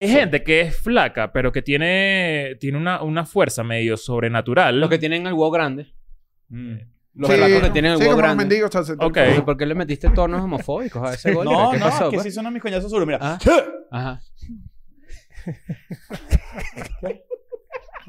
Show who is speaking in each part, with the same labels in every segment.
Speaker 1: Es gente que es flaca, pero que tiene, tiene una, una fuerza medio sobrenatural.
Speaker 2: Los que tienen el huevo grande.
Speaker 3: Mm.
Speaker 2: Los flacos que tienen el
Speaker 4: sí,
Speaker 2: huevo
Speaker 4: como los
Speaker 2: grande.
Speaker 4: mendigos. o sea, se-
Speaker 1: Ok.
Speaker 2: Entonces, ¿Por qué le metiste tonos homofóbicos a ese gol?
Speaker 3: No,
Speaker 2: ¿Qué
Speaker 3: no,
Speaker 2: pasó?
Speaker 3: que
Speaker 2: pues?
Speaker 3: sí son mis coñazos duros. Mira.
Speaker 2: Ah. Ajá.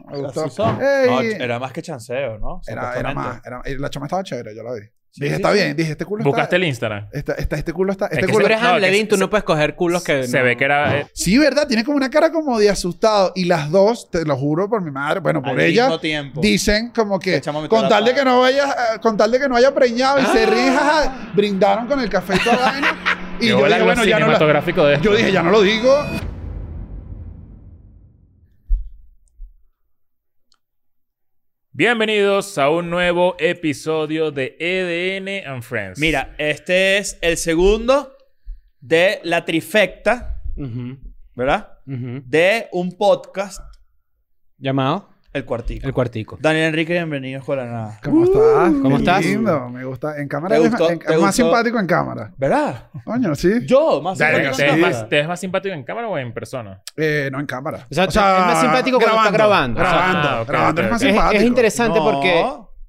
Speaker 4: Me gustó.
Speaker 3: Así son.
Speaker 4: Ey.
Speaker 3: No, era más que chanceo, ¿no?
Speaker 4: Era, era
Speaker 3: Supuestamente.
Speaker 4: más. Era, la chama estaba chévere, yo la vi.
Speaker 3: Sí,
Speaker 4: dije,
Speaker 3: sí,
Speaker 4: está
Speaker 3: sí.
Speaker 4: bien. Dije, este culo
Speaker 1: Buscaste
Speaker 4: está...
Speaker 1: el Instagram.
Speaker 4: esta- esta- este culo está... Este
Speaker 1: que
Speaker 2: Tú
Speaker 4: culo...
Speaker 1: se-
Speaker 2: eres
Speaker 1: no,
Speaker 2: Adam
Speaker 1: que
Speaker 2: Levine,
Speaker 1: se-
Speaker 2: tú no puedes coger culos que...
Speaker 1: Se
Speaker 2: no-
Speaker 1: ve que era... eh,
Speaker 4: Sí, ¿verdad? Tiene como una cara como de asustado. Y las dos, te lo juro por mi madre, bueno, por
Speaker 3: Al
Speaker 4: ella,
Speaker 3: mismo tiempo.
Speaker 4: dicen como que
Speaker 3: El chamo metió
Speaker 4: con
Speaker 3: la
Speaker 4: tal de
Speaker 3: pata.
Speaker 4: que no vaya, eh, con tal de que no haya preñado y se rija, brindaron con el café y toda la vaina. y
Speaker 1: qué
Speaker 4: yo
Speaker 1: bola
Speaker 4: dije,
Speaker 1: lo
Speaker 4: bueno, ya no la-
Speaker 1: cinematográfico de esto.
Speaker 4: yo dije, ya no lo digo.
Speaker 1: Bienvenidos a un nuevo episodio de EDN and Friends.
Speaker 3: Mira, este es el segundo de la trifecta,
Speaker 2: Ujú,
Speaker 3: ¿verdad?
Speaker 2: ujú.
Speaker 3: De un podcast,
Speaker 2: Llamado
Speaker 3: El Cuartico.
Speaker 2: El Cuartico.
Speaker 3: Daniel Enrique, bienvenido con la nada.
Speaker 4: ¿Cómo estás?
Speaker 2: ¿Cómo
Speaker 4: Uh, Qué
Speaker 2: estás?
Speaker 4: Lindo, me gusta. En cámara
Speaker 3: ¿Te
Speaker 4: eres
Speaker 3: gustó?
Speaker 4: más- en-
Speaker 3: ¿Te
Speaker 4: más
Speaker 3: gustó?
Speaker 4: simpático en cámara.
Speaker 3: ¿Verdad?
Speaker 4: Coño, sí.
Speaker 3: Yo, más
Speaker 1: Verga,
Speaker 3: o menos,
Speaker 1: ¿te, ves
Speaker 3: nada.
Speaker 1: más, te ves más simpático en cámara o en persona?
Speaker 4: Eh, no en cámara.
Speaker 2: O sea, es más simpático cuando está grabando.
Speaker 4: Grabando,
Speaker 1: Ah, ok,
Speaker 4: grabando
Speaker 1: ok,
Speaker 4: es más
Speaker 1: ok.
Speaker 2: Es,
Speaker 4: simpático.
Speaker 2: es interesante
Speaker 3: No.
Speaker 2: porque...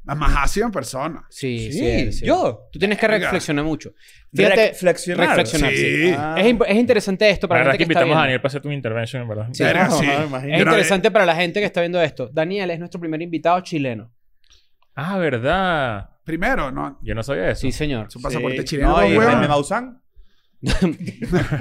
Speaker 4: Es Más ácido en persona.
Speaker 2: Sí,
Speaker 3: Sí,
Speaker 2: sí, eres, sí.
Speaker 3: yo.
Speaker 2: Tú tienes que
Speaker 4: Venga.
Speaker 2: reflexionar mucho. Fíjate,
Speaker 3: Reflexionar.
Speaker 2: reflexionar,
Speaker 4: Sí.
Speaker 2: sí. Es, imp- es interesante esto
Speaker 1: La
Speaker 2: para
Speaker 1: verdad
Speaker 2: la
Speaker 1: que
Speaker 2: gente que está
Speaker 1: invitamos a Daniel
Speaker 2: viendo.
Speaker 1: para hacer tu intervention, en verdad.
Speaker 2: Sí.
Speaker 4: Verga,
Speaker 3: No,
Speaker 4: sí.
Speaker 3: no, me imagino.
Speaker 2: Es
Speaker 4: Yo no-
Speaker 2: interesante para la gente que está viendo esto. Daniel es nuestro primer invitado chileno.
Speaker 1: Ah, ¿verdad?
Speaker 4: Primero, no.
Speaker 1: Yo no sabía eso.
Speaker 2: Sí, señor.
Speaker 4: Su pasaporte
Speaker 3: Sí.
Speaker 4: chileno,
Speaker 3: No, y
Speaker 4: weón.
Speaker 3: Jaime Maussan.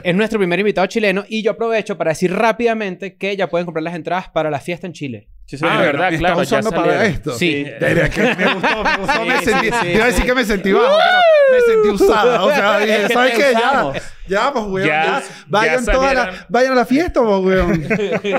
Speaker 2: Es nuestro primer invitado chileno y yo aprovecho para decir rápidamente que ya pueden comprar las entradas para la fiesta en Chile.
Speaker 3: Sí,
Speaker 1: Ah,
Speaker 3: señor.
Speaker 1: verdad,
Speaker 4: me
Speaker 1: claro, ya
Speaker 4: Estás usando para
Speaker 1: salieron.
Speaker 4: esto.
Speaker 2: Sí.
Speaker 3: Sí.
Speaker 4: Verga, que me gustó, me gustó.
Speaker 3: Sí,
Speaker 4: me
Speaker 3: sí,
Speaker 4: sentí,
Speaker 3: sí,
Speaker 4: te iba a decir
Speaker 3: sí.
Speaker 4: que me sentí bajo, pero me sentí usada. O sea, dije,
Speaker 3: que
Speaker 4: ¿sabes
Speaker 3: te
Speaker 4: qué? Ya,
Speaker 3: usamos.
Speaker 4: ya, pues, weón.
Speaker 1: Ya-
Speaker 4: Ya,
Speaker 1: ya
Speaker 4: vayan, todas
Speaker 1: salieron.
Speaker 4: las- vayan a la fiesta, pues, weón.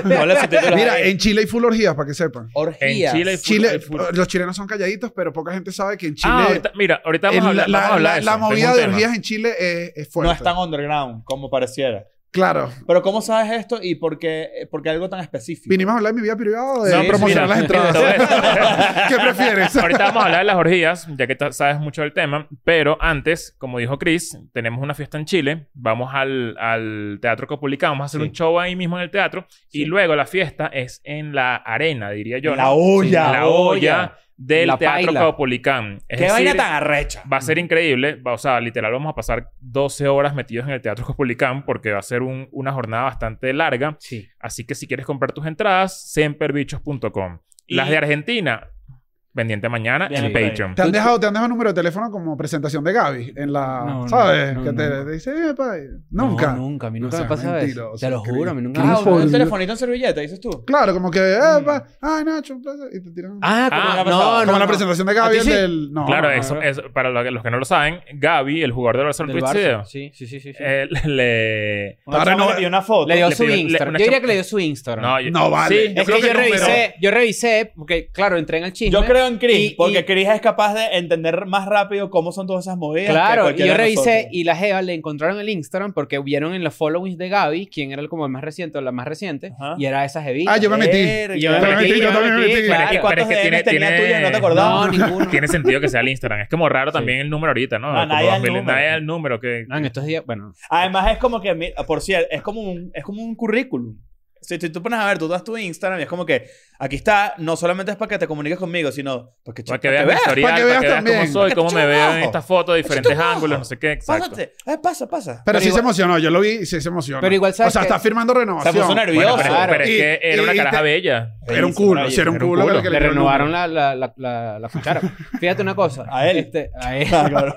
Speaker 3: Ponle subtítulos
Speaker 4: Mira,
Speaker 3: ahí.
Speaker 4: en Chile hay full orgías, para que sepan.
Speaker 1: En
Speaker 2: Orgías.
Speaker 1: Chile hay fu- hay
Speaker 4: Chile,
Speaker 1: fu-
Speaker 4: los chilenos son calladitos, pero poca gente sabe que en Chile...
Speaker 1: Ah, ahorita, mira, ahorita vamos a
Speaker 4: el- la,
Speaker 1: hablar, vamos a hablar
Speaker 4: la-
Speaker 1: de eso.
Speaker 4: la
Speaker 1: Tengo
Speaker 4: movida
Speaker 1: un
Speaker 4: de
Speaker 1: tema.
Speaker 4: orgías en Chile es, es
Speaker 3: no
Speaker 4: fuerte.
Speaker 3: es tan underground como pareciera.
Speaker 4: Claro.
Speaker 3: Pero ¿cómo sabes esto y por qué, por qué algo tan específico?
Speaker 4: Vinimos a hablar de mi vida privada, de
Speaker 1: No, pero
Speaker 4: promocionar
Speaker 1: mira,
Speaker 4: las entradas. ¿Qué prefieres?
Speaker 1: Ahorita vamos a hablar de las orgías, ya que ta- sabes mucho del tema. Pero antes, como dijo Chris, tenemos una fiesta en Chile. Vamos al, al Teatro Copulica. Vamos a hacer
Speaker 2: Sí.
Speaker 1: un show ahí mismo en el teatro. Y luego la fiesta es en la arena, diría yo.
Speaker 3: la
Speaker 1: ¿no?
Speaker 3: olla.
Speaker 1: En la olla del
Speaker 2: La
Speaker 1: Teatro
Speaker 2: paila.
Speaker 1: Caupolicán. Es
Speaker 3: Qué vaina
Speaker 1: decir,
Speaker 3: tan arrecha.
Speaker 1: Va a ser increíble. Va- o sea, literal, vamos a pasar 12 horas metidos en el Teatro Copulicán porque va a ser un- una jornada bastante larga.
Speaker 2: Sí.
Speaker 1: Así que si quieres comprar tus entradas, semperbichos.com.
Speaker 3: Y-
Speaker 1: Las de Argentina, pendiente mañana
Speaker 3: Viene
Speaker 1: en
Speaker 3: por ahí.
Speaker 1: Patreon.
Speaker 4: ¿Te han, dejado, te han dejado un número de teléfono como presentación de Gaby en la...
Speaker 2: No, no,
Speaker 4: ¿Sabes?
Speaker 2: no,
Speaker 4: que te,
Speaker 2: no.
Speaker 4: te dice, "Epa", nunca.
Speaker 2: No, nunca. A mí
Speaker 4: No
Speaker 2: nunca
Speaker 4: seas
Speaker 2: me pasa
Speaker 4: mentiroso,
Speaker 2: eso. Te lo
Speaker 4: Chris.
Speaker 2: juro. A mí nunca
Speaker 4: Chris,
Speaker 2: me
Speaker 3: Ah,
Speaker 2: pasa.
Speaker 3: un,
Speaker 4: Por-
Speaker 3: telefonito en servilleta, dices tú.
Speaker 4: Claro, como que... "Epa, Ay, Nacho, un placer", Y te tiran...
Speaker 2: Ah,
Speaker 1: Ah,
Speaker 2: como-
Speaker 3: me
Speaker 2: no,
Speaker 3: ha pasado.
Speaker 2: no,
Speaker 4: como la
Speaker 2: no.
Speaker 4: presentación de
Speaker 2: ¿A
Speaker 4: Gaby
Speaker 2: ti
Speaker 4: en
Speaker 2: sí?
Speaker 4: del... No,
Speaker 1: claro,
Speaker 4: no, no.
Speaker 1: eso, eso- para lo que- los que no lo saben, Gaby, el jugador del Barcelona
Speaker 2: Del
Speaker 1: Twitch Video,
Speaker 2: Barça. Sí, sí, sí, sí. sí.
Speaker 1: eh, le...
Speaker 3: Una
Speaker 4: Ahora
Speaker 3: chama
Speaker 4: no-
Speaker 3: le pidió una foto.
Speaker 2: le dio
Speaker 1: le
Speaker 2: su
Speaker 1: pidió- le-
Speaker 2: Instagram.
Speaker 1: una
Speaker 2: yo diría
Speaker 1: chama-
Speaker 2: que le dio su Instagram.
Speaker 1: yo-
Speaker 4: No vale.
Speaker 1: Sí,
Speaker 2: es que,
Speaker 4: creo
Speaker 2: yo
Speaker 4: no, pero-
Speaker 2: revisé, yo revisé, porque claro, entré en el chisme.
Speaker 3: Yo creo en Chris,
Speaker 2: Y- y-
Speaker 3: porque Chris es capaz de entender más rápido cómo son todas esas movidas.
Speaker 2: Claro, y yo revisé y la Jeva le encontraron el Instagram porque vieron en los followings de Gaby quién era el como el más reciente o la más reciente
Speaker 3: Ajá.
Speaker 2: y era esa Jevita.
Speaker 4: Ah, yo me metí.
Speaker 3: Verga.
Speaker 4: Yo me metí, yo
Speaker 2: yo
Speaker 4: también me
Speaker 2: metí,
Speaker 4: metí.
Speaker 2: claro.
Speaker 3: ¿Y cuántos
Speaker 1: Pero es que tiene-
Speaker 3: DMs tenía tuya? No te
Speaker 1: tiene-
Speaker 2: No,
Speaker 3: acordabas.
Speaker 2: ninguno.
Speaker 1: Tiene sentido que sea el Instagram. Es como raro también el número ahorita, ¿no?
Speaker 3: Ah,
Speaker 1: Como
Speaker 3: nadie al
Speaker 1: 2000,
Speaker 3: número.
Speaker 1: nadie al número que...
Speaker 2: No, en estos días, bueno.
Speaker 3: Además, es como que, mira, por cierto, es como un, es como un currículum. Si tú, tú pones a ver, tú das tu Instagram y es como que aquí está, no solamente es para que te comuniques conmigo, sino para que,
Speaker 1: Para que veas mi historial,
Speaker 4: para
Speaker 1: para
Speaker 4: que
Speaker 1: que
Speaker 4: veas
Speaker 1: veas cómo
Speaker 4: también.
Speaker 1: soy,
Speaker 3: Para que
Speaker 1: cómo
Speaker 3: eches
Speaker 1: me
Speaker 3: un
Speaker 1: veo en
Speaker 3: ojo.
Speaker 1: estas fotos, diferentes
Speaker 3: un ojo.
Speaker 1: ángulos, no sé qué. Exacto.
Speaker 3: Pásate, eh, pasa, pasa.
Speaker 4: Pero sí
Speaker 2: igual-
Speaker 4: se emocionó. Yo lo vi y sí se emocionó.
Speaker 2: Pero igual
Speaker 4: O
Speaker 2: sabes
Speaker 4: sea,
Speaker 2: que-
Speaker 4: está firmando
Speaker 3: Se
Speaker 4: renovación.
Speaker 3: puso nervioso.
Speaker 1: Pero,
Speaker 2: Claro.
Speaker 1: pero es
Speaker 4: Y-
Speaker 1: que era una
Speaker 4: y
Speaker 1: cara
Speaker 4: te-
Speaker 1: bella.
Speaker 4: Era un culo. sí, Era un
Speaker 3: Era un
Speaker 4: culo.
Speaker 1: culo.
Speaker 4: el que
Speaker 2: Le
Speaker 4: dio el
Speaker 2: renovaron la, la, la, la, la cuchara. Fíjate una cosa.
Speaker 3: A él.
Speaker 2: Este, a él.
Speaker 3: Ah, claro.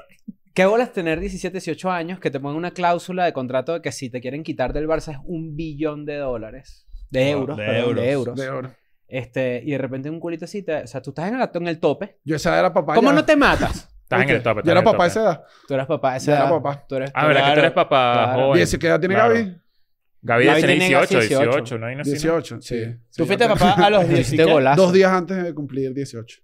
Speaker 2: ¿Qué bolas tener 17, 18 años que te pongan una cláusula de contrato de que si te quieren quitar del Barça es un billón de dólares? De
Speaker 3: No,
Speaker 2: euros,
Speaker 3: de
Speaker 2: perdón, de
Speaker 3: euros.
Speaker 2: euros.
Speaker 4: número. De oro.
Speaker 2: Este, y de repente un culito así, te- o sea, tú estás en el, en el tope.
Speaker 4: Yo esa era papá.
Speaker 2: ¿Cómo
Speaker 4: ya.
Speaker 2: no te matas?
Speaker 1: Estás en el tope. estás
Speaker 4: Yo era
Speaker 1: en el
Speaker 4: papá
Speaker 1: tope.
Speaker 4: a esa edad.
Speaker 2: Tú eres papá, ese
Speaker 4: Yo era papá.
Speaker 2: Tú eres
Speaker 1: Ah, ¿verdad que tú
Speaker 3: Claro,
Speaker 1: eres papá
Speaker 2: claro.
Speaker 1: joven?
Speaker 4: ¿Y ese qué edad tiene
Speaker 1: Claro.
Speaker 4: Gaby?
Speaker 1: Gaby
Speaker 2: Gaby
Speaker 1: tiene
Speaker 2: tiene
Speaker 1: 18, 18,
Speaker 2: 18,
Speaker 1: ¿no? Hay una-
Speaker 4: 18. Sí.
Speaker 2: Sí.
Speaker 4: Sí,
Speaker 3: Tú
Speaker 4: yo
Speaker 3: fuiste
Speaker 4: tengo-
Speaker 3: papá a los
Speaker 2: Hiciste
Speaker 3: 17.
Speaker 2: golazo.
Speaker 4: Dos días antes de cumplir 18.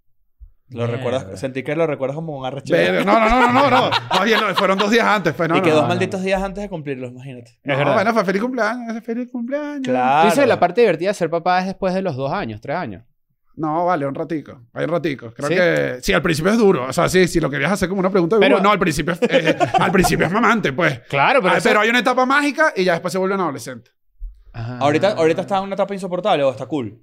Speaker 3: Lo recuerdas, sentí que lo recuerdas como un arrechero.
Speaker 4: Pero, no, no, no, no, no. no. Más bien, no, fueron dos días antes. Pues, no,
Speaker 3: y que
Speaker 4: no,
Speaker 3: dos
Speaker 4: no,
Speaker 3: malditos días antes de cumplirlos, imagínate.
Speaker 4: No,
Speaker 1: Es verdad.
Speaker 4: bueno, fue feliz cumpleaños. Feliz cumpleaños.
Speaker 2: Tú
Speaker 3: Claro.
Speaker 2: dices que la parte divertida de ser papá es después de los dos años, tres años.
Speaker 4: No, vale, un ratico. Hay raticos. Creo
Speaker 2: ¿Sí?
Speaker 4: que. Sí, al principio es duro. O sea, sí, si lo querías hacer como una pregunta de
Speaker 2: Pero-
Speaker 4: Google, no, al principio es, eh, al principio es mamante, pues.
Speaker 2: Claro,
Speaker 4: Ah, Pero,
Speaker 2: eso-
Speaker 4: hay una etapa mágica y ya después se vuelve un adolescente.
Speaker 3: Ahorita, ahorita está en una etapa insoportable o está cool.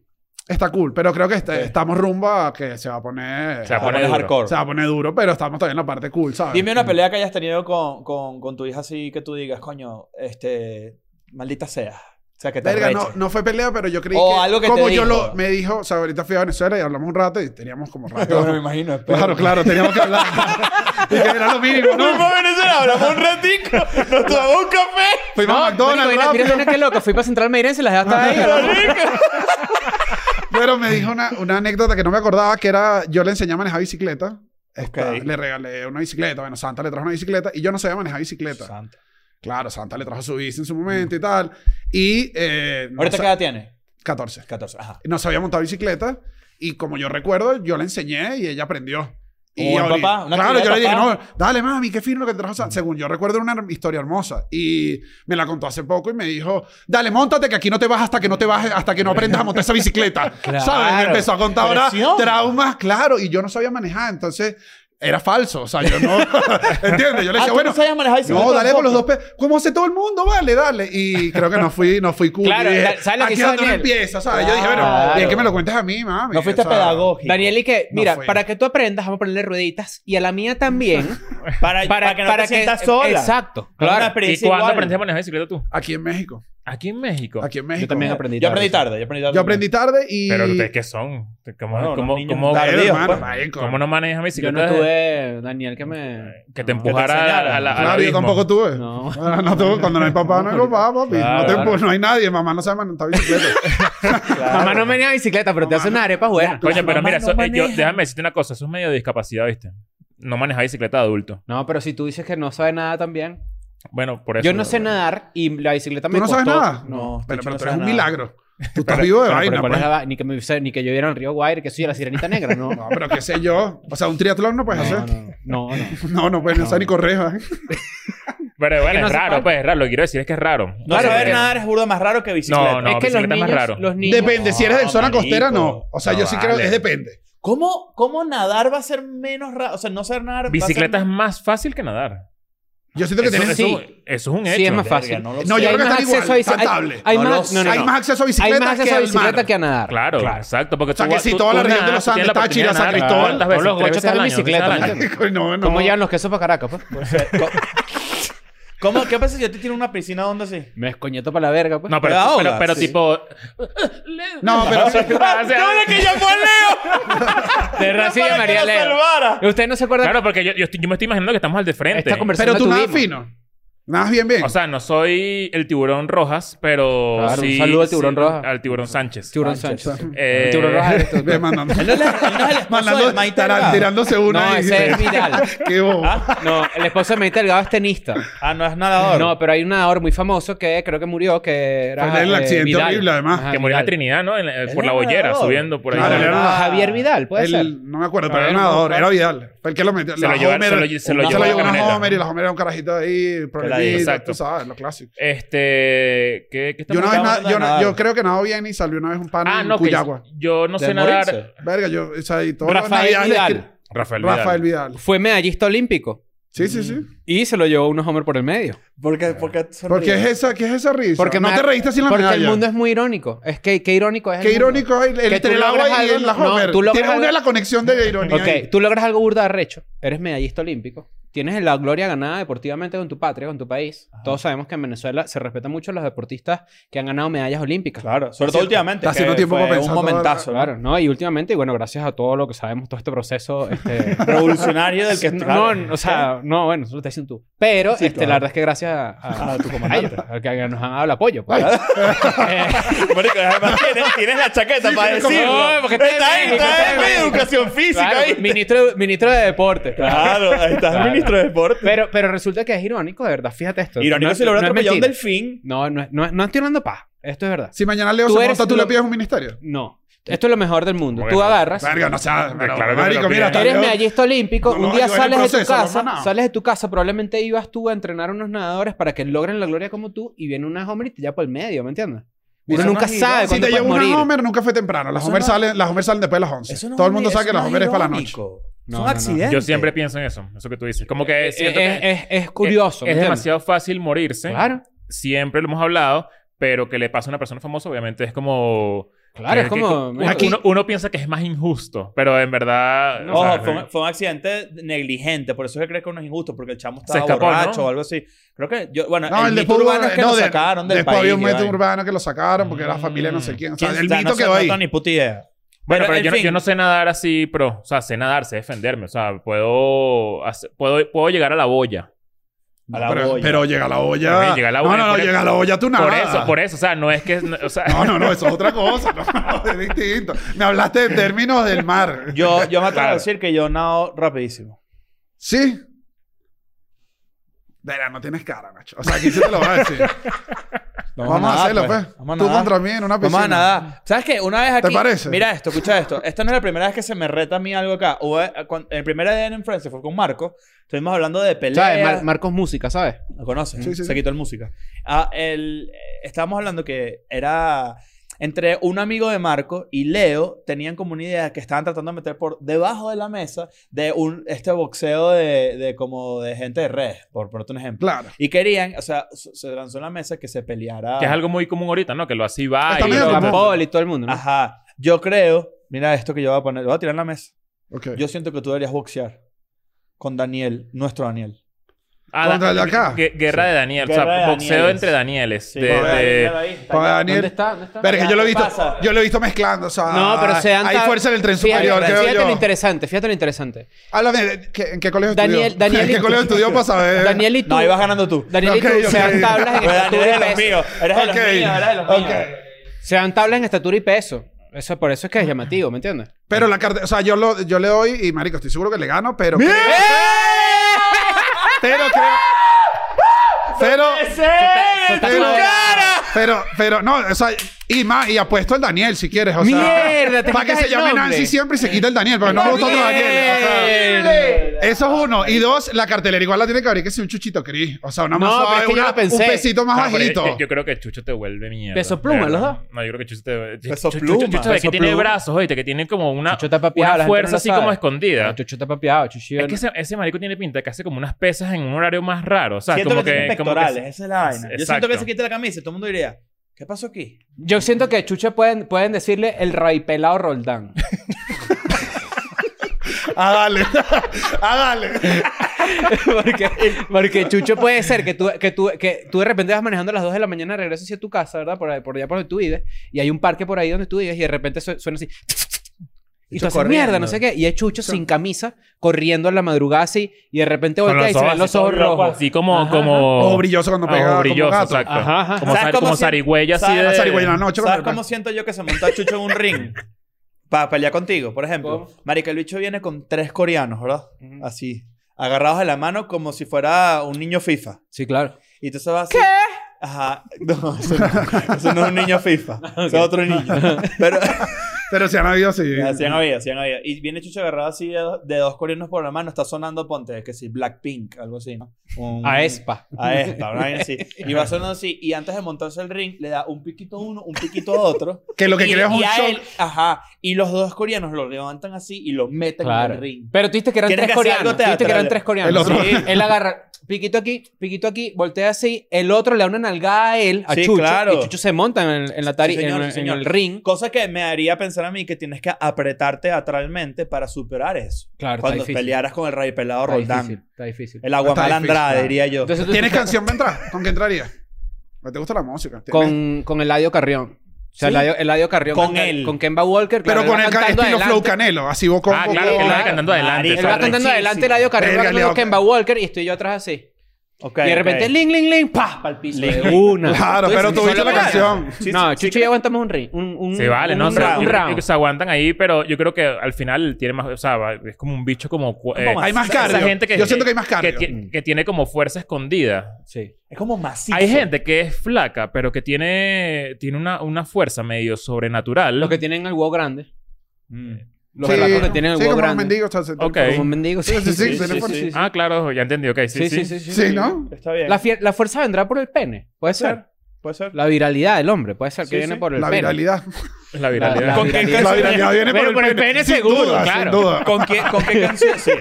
Speaker 4: Está cool, pero creo que este-
Speaker 3: Sí.
Speaker 4: estamos rumbo a que se va a poner.
Speaker 1: Se va a
Speaker 3: Ahora
Speaker 1: poner
Speaker 3: es
Speaker 1: duro.
Speaker 3: hardcore.
Speaker 4: se va a poner duro, pero estamos todavía en la parte cool, ¿sabes?
Speaker 3: Dime una pelea que hayas tenido con, con, con tu hija así que tú digas, coño, este, maldita sea. O sea, que te
Speaker 4: Verga, no,
Speaker 3: arreche.
Speaker 4: no fue pelea, pero yo creí
Speaker 3: O
Speaker 4: que,
Speaker 3: algo que
Speaker 4: como
Speaker 3: te
Speaker 4: yo
Speaker 3: dijo.
Speaker 4: lo me dijo, o sea, ahorita fui a Venezuela y hablamos un rato y teníamos como rato.
Speaker 3: Bueno, me imagino. espero.
Speaker 4: claro, claro, teníamos que hablar. y que era lo mínimo,
Speaker 3: Nos
Speaker 4: ¿no?
Speaker 3: fuimos a Venezuela, hablamos un ratico, nos tomamos un café.
Speaker 4: Fuimos a McDonald's
Speaker 2: mira, mira,
Speaker 4: rápido,
Speaker 2: mira qué loco. Fui para Central Meirense y las dejaste ahí.
Speaker 4: pero me dijo una, una anécdota que no me acordaba que era yo le enseñé a manejar bicicleta. Esta,
Speaker 3: Ok.
Speaker 4: Le regalé una bicicleta, bueno, Santa le trajo una bicicleta y yo no sabía manejar bicicleta.
Speaker 3: Santo.
Speaker 4: Claro, Santa le trajo su bici en su momento y tal. Y eh, no
Speaker 3: ¿Ahorita
Speaker 4: sa-
Speaker 3: qué edad tiene?
Speaker 4: 14.
Speaker 3: 14, ajá.
Speaker 4: No sabía montar bicicleta y como yo recuerdo, yo le enseñé y ella aprendió. Y
Speaker 3: Como buen
Speaker 4: ahorita-
Speaker 3: papá, una
Speaker 4: claro, yo
Speaker 3: actividad
Speaker 4: le
Speaker 3: de
Speaker 4: dije, no,
Speaker 3: papá.
Speaker 4: dale mami, qué fino lo que te trajo. Santa. según yo recuerdo, era una historia hermosa. Y me la contó hace poco y me dijo, dale, montate que aquí no te vas hasta que no te bajes, hasta que no aprendas a montar esa bicicleta.
Speaker 2: Claro.
Speaker 4: ¿Sabes? Me empezó a contar ahora
Speaker 3: Presión.
Speaker 4: traumas, claro. Y yo no sabía manejar, entonces era falso. O sea, yo no. ¿Entiendes? Yo le
Speaker 3: Ah,
Speaker 4: decía,
Speaker 3: ¿tú
Speaker 4: bueno.
Speaker 3: no sabías manejar bicicleta
Speaker 4: No, dale con los
Speaker 3: tampoco?
Speaker 4: dos pies. ¿Cómo hace todo el mundo? Vale, dale. Y creo que no fui, no fui cool.
Speaker 2: Claro,
Speaker 4: Y dije,
Speaker 2: la- ¿sabes lo que
Speaker 4: aquí
Speaker 2: hizo
Speaker 4: es donde uno
Speaker 2: Daniel?
Speaker 4: empieza, ¿sabes? Yo dije, bueno,
Speaker 2: Claro.
Speaker 4: bien que me lo cuentes a mí, mami.
Speaker 3: No fuiste
Speaker 4: o sea,
Speaker 3: pedagógico.
Speaker 2: Daniel, y que,
Speaker 4: No
Speaker 2: mira,
Speaker 4: fue.
Speaker 2: para que tú aprendas, vamos a ponerle rueditas. Y a la mía también.
Speaker 3: Para, para, que no te sientas sola.
Speaker 2: Exacto.
Speaker 3: Claro. Una
Speaker 2: Claro.
Speaker 1: ¿Y
Speaker 3: experiencia
Speaker 1: cuándo
Speaker 3: igual.
Speaker 1: aprendiste a manejar bicicleta tú?
Speaker 4: Aquí en México.
Speaker 1: Aquí en México.
Speaker 4: Aquí en México.
Speaker 2: Yo también aprendí.
Speaker 3: Yo aprendí tarde, yo aprendí tarde.
Speaker 4: Yo aprendí tarde y.
Speaker 1: Pero ustedes qué son? ¿Cómo,
Speaker 3: Bueno, los
Speaker 1: cómo-
Speaker 3: niños
Speaker 1: cómo-
Speaker 3: tardíos,
Speaker 4: Claro, hermano,
Speaker 3: pues.
Speaker 4: marico.
Speaker 1: cómo no manejas
Speaker 2: Yo
Speaker 1: bicicleta?
Speaker 2: no tuve Daniel que me.
Speaker 1: Que te
Speaker 2: No.
Speaker 1: empujara
Speaker 3: enseñara.
Speaker 1: a la. al
Speaker 4: Claro, yo
Speaker 1: abismo.
Speaker 4: tampoco tuve.
Speaker 2: No.
Speaker 4: Bueno, no tuve. Cuando no hay papá, no hay papá, papi.
Speaker 1: Claro,
Speaker 4: no, te-
Speaker 1: claro.
Speaker 4: no hay nadie. Mamá no sabe montar bicicleta.
Speaker 2: Mamá no venía a bicicleta, pero te
Speaker 4: Mamá
Speaker 2: hace
Speaker 4: no-
Speaker 2: una arepa buena.
Speaker 1: Coño, pero mira,
Speaker 3: mamás
Speaker 1: eso-
Speaker 3: no
Speaker 1: eh, yo-
Speaker 3: manejan.
Speaker 1: déjame decirte una cosa. Eso es medio de discapacidad, ¿viste? No manejar bicicleta de adulto.
Speaker 2: No, pero si tú dices que no sabe nada también.
Speaker 1: Bueno, por eso.
Speaker 2: Yo no sé nadar y la bicicleta
Speaker 4: ¿Tú
Speaker 2: me
Speaker 4: no sabes
Speaker 2: costó-
Speaker 4: nada?
Speaker 2: No.
Speaker 3: No,
Speaker 4: Pero, pero tú
Speaker 3: Ticho, no sabes
Speaker 4: eres un
Speaker 3: nada.
Speaker 4: milagro. Tú estás vivo de
Speaker 2: Pero,
Speaker 4: vaina,
Speaker 2: pero ¿cuál es
Speaker 4: pues.
Speaker 2: la va- ni que me hubiese- ni que yo viera en Río Guaire, que soy la sirenita negra, no.
Speaker 4: No, pero qué sé yo. O sea, un triatlón no puedes
Speaker 2: No,
Speaker 4: hacer.
Speaker 2: no, no. no.
Speaker 4: No, no puedes no. usar ni ¿eh? correja.
Speaker 1: Pero bueno,
Speaker 2: no
Speaker 1: es
Speaker 2: hace
Speaker 1: raro,
Speaker 2: falta.
Speaker 1: pues es raro. Lo que quiero decir es que es raro.
Speaker 3: No
Speaker 1: Claro,
Speaker 3: saber
Speaker 1: porque-
Speaker 3: nadar es burda más raro que bicicleta.
Speaker 1: No, no.
Speaker 2: es que los
Speaker 1: bicicleta es más
Speaker 2: niños,
Speaker 1: raro.
Speaker 2: los niños.
Speaker 4: Depende. si eres de zona
Speaker 3: marico.
Speaker 4: costera, no. O sea,
Speaker 1: No
Speaker 4: yo sí creo
Speaker 1: vale.
Speaker 4: que es depende.
Speaker 3: ¿Cómo, ¿Cómo nadar va a ser menos raro? O sea, no saber nadar. va a ser-
Speaker 1: Bicicleta es más fácil que nadar.
Speaker 4: Yo siento que
Speaker 1: Eso,
Speaker 4: tienes.
Speaker 1: eso-
Speaker 2: Sí.
Speaker 1: eso es un hecho.
Speaker 2: Sí, es más
Speaker 3: Verga,
Speaker 2: fácil.
Speaker 3: no
Speaker 4: No,
Speaker 3: lo sé.
Speaker 4: yo
Speaker 2: hay
Speaker 4: creo que
Speaker 2: más
Speaker 4: están igual,
Speaker 2: acceso a bici-
Speaker 4: están
Speaker 2: hay-
Speaker 4: tablet.
Speaker 2: Hay
Speaker 3: No lo
Speaker 2: más, no, no,
Speaker 4: Hay
Speaker 2: no.
Speaker 4: más acceso a
Speaker 2: Hay
Speaker 4: bicicleta
Speaker 2: más acceso
Speaker 4: que
Speaker 2: a
Speaker 4: al
Speaker 2: bicicleta
Speaker 4: mar.
Speaker 2: que a nadar.
Speaker 1: Claro, exacto. Porque
Speaker 4: O sea,
Speaker 1: tú
Speaker 4: que
Speaker 1: vas-
Speaker 4: si
Speaker 1: tú-
Speaker 4: toda la
Speaker 1: tú
Speaker 4: región de
Speaker 1: nadas,
Speaker 4: los
Speaker 1: tú tienes
Speaker 4: Andes,
Speaker 1: la
Speaker 4: Táchira,
Speaker 1: oportunidad de nadar
Speaker 4: San
Speaker 1: ¿Cuántas veces?
Speaker 2: Cristóbal.
Speaker 1: Tres
Speaker 2: Los
Speaker 1: veces
Speaker 2: gochos
Speaker 1: al año,
Speaker 2: están en
Speaker 1: veces al
Speaker 2: bicicleta,
Speaker 1: año.
Speaker 4: Marico, no, no.
Speaker 2: ¿Cómo llevan los quesos para Caracas, pues?
Speaker 3: O sea, co- ¿Cómo? ¿Qué pasa si yo te tiro una piscina onda así?
Speaker 2: Me descoñeto para la verga, pues.
Speaker 1: No,
Speaker 3: Te
Speaker 1: pero,
Speaker 3: ahogas,
Speaker 1: pero, pero
Speaker 3: sí.
Speaker 1: tipo...
Speaker 4: No, pero sí.
Speaker 1: O sea,
Speaker 3: que llamó a Leo!
Speaker 2: de verdad, sí,
Speaker 3: para que
Speaker 2: María
Speaker 3: lo
Speaker 2: Lea.
Speaker 3: salvara.
Speaker 2: Ustedes no se acuerdan
Speaker 1: Claro, porque yo, yo estoy- yo me estoy imaginando que estamos al de frente.
Speaker 2: esta conversación
Speaker 4: Pero tú
Speaker 2: la
Speaker 4: nada
Speaker 2: tuvimos.
Speaker 4: fino. Nada bien, bien.
Speaker 1: O sea, no soy el tiburón Rojas, pero
Speaker 2: Claro, un
Speaker 1: sí...
Speaker 2: saludo al tiburón
Speaker 1: sí,
Speaker 2: Rojas.
Speaker 1: Al tiburón Sánchez.
Speaker 2: Tiburón
Speaker 3: Sánchez.
Speaker 2: Sánchez.
Speaker 1: Eh,
Speaker 2: El tiburón rojo eres tú.
Speaker 4: Ve mandando.
Speaker 3: Él no es la- él no es el esposo de
Speaker 4: mandando.
Speaker 3: Maite
Speaker 4: taran-
Speaker 3: Delgado.
Speaker 4: Tirándose una.
Speaker 2: No,
Speaker 4: y-
Speaker 2: ese es Ah, viral.
Speaker 4: Qué bobo.
Speaker 2: No, el esposo de Maite Delgado es tenista.
Speaker 3: Ah, no es nadador.
Speaker 2: No, pero hay un nadador muy famoso que creo que murió, que era... eh,
Speaker 4: Fue el accidente horrible, además. Ah,
Speaker 1: Que murió en la
Speaker 2: Trinidad.
Speaker 1: Trinidad, ¿no? En la-
Speaker 3: Él
Speaker 1: por la
Speaker 3: era
Speaker 1: bollera,
Speaker 3: nadador.
Speaker 1: subiendo por ahí.
Speaker 4: Claro, él era nadador.
Speaker 2: Ah, Javier Vidal, puede
Speaker 4: Él-
Speaker 2: ser.
Speaker 4: No me acuerdo, pero
Speaker 1: A
Speaker 4: era
Speaker 1: ver,
Speaker 4: nadador.
Speaker 1: vamos a
Speaker 4: Era Vidal. Fue el que lo metió.
Speaker 1: Se lo
Speaker 4: la
Speaker 1: llevó-
Speaker 4: Homer-
Speaker 1: se lo lle- se lo
Speaker 4: se
Speaker 1: llevó
Speaker 4: lo
Speaker 1: a la
Speaker 4: llevó una
Speaker 1: camioneta.
Speaker 4: Homer y la Homer era un carajito ahí. Problemita,
Speaker 1: exacto.
Speaker 4: tú sabes, lo clásico.
Speaker 1: Este... ¿Qué, qué
Speaker 4: Yo
Speaker 1: estamos-
Speaker 4: una vez
Speaker 3: estamos
Speaker 4: nada-
Speaker 3: hablando de
Speaker 4: yo no-
Speaker 3: nadar.
Speaker 4: yo creo que nado bien y salió una vez un pan
Speaker 1: Ah,
Speaker 4: en
Speaker 1: no, que
Speaker 4: Cuyagua.
Speaker 1: yo no
Speaker 3: ¿De
Speaker 1: sé nadar...
Speaker 3: morirse?
Speaker 4: Verga, yo, o sea, y todas las
Speaker 2: Rafael
Speaker 4: navidades le escri-
Speaker 2: Vidal.
Speaker 1: Rafael Vidal.
Speaker 4: Rafael Vidal.
Speaker 2: Fue medallista olímpico.
Speaker 4: Sí, sí, sí.
Speaker 2: Y se lo llevó unos Homer por el medio.
Speaker 3: ¿Por qué, por qué sonríe?
Speaker 4: ¿Por qué es esa, qué es esa risa? Porque no
Speaker 2: me-
Speaker 4: te reíste sin la
Speaker 2: Porque
Speaker 4: medalla.
Speaker 2: el mundo es muy irónico. Es que qué irónico es el
Speaker 4: Qué
Speaker 2: mundo.
Speaker 4: irónico el, el,
Speaker 2: Que
Speaker 4: entre
Speaker 2: tú
Speaker 4: el agua
Speaker 2: logras
Speaker 4: y
Speaker 2: algo-
Speaker 4: el, la
Speaker 2: no,
Speaker 4: Homer.
Speaker 2: tú logras
Speaker 4: Tienes
Speaker 2: algo-
Speaker 4: una la conexión de ironía. ahí.
Speaker 2: Ok, tú logras algo burda de arrecho. Eres medallista olímpico. Tienes la gloria ganada deportivamente con tu patria, con tu país. Todos sabemos que en Venezuela se respeta mucho a los deportistas que han ganado medallas olímpicas.
Speaker 3: Claro, sobre todo últimamente.
Speaker 4: Está haciendo
Speaker 3: que
Speaker 4: tiempo
Speaker 3: fue
Speaker 4: para pensar
Speaker 3: Un
Speaker 4: toda la-
Speaker 3: momentazo,
Speaker 2: Claro, ¿no? Y últimamente, y bueno, gracias a todo lo que sabemos, todo este proceso, este...
Speaker 3: Revolucionario del que ¿Eh?
Speaker 2: No, no, o sea, no, bueno, eso lo estás diciendo tú. Pero,
Speaker 3: Sí,
Speaker 2: este,
Speaker 3: claro.
Speaker 2: la verdad es que gracias a, a-
Speaker 3: A tu
Speaker 2: a ellos,
Speaker 3: comandante.
Speaker 2: a que nos han dado el apoyo. pues. Eh,
Speaker 3: Marico, además tienes, tienes la chaqueta para
Speaker 4: tienes como-
Speaker 3: decirlo.
Speaker 2: No, porque estás
Speaker 3: Está
Speaker 2: en
Speaker 3: ahí,
Speaker 2: México,
Speaker 3: está
Speaker 2: estás en
Speaker 3: ahí,
Speaker 2: México.
Speaker 3: educación física.
Speaker 2: claro,
Speaker 3: ¿viste?
Speaker 2: ministro, ministro de deporte.
Speaker 3: Claro, ahí estás
Speaker 2: Claro.
Speaker 3: ministro de deporte.
Speaker 2: Pero, pero resulta que es irónico, de verdad. Fíjate esto.
Speaker 3: Irónico
Speaker 2: No-
Speaker 3: si logró
Speaker 2: no es
Speaker 3: atropellar un
Speaker 2: mentira.
Speaker 3: delfín.
Speaker 2: No, no, es- no, es- no estoy hablando paz. Esto es verdad.
Speaker 4: Si mañana Leo
Speaker 2: Tú
Speaker 4: se
Speaker 2: eres
Speaker 4: monta, tú
Speaker 2: lo-
Speaker 4: le pides un ministerio.
Speaker 2: No. Esto es lo mejor del mundo.
Speaker 1: Bueno.
Speaker 2: Tú agarras.
Speaker 4: Verga, no sea.
Speaker 1: Claro
Speaker 4: Pero,
Speaker 1: que me lo
Speaker 4: marico,
Speaker 1: piden.
Speaker 4: mira, está
Speaker 2: Eres
Speaker 4: Leo-
Speaker 2: medallista olímpico,
Speaker 4: No, no,
Speaker 2: un día
Speaker 4: yo en el
Speaker 2: sales de tu
Speaker 4: proceso, no
Speaker 2: casa,
Speaker 4: fue nada.
Speaker 2: sales de tu casa, probablemente ibas tú a entrenar a unos nadadores para que logren la gloria como tú y viene una Homer y te lleva por el medio, ¿me entiendes? Uno
Speaker 3: Eso no
Speaker 2: nunca
Speaker 3: es
Speaker 2: sabe
Speaker 4: Si
Speaker 2: cuándo
Speaker 4: te
Speaker 2: puedes
Speaker 4: lleva
Speaker 2: morir.
Speaker 4: una Homer, nunca fue temprano. Las
Speaker 3: Eso
Speaker 4: Homer,
Speaker 3: no-
Speaker 4: salen, las Homer salen después de las 11. Todo el mundo sabe que las Homer es para la noche.
Speaker 2: No,
Speaker 3: Son
Speaker 2: no, no.
Speaker 3: accidentes.
Speaker 1: Yo siempre pienso en eso, eso que tú dices. Como que
Speaker 2: Eh, Es,
Speaker 1: siento que
Speaker 2: es- es curioso.
Speaker 1: es
Speaker 2: ¿me entiendes?
Speaker 1: demasiado fácil morirse.
Speaker 2: Claro.
Speaker 1: Siempre lo hemos hablado, pero que le pasa a una persona famosa, obviamente es como...
Speaker 2: Claro,
Speaker 1: que-
Speaker 2: es
Speaker 1: que-
Speaker 2: como...
Speaker 1: uno,
Speaker 2: mira,
Speaker 4: Aquí-
Speaker 1: uno- uno piensa que es más injusto, pero en verdad... o sea,
Speaker 3: Ojo, fue un, fue un accidente negligente, por eso se cree que uno es injusto, porque el chamo
Speaker 1: Se
Speaker 3: estaba
Speaker 1: escapó,
Speaker 3: borracho
Speaker 1: ¿no?
Speaker 3: o algo así. Creo que yo, bueno,
Speaker 4: No,
Speaker 3: el,
Speaker 4: el de
Speaker 3: mito urbano es que lo sacaron del
Speaker 4: después
Speaker 3: país.
Speaker 4: había un mito
Speaker 3: vaina.
Speaker 4: urbano que lo sacaron porque era familia no sé quién. O sea,
Speaker 3: ¿Quién
Speaker 4: el
Speaker 3: sabe?
Speaker 4: mito
Speaker 3: no sé,
Speaker 4: quedó
Speaker 3: no
Speaker 4: ahí.
Speaker 3: tengo ni puta idea.
Speaker 1: Bueno, pero,
Speaker 3: en
Speaker 1: yo, no-
Speaker 3: fin.
Speaker 1: yo no sé nadar así, pro. O sea, sé nadar, sé defenderme. O sea, puedo, hacer- puedo, puedo llegar a la boya.
Speaker 3: A la
Speaker 4: pero,
Speaker 3: olla.
Speaker 4: pero llega la olla.
Speaker 1: Oye, llega la
Speaker 4: no,
Speaker 1: olla,
Speaker 4: no, no,
Speaker 1: por eso-
Speaker 4: llega la olla tú nada.
Speaker 1: Por eso, por eso. O sea, no es que... no- o sea,
Speaker 4: No, no, no, eso es otra cosa. No, no, es distinto. Me hablaste en términos del mar.
Speaker 3: Yo, yo me atrevo a
Speaker 1: Claro.
Speaker 3: decir que yo nado rapidísimo.
Speaker 4: ¿Sí? Verá, no tienes cara, Nacho. O sea, aquí sí te lo voy a decir. Vamos, a
Speaker 3: nadar,
Speaker 4: hacerlo, pues.
Speaker 3: Vamos a
Speaker 4: Tú
Speaker 3: nadar.
Speaker 4: contra mí en una piscina.
Speaker 3: Vamos a nadar. ¿Sabes qué? Una vez aquí.
Speaker 4: parece?
Speaker 3: Mira esto, escucha esto. Esta no es la primera vez que se me reta a mí algo acá. Hubo- eh, cuan- el primer día en Friends fue con Marco. Estuvimos hablando de peleas.
Speaker 2: ¿Sabes? Mar- Marcos Música, ¿sabes?
Speaker 3: Lo conoces.
Speaker 4: Sí, sí,
Speaker 3: Se
Speaker 4: sí.
Speaker 3: quitó el música. Ah, el, eh, estábamos hablando que era. Entre un amigo de Marco y Leo tenían como una idea que estaban tratando de meter por debajo de la mesa de un, este boxeo de, de como de gente de redes, por ponerte un ejemplo.
Speaker 4: Claro.
Speaker 3: Y querían, o sea, se se lanzó en la mesa que se peleara.
Speaker 1: que es algo muy común ahorita, ¿no? Que lo así va
Speaker 4: Está
Speaker 1: y...
Speaker 4: medio
Speaker 1: lo-
Speaker 4: como-
Speaker 2: Paul y todo el mundo, ¿no?
Speaker 3: Ajá. Yo creo, mira esto que yo voy a poner, lo voy a tirar en la mesa.
Speaker 4: Ok.
Speaker 3: Yo siento que tú deberías boxear con Daniel, nuestro Daniel.
Speaker 1: Ah,
Speaker 4: ¿Contra el de
Speaker 1: da-
Speaker 4: acá?
Speaker 1: gue- Guerra de Daniel. o
Speaker 3: Guerra de
Speaker 1: sea, boxeo
Speaker 3: Danieles.
Speaker 1: entre Danieles.
Speaker 3: Sí.
Speaker 1: de-
Speaker 3: Con
Speaker 1: de-
Speaker 3: Daniel ahí, está
Speaker 4: Con
Speaker 3: allá.
Speaker 4: Daniel.
Speaker 2: ¿Dónde está? ¿Dónde está?
Speaker 4: Verga, yo lo he
Speaker 3: ¿Qué
Speaker 4: visto,
Speaker 3: pasa?
Speaker 4: yo lo he visto mezclando, o sea,
Speaker 2: No, pero se han
Speaker 4: hay
Speaker 2: ta-
Speaker 4: fuerza en el tren
Speaker 2: Fíjate,
Speaker 4: superior, creo
Speaker 2: fíjate
Speaker 4: yo.
Speaker 2: lo interesante, fíjate lo interesante.
Speaker 4: Háblame, de- ¿qué- ¿en qué colegio
Speaker 2: Daniel-
Speaker 4: estudió?
Speaker 2: Daniel
Speaker 4: ¿En qué
Speaker 2: y-
Speaker 4: colegio estudió para saber?
Speaker 2: Daniel y tú.
Speaker 3: No, ahí vas ganando tú.
Speaker 2: Daniel y
Speaker 4: Ok,
Speaker 2: tú
Speaker 4: ok.
Speaker 2: se dan tablas en
Speaker 3: Pues Daniel,
Speaker 2: estatura y
Speaker 3: eres de los
Speaker 2: peso.
Speaker 3: míos, eres de
Speaker 4: Ok,
Speaker 3: los míos, eres de los
Speaker 4: ok.
Speaker 3: míos.
Speaker 2: Se dan tablas en estatura y peso. Eso, por eso es que es llamativo, ¿me entiendes?
Speaker 4: Pero la carta, o sea, yo, lo, yo le doy y marico, estoy seguro que le gano, pero creo- pero creo pero
Speaker 2: Está
Speaker 4: pero,
Speaker 2: como-
Speaker 4: pero pero no, o sea, y más y apuesto al Daniel si quieres, o sea,
Speaker 2: Mierda, te
Speaker 4: para que
Speaker 2: quitas
Speaker 4: se
Speaker 2: el
Speaker 4: llame
Speaker 2: nombre.
Speaker 4: Nancy siempre y se quita el Daniel, porque no me gusta otro Daniel. o sea.
Speaker 2: Mierda.
Speaker 4: eso es uno. Y dos, la cartelera igual la tiene que abrir que sea un chuchito Cris. O sea, una
Speaker 2: No,
Speaker 4: más
Speaker 2: pero
Speaker 4: suave,
Speaker 2: es que yo
Speaker 4: una-
Speaker 2: lo pensé.
Speaker 4: un pesito más
Speaker 1: No, pero
Speaker 4: bajito.
Speaker 1: Ah, Yo, yo creo que Chucho te vuelve mierda.
Speaker 2: Peso pluma,
Speaker 1: Verga.
Speaker 2: los dos.
Speaker 1: No, yo creo que Chucho te...
Speaker 3: Peso
Speaker 1: Chucho-
Speaker 3: pluma.
Speaker 1: Chucho, Chucho de
Speaker 2: Peso
Speaker 1: que tiene
Speaker 2: pluma.
Speaker 1: brazos, oíste, que tiene como una,
Speaker 2: Chucho está papeado, la
Speaker 1: una
Speaker 2: gente no
Speaker 1: fuerza
Speaker 2: lo
Speaker 1: así
Speaker 2: sabe.
Speaker 1: como escondida.
Speaker 2: Chucho está papeado, Chuchillo.
Speaker 1: Es que ese, ese marico tiene pinta de que hace como unas pesas en un horario más raro. O sea,
Speaker 3: siento
Speaker 1: como
Speaker 3: que, tiene
Speaker 1: que, como que-
Speaker 3: pectorales, esa es la vaina. Yo siento que
Speaker 1: Exacto.
Speaker 3: se quita la camisa y todo el mundo diría, ¿qué pasó aquí?
Speaker 2: Yo siento que Chucho pueden, pueden decirle el raipelado Roldán.
Speaker 1: Ah,
Speaker 4: Hágale. Hágale.
Speaker 2: porque, porque Chucho puede ser que tú, que, tú, que tú de repente vas manejando a las 2 de la mañana, regresas hacia tu casa, ¿verdad? Por, ahí- por allá por donde tú vives. Y hay un parque por ahí donde tú vives y de repente su- suena así. Y tú
Speaker 3: Chucho
Speaker 2: haces
Speaker 3: corriendo.
Speaker 2: mierda, no sé qué. Y es Chucho sin camisa, corriendo en la madrugada así. Y de repente
Speaker 1: Con
Speaker 2: voltea y se ven los
Speaker 1: así
Speaker 2: ojos
Speaker 1: todo loco,
Speaker 2: rojos.
Speaker 1: Así como...
Speaker 2: Ajá,
Speaker 1: como
Speaker 4: O Oh, brilloso cuando
Speaker 1: Ah,
Speaker 4: pega.
Speaker 1: o brilloso,
Speaker 4: como gato.
Speaker 1: exacto.
Speaker 2: Ajá, ajá.
Speaker 1: Como,
Speaker 3: ¿Sabes
Speaker 1: zar-
Speaker 3: cómo
Speaker 1: como
Speaker 3: si-
Speaker 1: zarigüeya así
Speaker 3: ¿sabes?
Speaker 1: de... Ah,
Speaker 4: Zarigüeya en la noche.
Speaker 3: ¿Sabes
Speaker 4: con-
Speaker 3: cómo siento yo que se monta Chucho en un ring? Para pelear contigo, por ejemplo.
Speaker 2: ¿Cómo?
Speaker 3: Marica, el bicho viene con tres coreanos, ¿verdad?
Speaker 2: Ujú.
Speaker 3: Así, agarrados de la mano como si fuera un niño FIFA.
Speaker 2: Sí, claro.
Speaker 3: Y entonces va así. ¿Qué? Ajá. No, eso no, eso no es un niño FIFA. Eso es otro niño. Pero...
Speaker 4: Pero si han habido, sí.
Speaker 3: Así han habido, así han habido. Y viene Chucho agarrado así de, de dos coreanos por la mano, está sonando, ponte, que sí, Blackpink, algo así, ¿no? Un-
Speaker 2: A Espa.
Speaker 3: A esta, una vaina así. Y va sonando así, y antes de montarse el ring, le da un piquito a uno, un piquito a otro.
Speaker 4: Que lo que
Speaker 3: y,
Speaker 4: creo es un
Speaker 3: y a
Speaker 4: shock.
Speaker 3: él, ajá. Y los dos coreanos lo levantan así y lo meten en el ring.
Speaker 2: Pero tú dijiste que eran
Speaker 3: Tienes
Speaker 2: tres
Speaker 3: que hacer algo
Speaker 2: coreanos. Tú dijiste que eran
Speaker 3: teatral.
Speaker 2: tres coreanos.
Speaker 4: El otro.
Speaker 2: Sí. Él agarra, piquito aquí, piquito aquí, voltea así. El otro le da una nalgada a él, a
Speaker 3: Sí,
Speaker 2: Chucho.
Speaker 3: claro.
Speaker 2: Y Chucho se monta en, el- en la tari,
Speaker 3: Sí, señor,
Speaker 2: en, el-
Speaker 3: sí,
Speaker 2: en
Speaker 3: señor.
Speaker 2: el ring.
Speaker 3: Cosa que me haría pensar a mí que tienes que apretar teatralmente para superar eso.
Speaker 2: Claro, está
Speaker 3: Cuando
Speaker 2: difícil.
Speaker 3: pelearas con el rey pelado
Speaker 2: Está
Speaker 3: Roldán.
Speaker 2: difícil, está difícil.
Speaker 3: El aguamal
Speaker 4: Está difícil,
Speaker 3: Andrade,
Speaker 4: claro.
Speaker 3: diría yo.
Speaker 2: Entonces tú-
Speaker 4: ¿Tienes canción para entrar? ¿Con qué entrarías? ¿Te gusta la música? ¿Tienes-
Speaker 2: con, con Eladio Carrión. O sea,
Speaker 3: Sí.
Speaker 2: Eladio, Eladio Carrión.
Speaker 3: Con
Speaker 2: canta-
Speaker 3: él.
Speaker 2: Con Kemba Walker. claro,
Speaker 4: Pero
Speaker 2: él
Speaker 4: con
Speaker 2: va
Speaker 4: el ca-
Speaker 2: cantando
Speaker 4: estilo Flow
Speaker 2: adelante.
Speaker 4: Canelo. Así vos con...
Speaker 1: Ah,
Speaker 4: vos-
Speaker 1: claro,
Speaker 4: vos-
Speaker 1: que él va
Speaker 2: Claro.
Speaker 1: cantando adelante.
Speaker 3: Marico,
Speaker 2: Él va
Speaker 1: exacto.
Speaker 2: cantando adelante Eladio Carrión, va
Speaker 4: Verga,
Speaker 2: cantando
Speaker 4: Eladio-
Speaker 2: Kemba Walker y estoy yo atrás así.
Speaker 3: Okay,
Speaker 2: y de repente,
Speaker 3: ok.
Speaker 2: ling, ling, ling, pa, pa'l piso.
Speaker 3: Ling,
Speaker 2: de
Speaker 3: ling.
Speaker 2: una.
Speaker 4: Claro,
Speaker 3: Tú
Speaker 4: pero
Speaker 3: dices,
Speaker 4: tuviste
Speaker 3: sí,
Speaker 4: la
Speaker 3: sí,
Speaker 4: canción.
Speaker 3: sí,
Speaker 2: no,
Speaker 3: sí,
Speaker 2: Chucho y yo aguantamos un ring. Un, un,
Speaker 1: Se vale, ¿no?
Speaker 2: Un,
Speaker 1: O sea,
Speaker 2: round,
Speaker 1: yo
Speaker 2: un
Speaker 1: creo que
Speaker 2: round.
Speaker 1: se aguantan ahí, pero yo creo que al final tiene más... O sea, va- es como un bicho como... cu- eh,
Speaker 3: más
Speaker 4: Hay más
Speaker 3: Esa
Speaker 4: cardio.
Speaker 1: gente que-
Speaker 4: Yo siento que hay más
Speaker 1: que,
Speaker 4: cardio.
Speaker 1: ti- que tiene como fuerza escondida.
Speaker 2: Sí.
Speaker 3: Es como macizo.
Speaker 1: Hay gente que es flaca, pero que tiene, tiene una, una fuerza medio sobrenatural.
Speaker 2: Los que tienen el huevo grande.
Speaker 3: Mm.
Speaker 2: Los
Speaker 4: Sí,
Speaker 2: flacos que tienen el
Speaker 4: sí,
Speaker 2: huevo
Speaker 4: como un
Speaker 2: grande.
Speaker 4: mendigo. o sea, se-
Speaker 1: Ok.
Speaker 2: Como un mendigo. Sí,
Speaker 4: Sí,
Speaker 2: sí,
Speaker 4: sí, sí,
Speaker 2: sí,
Speaker 4: sí,
Speaker 2: sí, sí.
Speaker 1: Ah, claro, ya entendí. Ok, sí, sí.
Speaker 2: Sí, sí, sí, sí.
Speaker 4: Sí, ¿no?
Speaker 3: Está bien.
Speaker 2: La, fie- la fuerza vendrá por el pene, puede ser.
Speaker 3: Puede ser.
Speaker 2: La viralidad del hombre, puede ser que
Speaker 3: Sí,
Speaker 2: viene
Speaker 3: sí.
Speaker 2: por el
Speaker 4: La
Speaker 2: pene.
Speaker 4: viralidad.
Speaker 1: Es La viralidad.
Speaker 2: La- la-
Speaker 1: Con-
Speaker 3: ¿Con qué
Speaker 2: viralidad.
Speaker 4: La
Speaker 3: canción-
Speaker 4: viralidad viene
Speaker 2: Pero por el pene
Speaker 4: Sin
Speaker 2: seguro,
Speaker 4: duda,
Speaker 2: claro.
Speaker 4: Sin duda.
Speaker 3: ¿Con qué, ¿Con qué canción? Sí.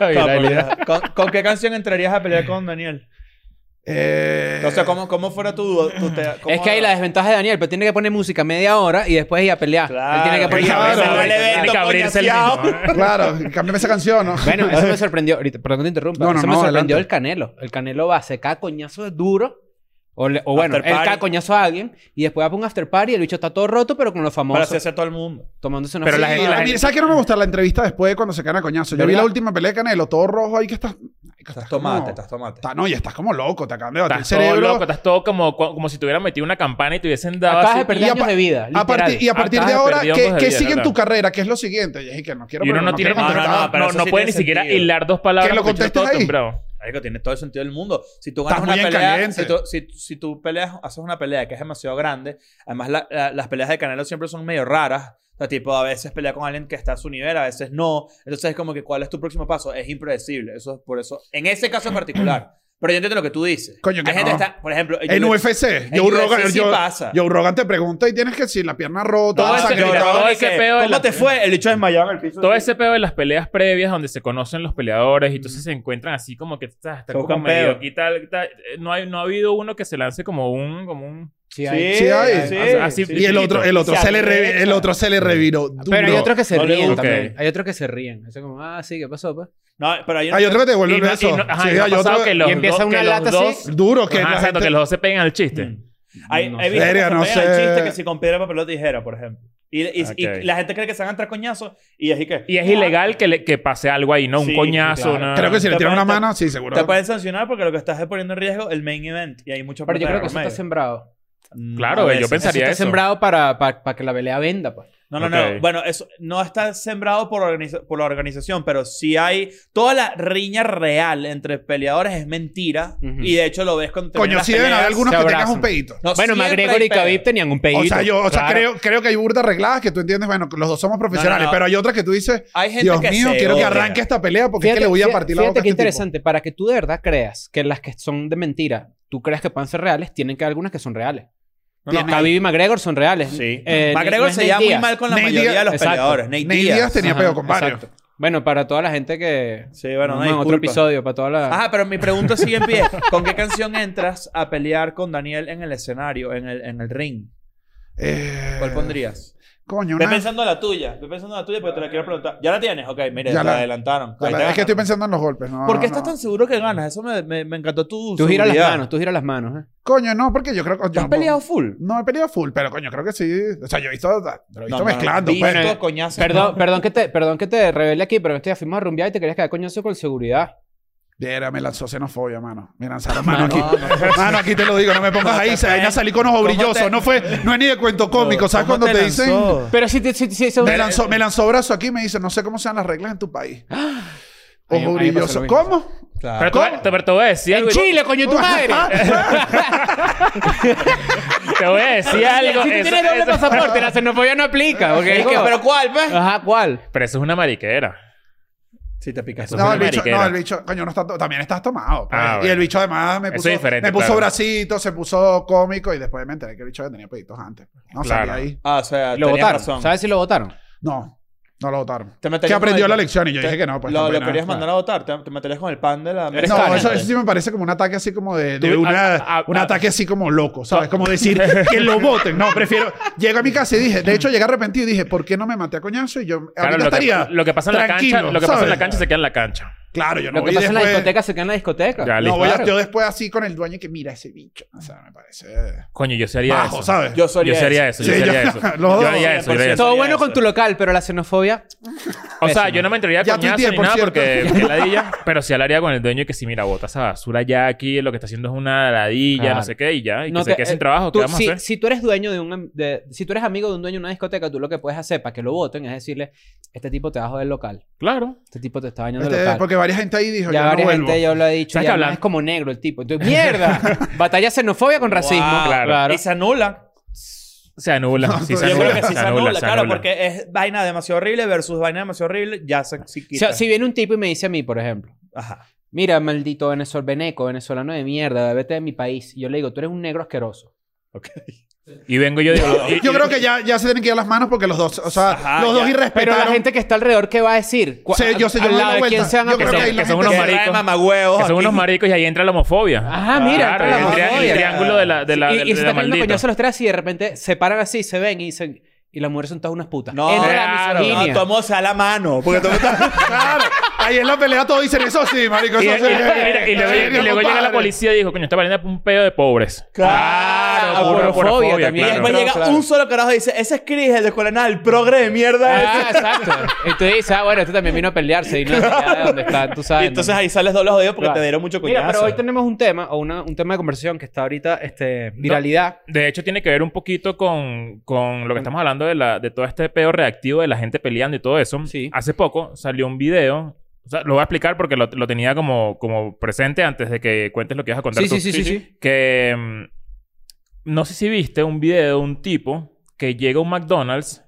Speaker 1: la viralidad.
Speaker 3: ¿Con, con qué canción entrarías a pelear con Daniel?
Speaker 4: Eh,
Speaker 3: O sea, ¿cómo, cómo fuera tu... tu te- cómo-
Speaker 2: Es que ahí la desventaja de Daniel, pero tiene que poner música media hora y después ir a pelear.
Speaker 3: Claro.
Speaker 2: Él tiene que poner
Speaker 4: Claro.
Speaker 2: música.
Speaker 3: Claro.
Speaker 1: Tiene que abrirse el mismo.
Speaker 4: Claro, cámbiame esa canción, ¿no?
Speaker 2: Bueno, eso me sorprendió. Ahorita, perdón que te interrumpa.
Speaker 4: No, no,
Speaker 2: eso
Speaker 4: no,
Speaker 2: me sorprendió
Speaker 4: adelante.
Speaker 2: el Canelo. El Canelo va, se cae a coñazo duro. O, le- o bueno,
Speaker 3: After
Speaker 2: él
Speaker 3: party.
Speaker 2: cae a coñazo a alguien y después va para un after party y el bicho está todo roto, pero con los
Speaker 3: Para
Speaker 2: famosos.
Speaker 3: hacerse a todo el mundo.
Speaker 2: Tomándose una
Speaker 1: Pero la
Speaker 4: Sí,
Speaker 1: gente-
Speaker 4: a mí-
Speaker 1: gente-
Speaker 4: ¿Sabes qué no me gusta la entrevista después de cuando se caen a coñazo? Yo vi
Speaker 2: ¿Verdad?
Speaker 4: la última pelea de Canelo, todo rojo ahí que estás. ay, que
Speaker 3: Estás
Speaker 4: como-
Speaker 3: tomate, estás tomate.
Speaker 4: Está- no, y estás como loco, te acaban de batir el
Speaker 1: Estás todo
Speaker 4: cerebro.
Speaker 1: loco, estás todo como, como si te hubieran metido una campana y te hubiesen dado
Speaker 2: Acabas
Speaker 1: así.
Speaker 2: de perder
Speaker 4: Y a
Speaker 2: años
Speaker 4: pa-
Speaker 2: de vida.
Speaker 4: a partir- y a partir de
Speaker 1: Acabas de
Speaker 4: ahora,
Speaker 1: perder
Speaker 4: ¿qué,
Speaker 1: ojos de
Speaker 4: qué
Speaker 1: vida,
Speaker 4: sigue en
Speaker 1: ¿verdad?
Speaker 4: tu carrera? ¿Qué es lo siguiente? Y dije que no quiero,
Speaker 1: Y uno
Speaker 4: pero
Speaker 1: no tiene
Speaker 4: quiero
Speaker 1: no,
Speaker 3: contestar.
Speaker 1: no,
Speaker 3: Ah, pero
Speaker 1: no,
Speaker 3: eso
Speaker 1: no
Speaker 3: sí
Speaker 1: puede
Speaker 3: tiene
Speaker 1: ni siquiera
Speaker 3: sentido.
Speaker 1: hilar dos palabras.
Speaker 4: Que lo
Speaker 1: porque yo
Speaker 4: contestes
Speaker 1: todo
Speaker 4: ahí.
Speaker 1: temblado.
Speaker 3: Marico, tiene todo el sentido del mundo. Si tú ganas
Speaker 4: Estás
Speaker 3: una
Speaker 4: muy en
Speaker 3: pelea,
Speaker 4: caliente.
Speaker 3: si tú, si, si tú peleas, haces una pelea que es demasiado grande, además la- la- las peleas de Canelo siempre son medio raras. O sea, tipo, a veces pelea con alguien que está a su nivel, a veces no. Entonces es como que, ¿cuál es tu próximo paso? Es impredecible. Eso es por eso. En ese caso en particular. Pero yo entiendo lo que tú dices.
Speaker 4: Coño, que
Speaker 3: Hay gente
Speaker 4: no.
Speaker 3: que está, por ejemplo,
Speaker 4: En
Speaker 3: yo-
Speaker 4: UFC,
Speaker 3: en
Speaker 4: Joe
Speaker 3: UFC
Speaker 4: Rogan,
Speaker 3: sí
Speaker 4: Joe-
Speaker 3: pasa.
Speaker 4: Joe Rogan te pregunta y tienes que decir la pierna rota,
Speaker 1: Todo ese-
Speaker 4: sangre,
Speaker 1: Joe
Speaker 4: todo.
Speaker 1: Rogan-
Speaker 3: todo
Speaker 1: ese pedo de
Speaker 3: ¿Cómo
Speaker 1: la-
Speaker 3: te fue? El hecho desmayado en el piso.
Speaker 1: Todo
Speaker 3: así.
Speaker 1: ese pedo de las peleas previas donde se conocen los peleadores y entonces se encuentran así como que estás está
Speaker 3: Se
Speaker 1: como
Speaker 3: buscan
Speaker 1: medio
Speaker 3: pedo.
Speaker 1: aquí tal, tal. Eh, No, hay, no ha habido uno que se lance como un como un
Speaker 2: Sí,
Speaker 3: Sí,
Speaker 2: hay.
Speaker 4: Sí, hay.
Speaker 3: sí,
Speaker 1: Así-
Speaker 3: sí.
Speaker 4: Y el otro, el otro
Speaker 3: Se
Speaker 4: se, le revi-
Speaker 3: arrecha.
Speaker 4: el otro se le reviró. duro.
Speaker 2: Pero hay otros que se
Speaker 3: No le
Speaker 2: ríen
Speaker 3: gusta.
Speaker 2: también.
Speaker 1: Ok.
Speaker 2: Hay otros que se ríen. Eso como, ah, sí, ¿qué pasó, pues?
Speaker 3: No, pero hay una-
Speaker 4: Hay otro que te vuelve
Speaker 1: y
Speaker 4: el
Speaker 1: no- y
Speaker 4: beso.
Speaker 1: no- ajá,
Speaker 4: Sí,
Speaker 1: y no ha
Speaker 4: hay
Speaker 1: pasado
Speaker 4: otro
Speaker 1: que los
Speaker 2: y empieza
Speaker 1: dos-
Speaker 2: una
Speaker 1: que los
Speaker 2: lata
Speaker 1: dos-
Speaker 2: así.
Speaker 4: duro que
Speaker 1: Ajá,
Speaker 4: la
Speaker 1: exacto,
Speaker 4: gente- Mm.
Speaker 1: que los dos se peguen al chiste.
Speaker 3: Hay,
Speaker 2: No
Speaker 3: he
Speaker 2: sé.
Speaker 3: visto
Speaker 4: Verga,
Speaker 3: que
Speaker 4: no
Speaker 3: se pegan al
Speaker 4: sé.
Speaker 3: chiste que si con piedra, papel o tijera, por ejemplo. Y, y, y
Speaker 1: Ok.
Speaker 3: la gente cree que se van a entrar coñazos y así que...
Speaker 1: Y es ilegal que, le- que pase algo ahí, ¿no? Un
Speaker 3: Sí,
Speaker 1: coñazo,
Speaker 3: claro.
Speaker 1: una-
Speaker 4: Creo que si le
Speaker 3: Te
Speaker 4: tiran una
Speaker 3: pueden-
Speaker 4: mano, sí, seguro.
Speaker 3: Te pueden sancionar porque lo que estás es poniendo en riesgo el main event. Y hay mucho
Speaker 2: Pero yo
Speaker 3: plata
Speaker 2: creo
Speaker 3: de
Speaker 2: que eso
Speaker 3: por
Speaker 2: está
Speaker 3: medio.
Speaker 2: sembrado.
Speaker 3: Mm,
Speaker 1: Claro,
Speaker 3: a
Speaker 1: yo
Speaker 3: veces.
Speaker 1: pensaría-
Speaker 2: Eso
Speaker 1: eso.
Speaker 2: está sembrado para, para, para que la pelea venda, pues.
Speaker 3: No, no,
Speaker 1: Ok.
Speaker 3: no. Bueno, eso no está sembrado por, organiza- por la organización, pero sí hay... Toda la riña real entre peleadores es mentira.
Speaker 2: Ujú.
Speaker 3: Y de hecho lo ves con...
Speaker 4: Coño, sí deben haber algunos
Speaker 2: se
Speaker 4: que tengas
Speaker 2: abrazan.
Speaker 4: un pedito.
Speaker 2: bueno, McGregor y Khabib tenían un pedito.
Speaker 4: O sea, yo, o sea,
Speaker 2: claro.
Speaker 4: creo, creo que hay burdas arregladas que tú entiendes, bueno, que los dos somos profesionales,
Speaker 3: no.
Speaker 4: pero hay otras que tú dices,
Speaker 3: Hay gente
Speaker 4: Dios
Speaker 3: que
Speaker 4: mío,
Speaker 3: se
Speaker 4: quiero que
Speaker 3: odia.
Speaker 4: arranque esta pelea porque es que le voy a partir la
Speaker 2: fíjate
Speaker 4: boca a
Speaker 2: qué
Speaker 4: este
Speaker 2: interesante. Para que tú de verdad creas que las que son de mentira, tú creas que puedan ser reales, tienen que haber algunas que son reales.
Speaker 3: No, no,
Speaker 2: Khabib y McGregor son reales.
Speaker 3: Sí.
Speaker 2: Eh, no
Speaker 3: McGregor
Speaker 2: es
Speaker 3: se
Speaker 2: Nate
Speaker 3: lleva muy
Speaker 2: Díaz.
Speaker 3: mal con la
Speaker 4: Nate
Speaker 3: mayoría de
Speaker 4: Díaz-
Speaker 3: los
Speaker 2: exacto.
Speaker 3: peleadores.
Speaker 4: tipo.
Speaker 3: Nate
Speaker 4: Nate Díaz
Speaker 3: Díaz.
Speaker 4: tenía
Speaker 2: Ajá,
Speaker 4: pedo con varios.
Speaker 2: exacto. Bueno, para toda la gente que...
Speaker 3: Sí, bueno, no,
Speaker 2: en otro
Speaker 3: disculpa. Ah,
Speaker 2: episodio, para toda la...
Speaker 3: Ajá, pero mi pregunta sigue en pie. ¿Con qué canción entras a pelear con Daniel en el escenario, en el, en el ring?
Speaker 4: Eh,
Speaker 3: ¿Cuál pondrías?
Speaker 4: Coño,
Speaker 3: Ve
Speaker 4: una-
Speaker 3: pensando la tuya. Ve pensando la tuya porque te la quiero preguntar. ¿Ya la tienes? Ok, mire,
Speaker 4: Ya
Speaker 3: te
Speaker 4: la-
Speaker 3: la adelantaron.
Speaker 4: la
Speaker 3: Ahí
Speaker 4: verdad
Speaker 3: te
Speaker 4: es que estoy
Speaker 3: ganan.
Speaker 4: pensando en los golpes. No,
Speaker 3: ¿Por qué
Speaker 4: no.
Speaker 3: estás tan seguro que ganas? Eso me, me, me encantó tu
Speaker 2: Tú giras las
Speaker 3: seguridad.
Speaker 2: manos, tú giras las manos. ¿eh?
Speaker 4: Coño, no, porque yo creo que.
Speaker 3: ¿Tú has
Speaker 4: yo-
Speaker 3: peleado full?
Speaker 4: No he peleado full, pero coño, creo que sí. O sea, yo he visto, lo he visto
Speaker 3: No, no,
Speaker 4: mezclando.
Speaker 3: no.
Speaker 4: pues.
Speaker 3: Visto, coñazo,
Speaker 2: Perdón,
Speaker 3: no.
Speaker 2: perdón, que te, perdón que te revele aquí, pero este día fuimos a rumbear y te querías quedar coñazo con seguridad.
Speaker 4: Mira, me lanzó xenofobia, mano. Me lanzaron mano aquí.
Speaker 3: No, no.
Speaker 4: Mano, aquí te lo digo, no me pongas ahí. Se vayan a salir con ojos
Speaker 3: ¿Cómo
Speaker 4: brillosos.
Speaker 3: te-
Speaker 4: No fue, no es ni de cuento cómico. ¿Sabes
Speaker 3: ¿Cómo
Speaker 4: cuando te, dicen?
Speaker 3: lanzó?
Speaker 2: Pero si te... Si, si- si-
Speaker 4: Me lanzó, me lanzó brazo aquí y me dice, no sé cómo sean las reglas en tu país.
Speaker 2: Ahí- ahí
Speaker 4: Ojos
Speaker 2: pasó lo
Speaker 4: brillosos.
Speaker 2: mismo.
Speaker 4: ¿Cómo?
Speaker 1: Pero,
Speaker 3: Claro.
Speaker 1: te, voy- te- pero te voy a decir
Speaker 2: ¡En
Speaker 1: algo.
Speaker 2: Chile, coño, tu madre!
Speaker 1: Te voy a decir algo.
Speaker 2: Si tú
Speaker 1: eso-
Speaker 2: tienes doble
Speaker 1: eso-
Speaker 2: pasaporte, la xenofobia no aplica. ¿ok?
Speaker 3: Es que, ¿Pero cuál, pues?
Speaker 2: Ajá, ¿cuál?
Speaker 1: Pero eso es una mariquera.
Speaker 3: Si te picas.
Speaker 1: Eso
Speaker 4: No,
Speaker 1: una
Speaker 4: el bicho,
Speaker 1: mariquera.
Speaker 4: no, el bicho, coño, no está, to- también estás tomado. pues.
Speaker 1: Ah,
Speaker 4: Y el
Speaker 1: bueno.
Speaker 4: bicho además me
Speaker 1: Eso
Speaker 4: puso,
Speaker 1: es diferente,
Speaker 4: me puso
Speaker 1: claro.
Speaker 4: bracito, se puso cómico y después me enteré que el bicho tenía peditos antes. pues. No salí
Speaker 1: Claro.
Speaker 4: ahí.
Speaker 3: Ah, o sea,
Speaker 2: Lo
Speaker 3: tenías
Speaker 2: votaron.
Speaker 3: razón.
Speaker 2: ¿Sabes si lo votaron?
Speaker 4: No, no lo votaron.
Speaker 3: Te meterías
Speaker 4: Que aprendió
Speaker 3: con
Speaker 4: la
Speaker 3: el-
Speaker 4: lección y yo
Speaker 3: te-
Speaker 4: dije que no, pues.
Speaker 3: lo,
Speaker 4: no,
Speaker 3: lo
Speaker 4: pena.
Speaker 3: querías mandar a votar, te, te meterías con el pan de la. de la-
Speaker 4: No,
Speaker 2: Cana,
Speaker 4: eso,
Speaker 2: pues.
Speaker 4: eso sí me parece como un ataque así como de, de
Speaker 1: Tú-
Speaker 4: una-
Speaker 1: a- a-
Speaker 4: un
Speaker 1: a-
Speaker 4: ataque así como loco, ¿sabes? Como decir que lo voten. No, prefiero. Llego a mi casa y dije, de hecho, llegué arrepentido y dije, ¿por qué no me maté a coñazo? Y yo
Speaker 1: Claro,
Speaker 4: ahorita
Speaker 1: lo
Speaker 4: estaría.
Speaker 1: que, lo que pasa en la cancha,
Speaker 4: tranquilo,
Speaker 1: lo que pasa en la
Speaker 4: ¿sabes?
Speaker 1: cancha se queda en la cancha.
Speaker 4: Claro, yo no
Speaker 2: Lo que
Speaker 4: voy
Speaker 2: pasa en la
Speaker 4: después-
Speaker 2: discoteca se queda en la discoteca.
Speaker 1: Ya,
Speaker 4: No
Speaker 1: listo.
Speaker 4: voy a-
Speaker 2: Claro.
Speaker 4: yo después así con el dueño y que mira ese bicho. O sea, me parece.
Speaker 1: Coño, yo sí haría
Speaker 4: Bajo,
Speaker 1: eso.
Speaker 4: ¿sabes?
Speaker 3: Yo
Speaker 1: Yo
Speaker 3: sería.
Speaker 1: sí haría eso,
Speaker 3: ese.
Speaker 4: Sí,
Speaker 1: yo sí haría
Speaker 4: yo-
Speaker 1: eso.
Speaker 4: los
Speaker 1: Yo
Speaker 4: dos.
Speaker 1: haría eso, yo haría eso.
Speaker 2: Todo
Speaker 3: Sería
Speaker 2: bueno con
Speaker 3: eso.
Speaker 2: tu local, pero la xenofobia...
Speaker 1: O sea,
Speaker 2: Pésimo.
Speaker 1: yo no me entraría
Speaker 4: Ya
Speaker 1: a coñazo
Speaker 4: tuiteé,
Speaker 1: ni
Speaker 4: por
Speaker 1: nada
Speaker 4: cierto.
Speaker 1: porque porque ladilla, pero sí hablaría con el dueño y que sí, mira, bota esa basura ya aquí, lo que está haciendo es una ladilla,
Speaker 2: Claro.
Speaker 1: no sé qué, y ya, y que
Speaker 2: No
Speaker 1: se
Speaker 2: te-
Speaker 1: quede
Speaker 2: eh,
Speaker 1: sin trabajo,
Speaker 2: tú-
Speaker 1: ¿qué vamos
Speaker 2: si,
Speaker 1: a hacer?
Speaker 2: si tú eres dueño de un... em- de- si tú eres amigo de un dueño de una discoteca, tú lo que puedes hacer para que lo voten es decirle, este tipo te bajó del local.
Speaker 1: Claro.
Speaker 2: Este tipo te está dañando
Speaker 4: Este,
Speaker 2: el local.
Speaker 4: porque varias gente ahí dijo,
Speaker 2: ya
Speaker 4: yo no
Speaker 2: varias
Speaker 4: vuelvo.
Speaker 2: gente ya lo ha dicho.
Speaker 1: ¿Sabes
Speaker 2: Y
Speaker 1: qué
Speaker 2: además
Speaker 1: hablan?
Speaker 2: es como negro el tipo. Entonces, ¡mierda! Batalla xenofobia con racismo.
Speaker 3: Wow.
Speaker 1: Claro.
Speaker 2: claro.
Speaker 3: Y se anula.
Speaker 1: Se anula, sí se
Speaker 4: yo
Speaker 3: Yo
Speaker 1: anula,
Speaker 3: creo que sí se anula,
Speaker 1: se
Speaker 3: claro,
Speaker 1: anula.
Speaker 3: porque es vaina demasiado horrible versus vaina demasiado horrible, ya se sí
Speaker 2: O
Speaker 3: quita.
Speaker 2: sea, si viene un tipo y me dice a mí, por ejemplo,
Speaker 3: Ajá.
Speaker 2: mira, maldito venezol veneco, venezolano de mierda, vete de mi país. Y yo le digo, tú eres un negro asqueroso.
Speaker 3: Ok.
Speaker 1: Y vengo yo y digo... y-
Speaker 4: Yo
Speaker 1: y-
Speaker 4: creo que ya, ya se tienen que ir las manos porque los dos, o sea,
Speaker 3: Ajá,
Speaker 4: los dos
Speaker 3: ya.
Speaker 2: Pero
Speaker 4: irrespetaron.
Speaker 2: la gente que está alrededor, ¿qué va a decir? ¿Cu-
Speaker 4: Se- yo sé, yo
Speaker 2: al
Speaker 4: me doy
Speaker 2: lado
Speaker 4: la
Speaker 2: de
Speaker 4: vuelta.
Speaker 2: quién se van a
Speaker 4: Yo creo
Speaker 1: que
Speaker 2: pelear?
Speaker 1: ahí la gente- unos
Speaker 3: Guerra de
Speaker 1: maricos.
Speaker 3: mamagüeos
Speaker 1: Que son unos
Speaker 3: aquí.
Speaker 1: maricos y ahí entra la homofobia.
Speaker 2: Ah, mira,
Speaker 1: Claro,
Speaker 2: entra la
Speaker 1: el, tri- el
Speaker 2: homofobia.
Speaker 1: triángulo de la, de la,
Speaker 2: y,
Speaker 1: de
Speaker 2: y se
Speaker 1: la
Speaker 2: están poniendo
Speaker 1: maldita.
Speaker 2: coñazos los tres así y de repente se paran así, se ven y dicen... Y las mujeres son todas unas putas.
Speaker 3: No,
Speaker 2: Entra la
Speaker 1: claro.
Speaker 2: misoginia.
Speaker 3: No, tomo a la mano. Porque todo
Speaker 4: Claro, ahí en la pelea todos dicen eso sí, marico.
Speaker 1: Y,
Speaker 4: Eso
Speaker 1: y-
Speaker 4: sí.
Speaker 1: mira, y luego, y luego llega la policía y dijo, coño, esta vaina es un pedo de pobres.
Speaker 3: Claro,
Speaker 1: pura
Speaker 2: aporofobia
Speaker 1: aporofobia,
Speaker 2: también.
Speaker 1: claro.
Speaker 3: Después
Speaker 2: Claro,
Speaker 3: llega
Speaker 2: claro.
Speaker 3: un solo carajo y dice, ese es Chris, el de escuela de nada, el progre de mierda ese".
Speaker 2: Ah, exacto. Y tú dices, ah, bueno, este también vino a pelearse y no es allá de donde está, tú
Speaker 3: Y
Speaker 2: sabes.
Speaker 3: entonces
Speaker 2: ¿no?
Speaker 3: ahí sales doble jodido porque
Speaker 2: Claro.
Speaker 3: te dieron mucho coñazo.
Speaker 2: Mira, pero hoy tenemos un tema, o una, un tema de conversación que está ahorita, este, viralidad.
Speaker 1: De hecho, tiene que ver un poquito con, con lo que estamos hablando de, la, de todo este pedo reactivo de la gente peleando y todo eso.
Speaker 2: Sí.
Speaker 1: Hace poco salió un video. O sea, lo voy a explicar porque lo, lo tenía como, como presente antes de que cuentes lo que ibas a contar.
Speaker 2: Sí,
Speaker 1: tú.
Speaker 2: sí, sí, sí, sí.
Speaker 1: Que mm, no sé si viste un video de un tipo que llega a un McDonald's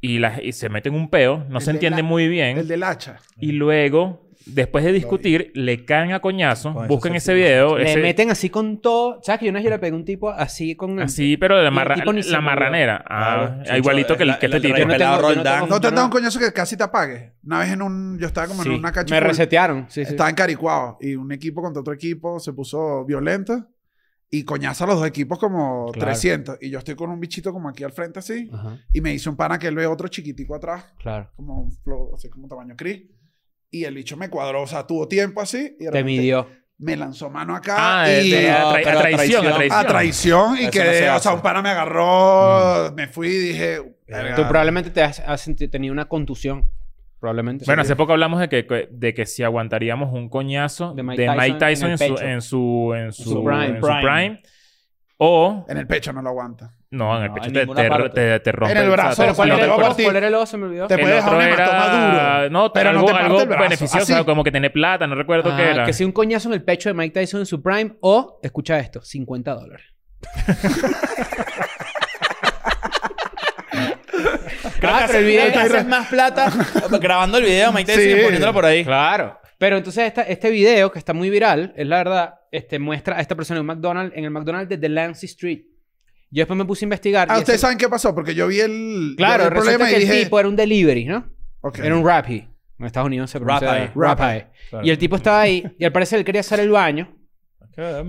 Speaker 1: y, la- y se mete en un peo. No
Speaker 4: El
Speaker 1: se
Speaker 4: de
Speaker 1: entiende
Speaker 4: la-
Speaker 1: muy bien.
Speaker 4: El del hacha.
Speaker 1: Y luego, después de discutir, le caen a coñazo.
Speaker 3: Con eso
Speaker 1: Busquen
Speaker 3: se-
Speaker 1: ese video.
Speaker 2: Le
Speaker 1: ese-
Speaker 2: meten así con todo. ¿Sabes que yo una vez yo le pegué a un tipo así con...
Speaker 1: Así, pero de la,
Speaker 2: el
Speaker 1: marra-
Speaker 2: tipo ni
Speaker 1: la
Speaker 2: se movió.
Speaker 1: marranera. Ah,
Speaker 3: Claro, chucho,
Speaker 1: igualito que, el,
Speaker 3: la-
Speaker 1: que este
Speaker 3: la- la-
Speaker 1: tipo.
Speaker 2: Yo no tengo-
Speaker 3: pelado
Speaker 2: yo no tengo-
Speaker 3: Roldán. Ah,
Speaker 4: ¿No te
Speaker 2: yo
Speaker 4: han dado un coñazo que casi te apague? Una vez en un... Yo estaba como
Speaker 2: Sí.
Speaker 4: en una
Speaker 2: Me
Speaker 4: cachipool.
Speaker 2: resetearon. Sí, sí.
Speaker 4: Estaba en Caricuao. Y un equipo contra otro equipo se puso violento. Y coñazo a los dos equipos como
Speaker 2: Claro. Ah.
Speaker 4: 300. Y yo estoy con un bichito como aquí al frente así.
Speaker 2: Ajá,
Speaker 4: Y me dice un pana que él ve otro chiquitico atrás.
Speaker 2: claro.
Speaker 4: Como un flow, así como tamaño Chris. Y el bicho me cuadró. O sea, tuvo tiempo así. Y de
Speaker 2: Te
Speaker 4: repente
Speaker 2: midió.
Speaker 4: Me lanzó mano acá.
Speaker 1: Ah, de,
Speaker 4: y
Speaker 1: de- a,
Speaker 3: No,
Speaker 1: tra- a
Speaker 3: pero
Speaker 1: traición, a
Speaker 3: a traición.
Speaker 1: traición.
Speaker 4: a Ah, traición y
Speaker 3: Eso
Speaker 4: que,
Speaker 3: no se
Speaker 4: o sea,
Speaker 3: hace.
Speaker 4: un pana me agarró,
Speaker 2: Mm.
Speaker 4: me fui y
Speaker 2: Eh,
Speaker 4: dije, "Verga".
Speaker 2: Tú probablemente te has, has senti- tenido una contusión. Probablemente.
Speaker 1: Bueno,
Speaker 2: Sí.
Speaker 1: hace poco hablamos de que, de que si aguantaríamos un coñazo de
Speaker 2: De
Speaker 1: Mike
Speaker 2: Mike
Speaker 1: Tyson,
Speaker 2: Tyson
Speaker 1: en,
Speaker 2: en el
Speaker 1: su,
Speaker 2: pecho.
Speaker 1: en su en su,
Speaker 2: su prime.
Speaker 1: en su
Speaker 3: Prime.
Speaker 1: prime. O
Speaker 4: en el pecho no lo aguanta.
Speaker 1: no, en el
Speaker 3: No,
Speaker 1: pecho
Speaker 3: en
Speaker 1: te,
Speaker 3: ninguna
Speaker 1: te,
Speaker 3: parte.
Speaker 1: te, te rompe
Speaker 4: En el
Speaker 1: o sea, te-
Speaker 4: brazo,
Speaker 2: Pero ¿cuál
Speaker 1: no
Speaker 4: si
Speaker 2: era
Speaker 1: te
Speaker 2: el
Speaker 1: corta.
Speaker 2: otro?
Speaker 4: cortes-
Speaker 2: ¿Cuál era el otro? Se me olvidó.
Speaker 4: Te
Speaker 1: El
Speaker 4: puede dejar
Speaker 1: otro
Speaker 4: un hematoma
Speaker 1: era
Speaker 4: duro,
Speaker 1: no,
Speaker 4: pero no
Speaker 1: algo,
Speaker 4: te parte
Speaker 1: algo
Speaker 4: el brazo.
Speaker 1: beneficioso,
Speaker 4: Así.
Speaker 1: como que tener plata, no recuerdo qué
Speaker 2: Ah,
Speaker 1: era.
Speaker 2: Que si un coñazo en el pecho de Mike Tyson en su prime o, escucha esto, 50 dólares.
Speaker 3: Creo que
Speaker 2: Ah, pero el
Speaker 3: haces-
Speaker 2: video
Speaker 3: creo que
Speaker 2: está
Speaker 3: haces más plata grabando el video, Mike Tyson,
Speaker 4: Sí.
Speaker 3: y poniéndolo por ahí.
Speaker 2: Claro. Pero entonces esta- este video, que está muy viral, es la verdad, este, muestra a esta persona en un McDonald's, en el McDonald's de Delancey Street. Yo después me puse a investigar.
Speaker 4: Ah,
Speaker 2: y
Speaker 4: ustedes
Speaker 2: ese-
Speaker 4: saben qué pasó, porque yo vi el, yo
Speaker 2: claro,
Speaker 4: vi el
Speaker 2: resulta
Speaker 4: problema
Speaker 2: que
Speaker 4: y dije,
Speaker 2: el tipo era un delivery, ¿no?
Speaker 4: ok.
Speaker 2: Era un rappy. En Estados Unidos se pronuncia...
Speaker 3: Rappi.
Speaker 2: Rappi. Y el tipo estaba ahí y al parecer él quería hacer el baño.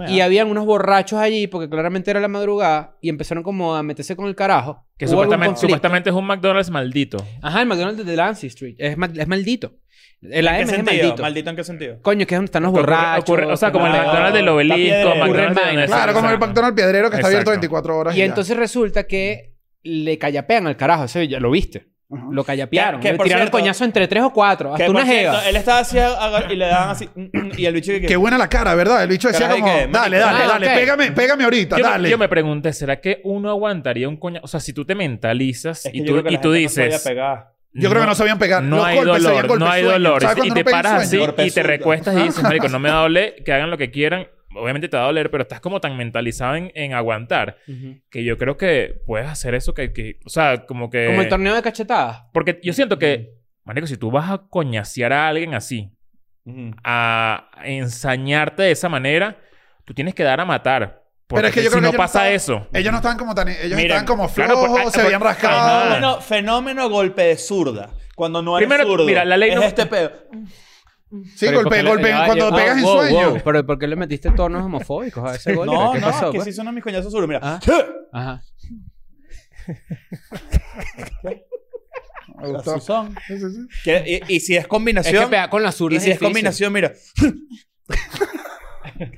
Speaker 2: Y habían unos borrachos allí, porque claramente era la madrugada, y empezaron como a meterse con el carajo.
Speaker 1: Que
Speaker 2: Hubo algún
Speaker 1: supuestamente,
Speaker 2: conflicto.
Speaker 1: supuestamente es un McDonald's maldito.
Speaker 2: Ajá, el McDonald's de Delancey Street. Es, mal- es maldito. El
Speaker 3: ¿En
Speaker 2: AM
Speaker 3: qué
Speaker 2: es
Speaker 3: sentido?
Speaker 2: maldito.
Speaker 3: ¿Maldito? en qué sentido?
Speaker 2: Coño, que es donde están los
Speaker 1: Ocurre-
Speaker 2: borrachos.
Speaker 1: ocurre- o sea, como el
Speaker 2: que
Speaker 3: no,
Speaker 1: McDonald's del
Speaker 3: está
Speaker 1: obelisco,
Speaker 3: piedra.
Speaker 1: McDonald's de
Speaker 2: Ocurre
Speaker 1: donde-
Speaker 2: en
Speaker 4: claro, como el McDonald's Piedrero que está abierto
Speaker 1: Exacto.
Speaker 4: 24 horas.
Speaker 2: Y
Speaker 4: ya.
Speaker 2: entonces resulta que le callapean al carajo. Ese ya lo viste.
Speaker 4: Ajá.
Speaker 2: Lo callapearon.
Speaker 3: Que- que,
Speaker 2: le
Speaker 3: por
Speaker 2: tiraron
Speaker 3: cierto-
Speaker 2: coñazo entre tres o cuatro.
Speaker 3: Que,
Speaker 2: Hasta
Speaker 3: por
Speaker 2: una
Speaker 3: cierto,
Speaker 2: jeva.
Speaker 3: Él estaba así aga- y le daban así. mm, mm, Y el bicho que.
Speaker 4: Qué buena la cara, ¿verdad? El bicho decía
Speaker 3: Carajo,
Speaker 4: como,
Speaker 3: ¿y qué?
Speaker 4: dale,
Speaker 2: Ah,
Speaker 4: dale,
Speaker 2: ok.
Speaker 4: dale, pégame, pégame ahorita,
Speaker 1: Yo me-
Speaker 4: dale.
Speaker 1: Yo me pregunté, ¿será que uno aguantaría un coñazo? O sea, si tú te mentalizas
Speaker 3: Es que
Speaker 1: y
Speaker 3: yo
Speaker 1: tú,
Speaker 3: creo que
Speaker 1: y
Speaker 3: la
Speaker 1: tú
Speaker 3: gente no se
Speaker 1: dices.
Speaker 3: podía pegar.
Speaker 4: Yo creo que no sabían pegar.
Speaker 1: No
Speaker 4: Los
Speaker 1: hay
Speaker 4: golpes serían
Speaker 1: dolor,
Speaker 4: golpes
Speaker 1: no hay
Speaker 4: sueltos.
Speaker 1: dolor.
Speaker 4: ¿Sabes
Speaker 1: Y
Speaker 4: cuando
Speaker 1: te
Speaker 4: uno pega
Speaker 1: paras así
Speaker 4: suelto?
Speaker 3: Golpe
Speaker 1: y te
Speaker 3: suelto.
Speaker 1: recuestas y dices, Marico, no me va a doler, que hagan lo que quieran. Obviamente te va a doler, pero estás como tan mentalizado en, en aguantar
Speaker 2: Ujú.
Speaker 1: que yo creo que puedes hacer eso que, que- o sea, como que.
Speaker 3: Eh.
Speaker 2: Como el torneo de cachetadas.
Speaker 1: Porque yo siento que, Marico, si tú vas a coñasear a alguien así, a ensañarte de esa manera, tú tienes que dar a matar. Porque
Speaker 4: Pero es que yo
Speaker 1: si
Speaker 4: creo que
Speaker 1: no
Speaker 4: ellos
Speaker 1: pasa
Speaker 4: estaban-
Speaker 1: eso.
Speaker 4: Ellos no estaban como tan, ellos
Speaker 1: Miren,
Speaker 4: estaban como
Speaker 1: claro,
Speaker 4: flojos,
Speaker 1: por- ah,
Speaker 4: se
Speaker 1: por-
Speaker 4: habían
Speaker 1: ay,
Speaker 4: rascado.
Speaker 1: no,
Speaker 3: Fenómeno, fenómeno golpe de zurda. Cuando no eres
Speaker 1: Primero,
Speaker 3: zurdo.
Speaker 1: mira, la ley
Speaker 3: es
Speaker 1: no-
Speaker 3: este pedo.
Speaker 4: Sí, golpe, golpe, cuando pegas en sueño.
Speaker 2: Pero ¿por qué le metiste tonos homofóbicos a ese golpe?
Speaker 3: No,
Speaker 2: ¿Qué
Speaker 3: no,
Speaker 2: pasó?
Speaker 3: que
Speaker 2: pues?
Speaker 3: sí son mis coñazos zurdos. Mira.
Speaker 2: Ah. Ajá.
Speaker 4: Me gustó.
Speaker 3: Así son.
Speaker 4: Sí, sí, sí.
Speaker 3: Que- Y, y si es
Speaker 2: Es que
Speaker 3: combinación.
Speaker 2: pegar con la zurda
Speaker 3: y si es
Speaker 2: difícil.
Speaker 3: combinación, mira.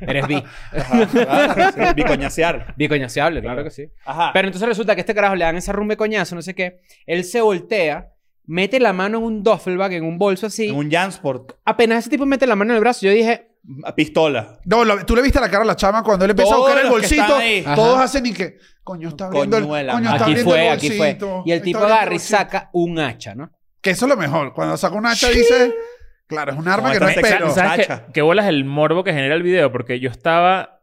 Speaker 2: Eres bi.
Speaker 3: Ajá, Bicoñasear.
Speaker 2: Bicoñaseable, claro que sí.
Speaker 3: Ajá.
Speaker 2: Pero entonces resulta que este carajo le dan ese rumbe coñazo, no sé qué. Él se voltea, mete la mano en un duffelbag, en un bolso así.
Speaker 3: En un Jansport.
Speaker 2: Apenas ese tipo mete la mano en el brazo, yo dije,
Speaker 3: a Pistola.
Speaker 4: No, lo- tú le viste la cara a la chama cuando él empezó a
Speaker 3: Todos
Speaker 4: buscar el
Speaker 3: los que
Speaker 4: bolsito.
Speaker 3: están ahí.
Speaker 4: Todos
Speaker 2: Ajá.
Speaker 4: hacen y que, coño, está abriendo
Speaker 3: Coñuela,
Speaker 4: el, coño,
Speaker 3: mano.
Speaker 4: está
Speaker 2: aquí
Speaker 4: abriendo
Speaker 2: fue,
Speaker 4: el
Speaker 2: aquí fue.
Speaker 4: bolsito.
Speaker 2: Y "Ah, el
Speaker 4: Está
Speaker 2: tipo
Speaker 4: abriendo
Speaker 2: agarra
Speaker 4: el
Speaker 2: y
Speaker 4: bolsito.
Speaker 2: saca un hacha, ¿no?
Speaker 4: Que eso es lo mejor. Cuando saca un hacha dice, claro, es un arma
Speaker 3: No,
Speaker 4: que no
Speaker 3: entonces,
Speaker 4: espero.
Speaker 3: exacto.
Speaker 1: ¿Sabes
Speaker 3: Sacha.
Speaker 1: qué, qué bolas el morbo que genera el video? Porque yo estaba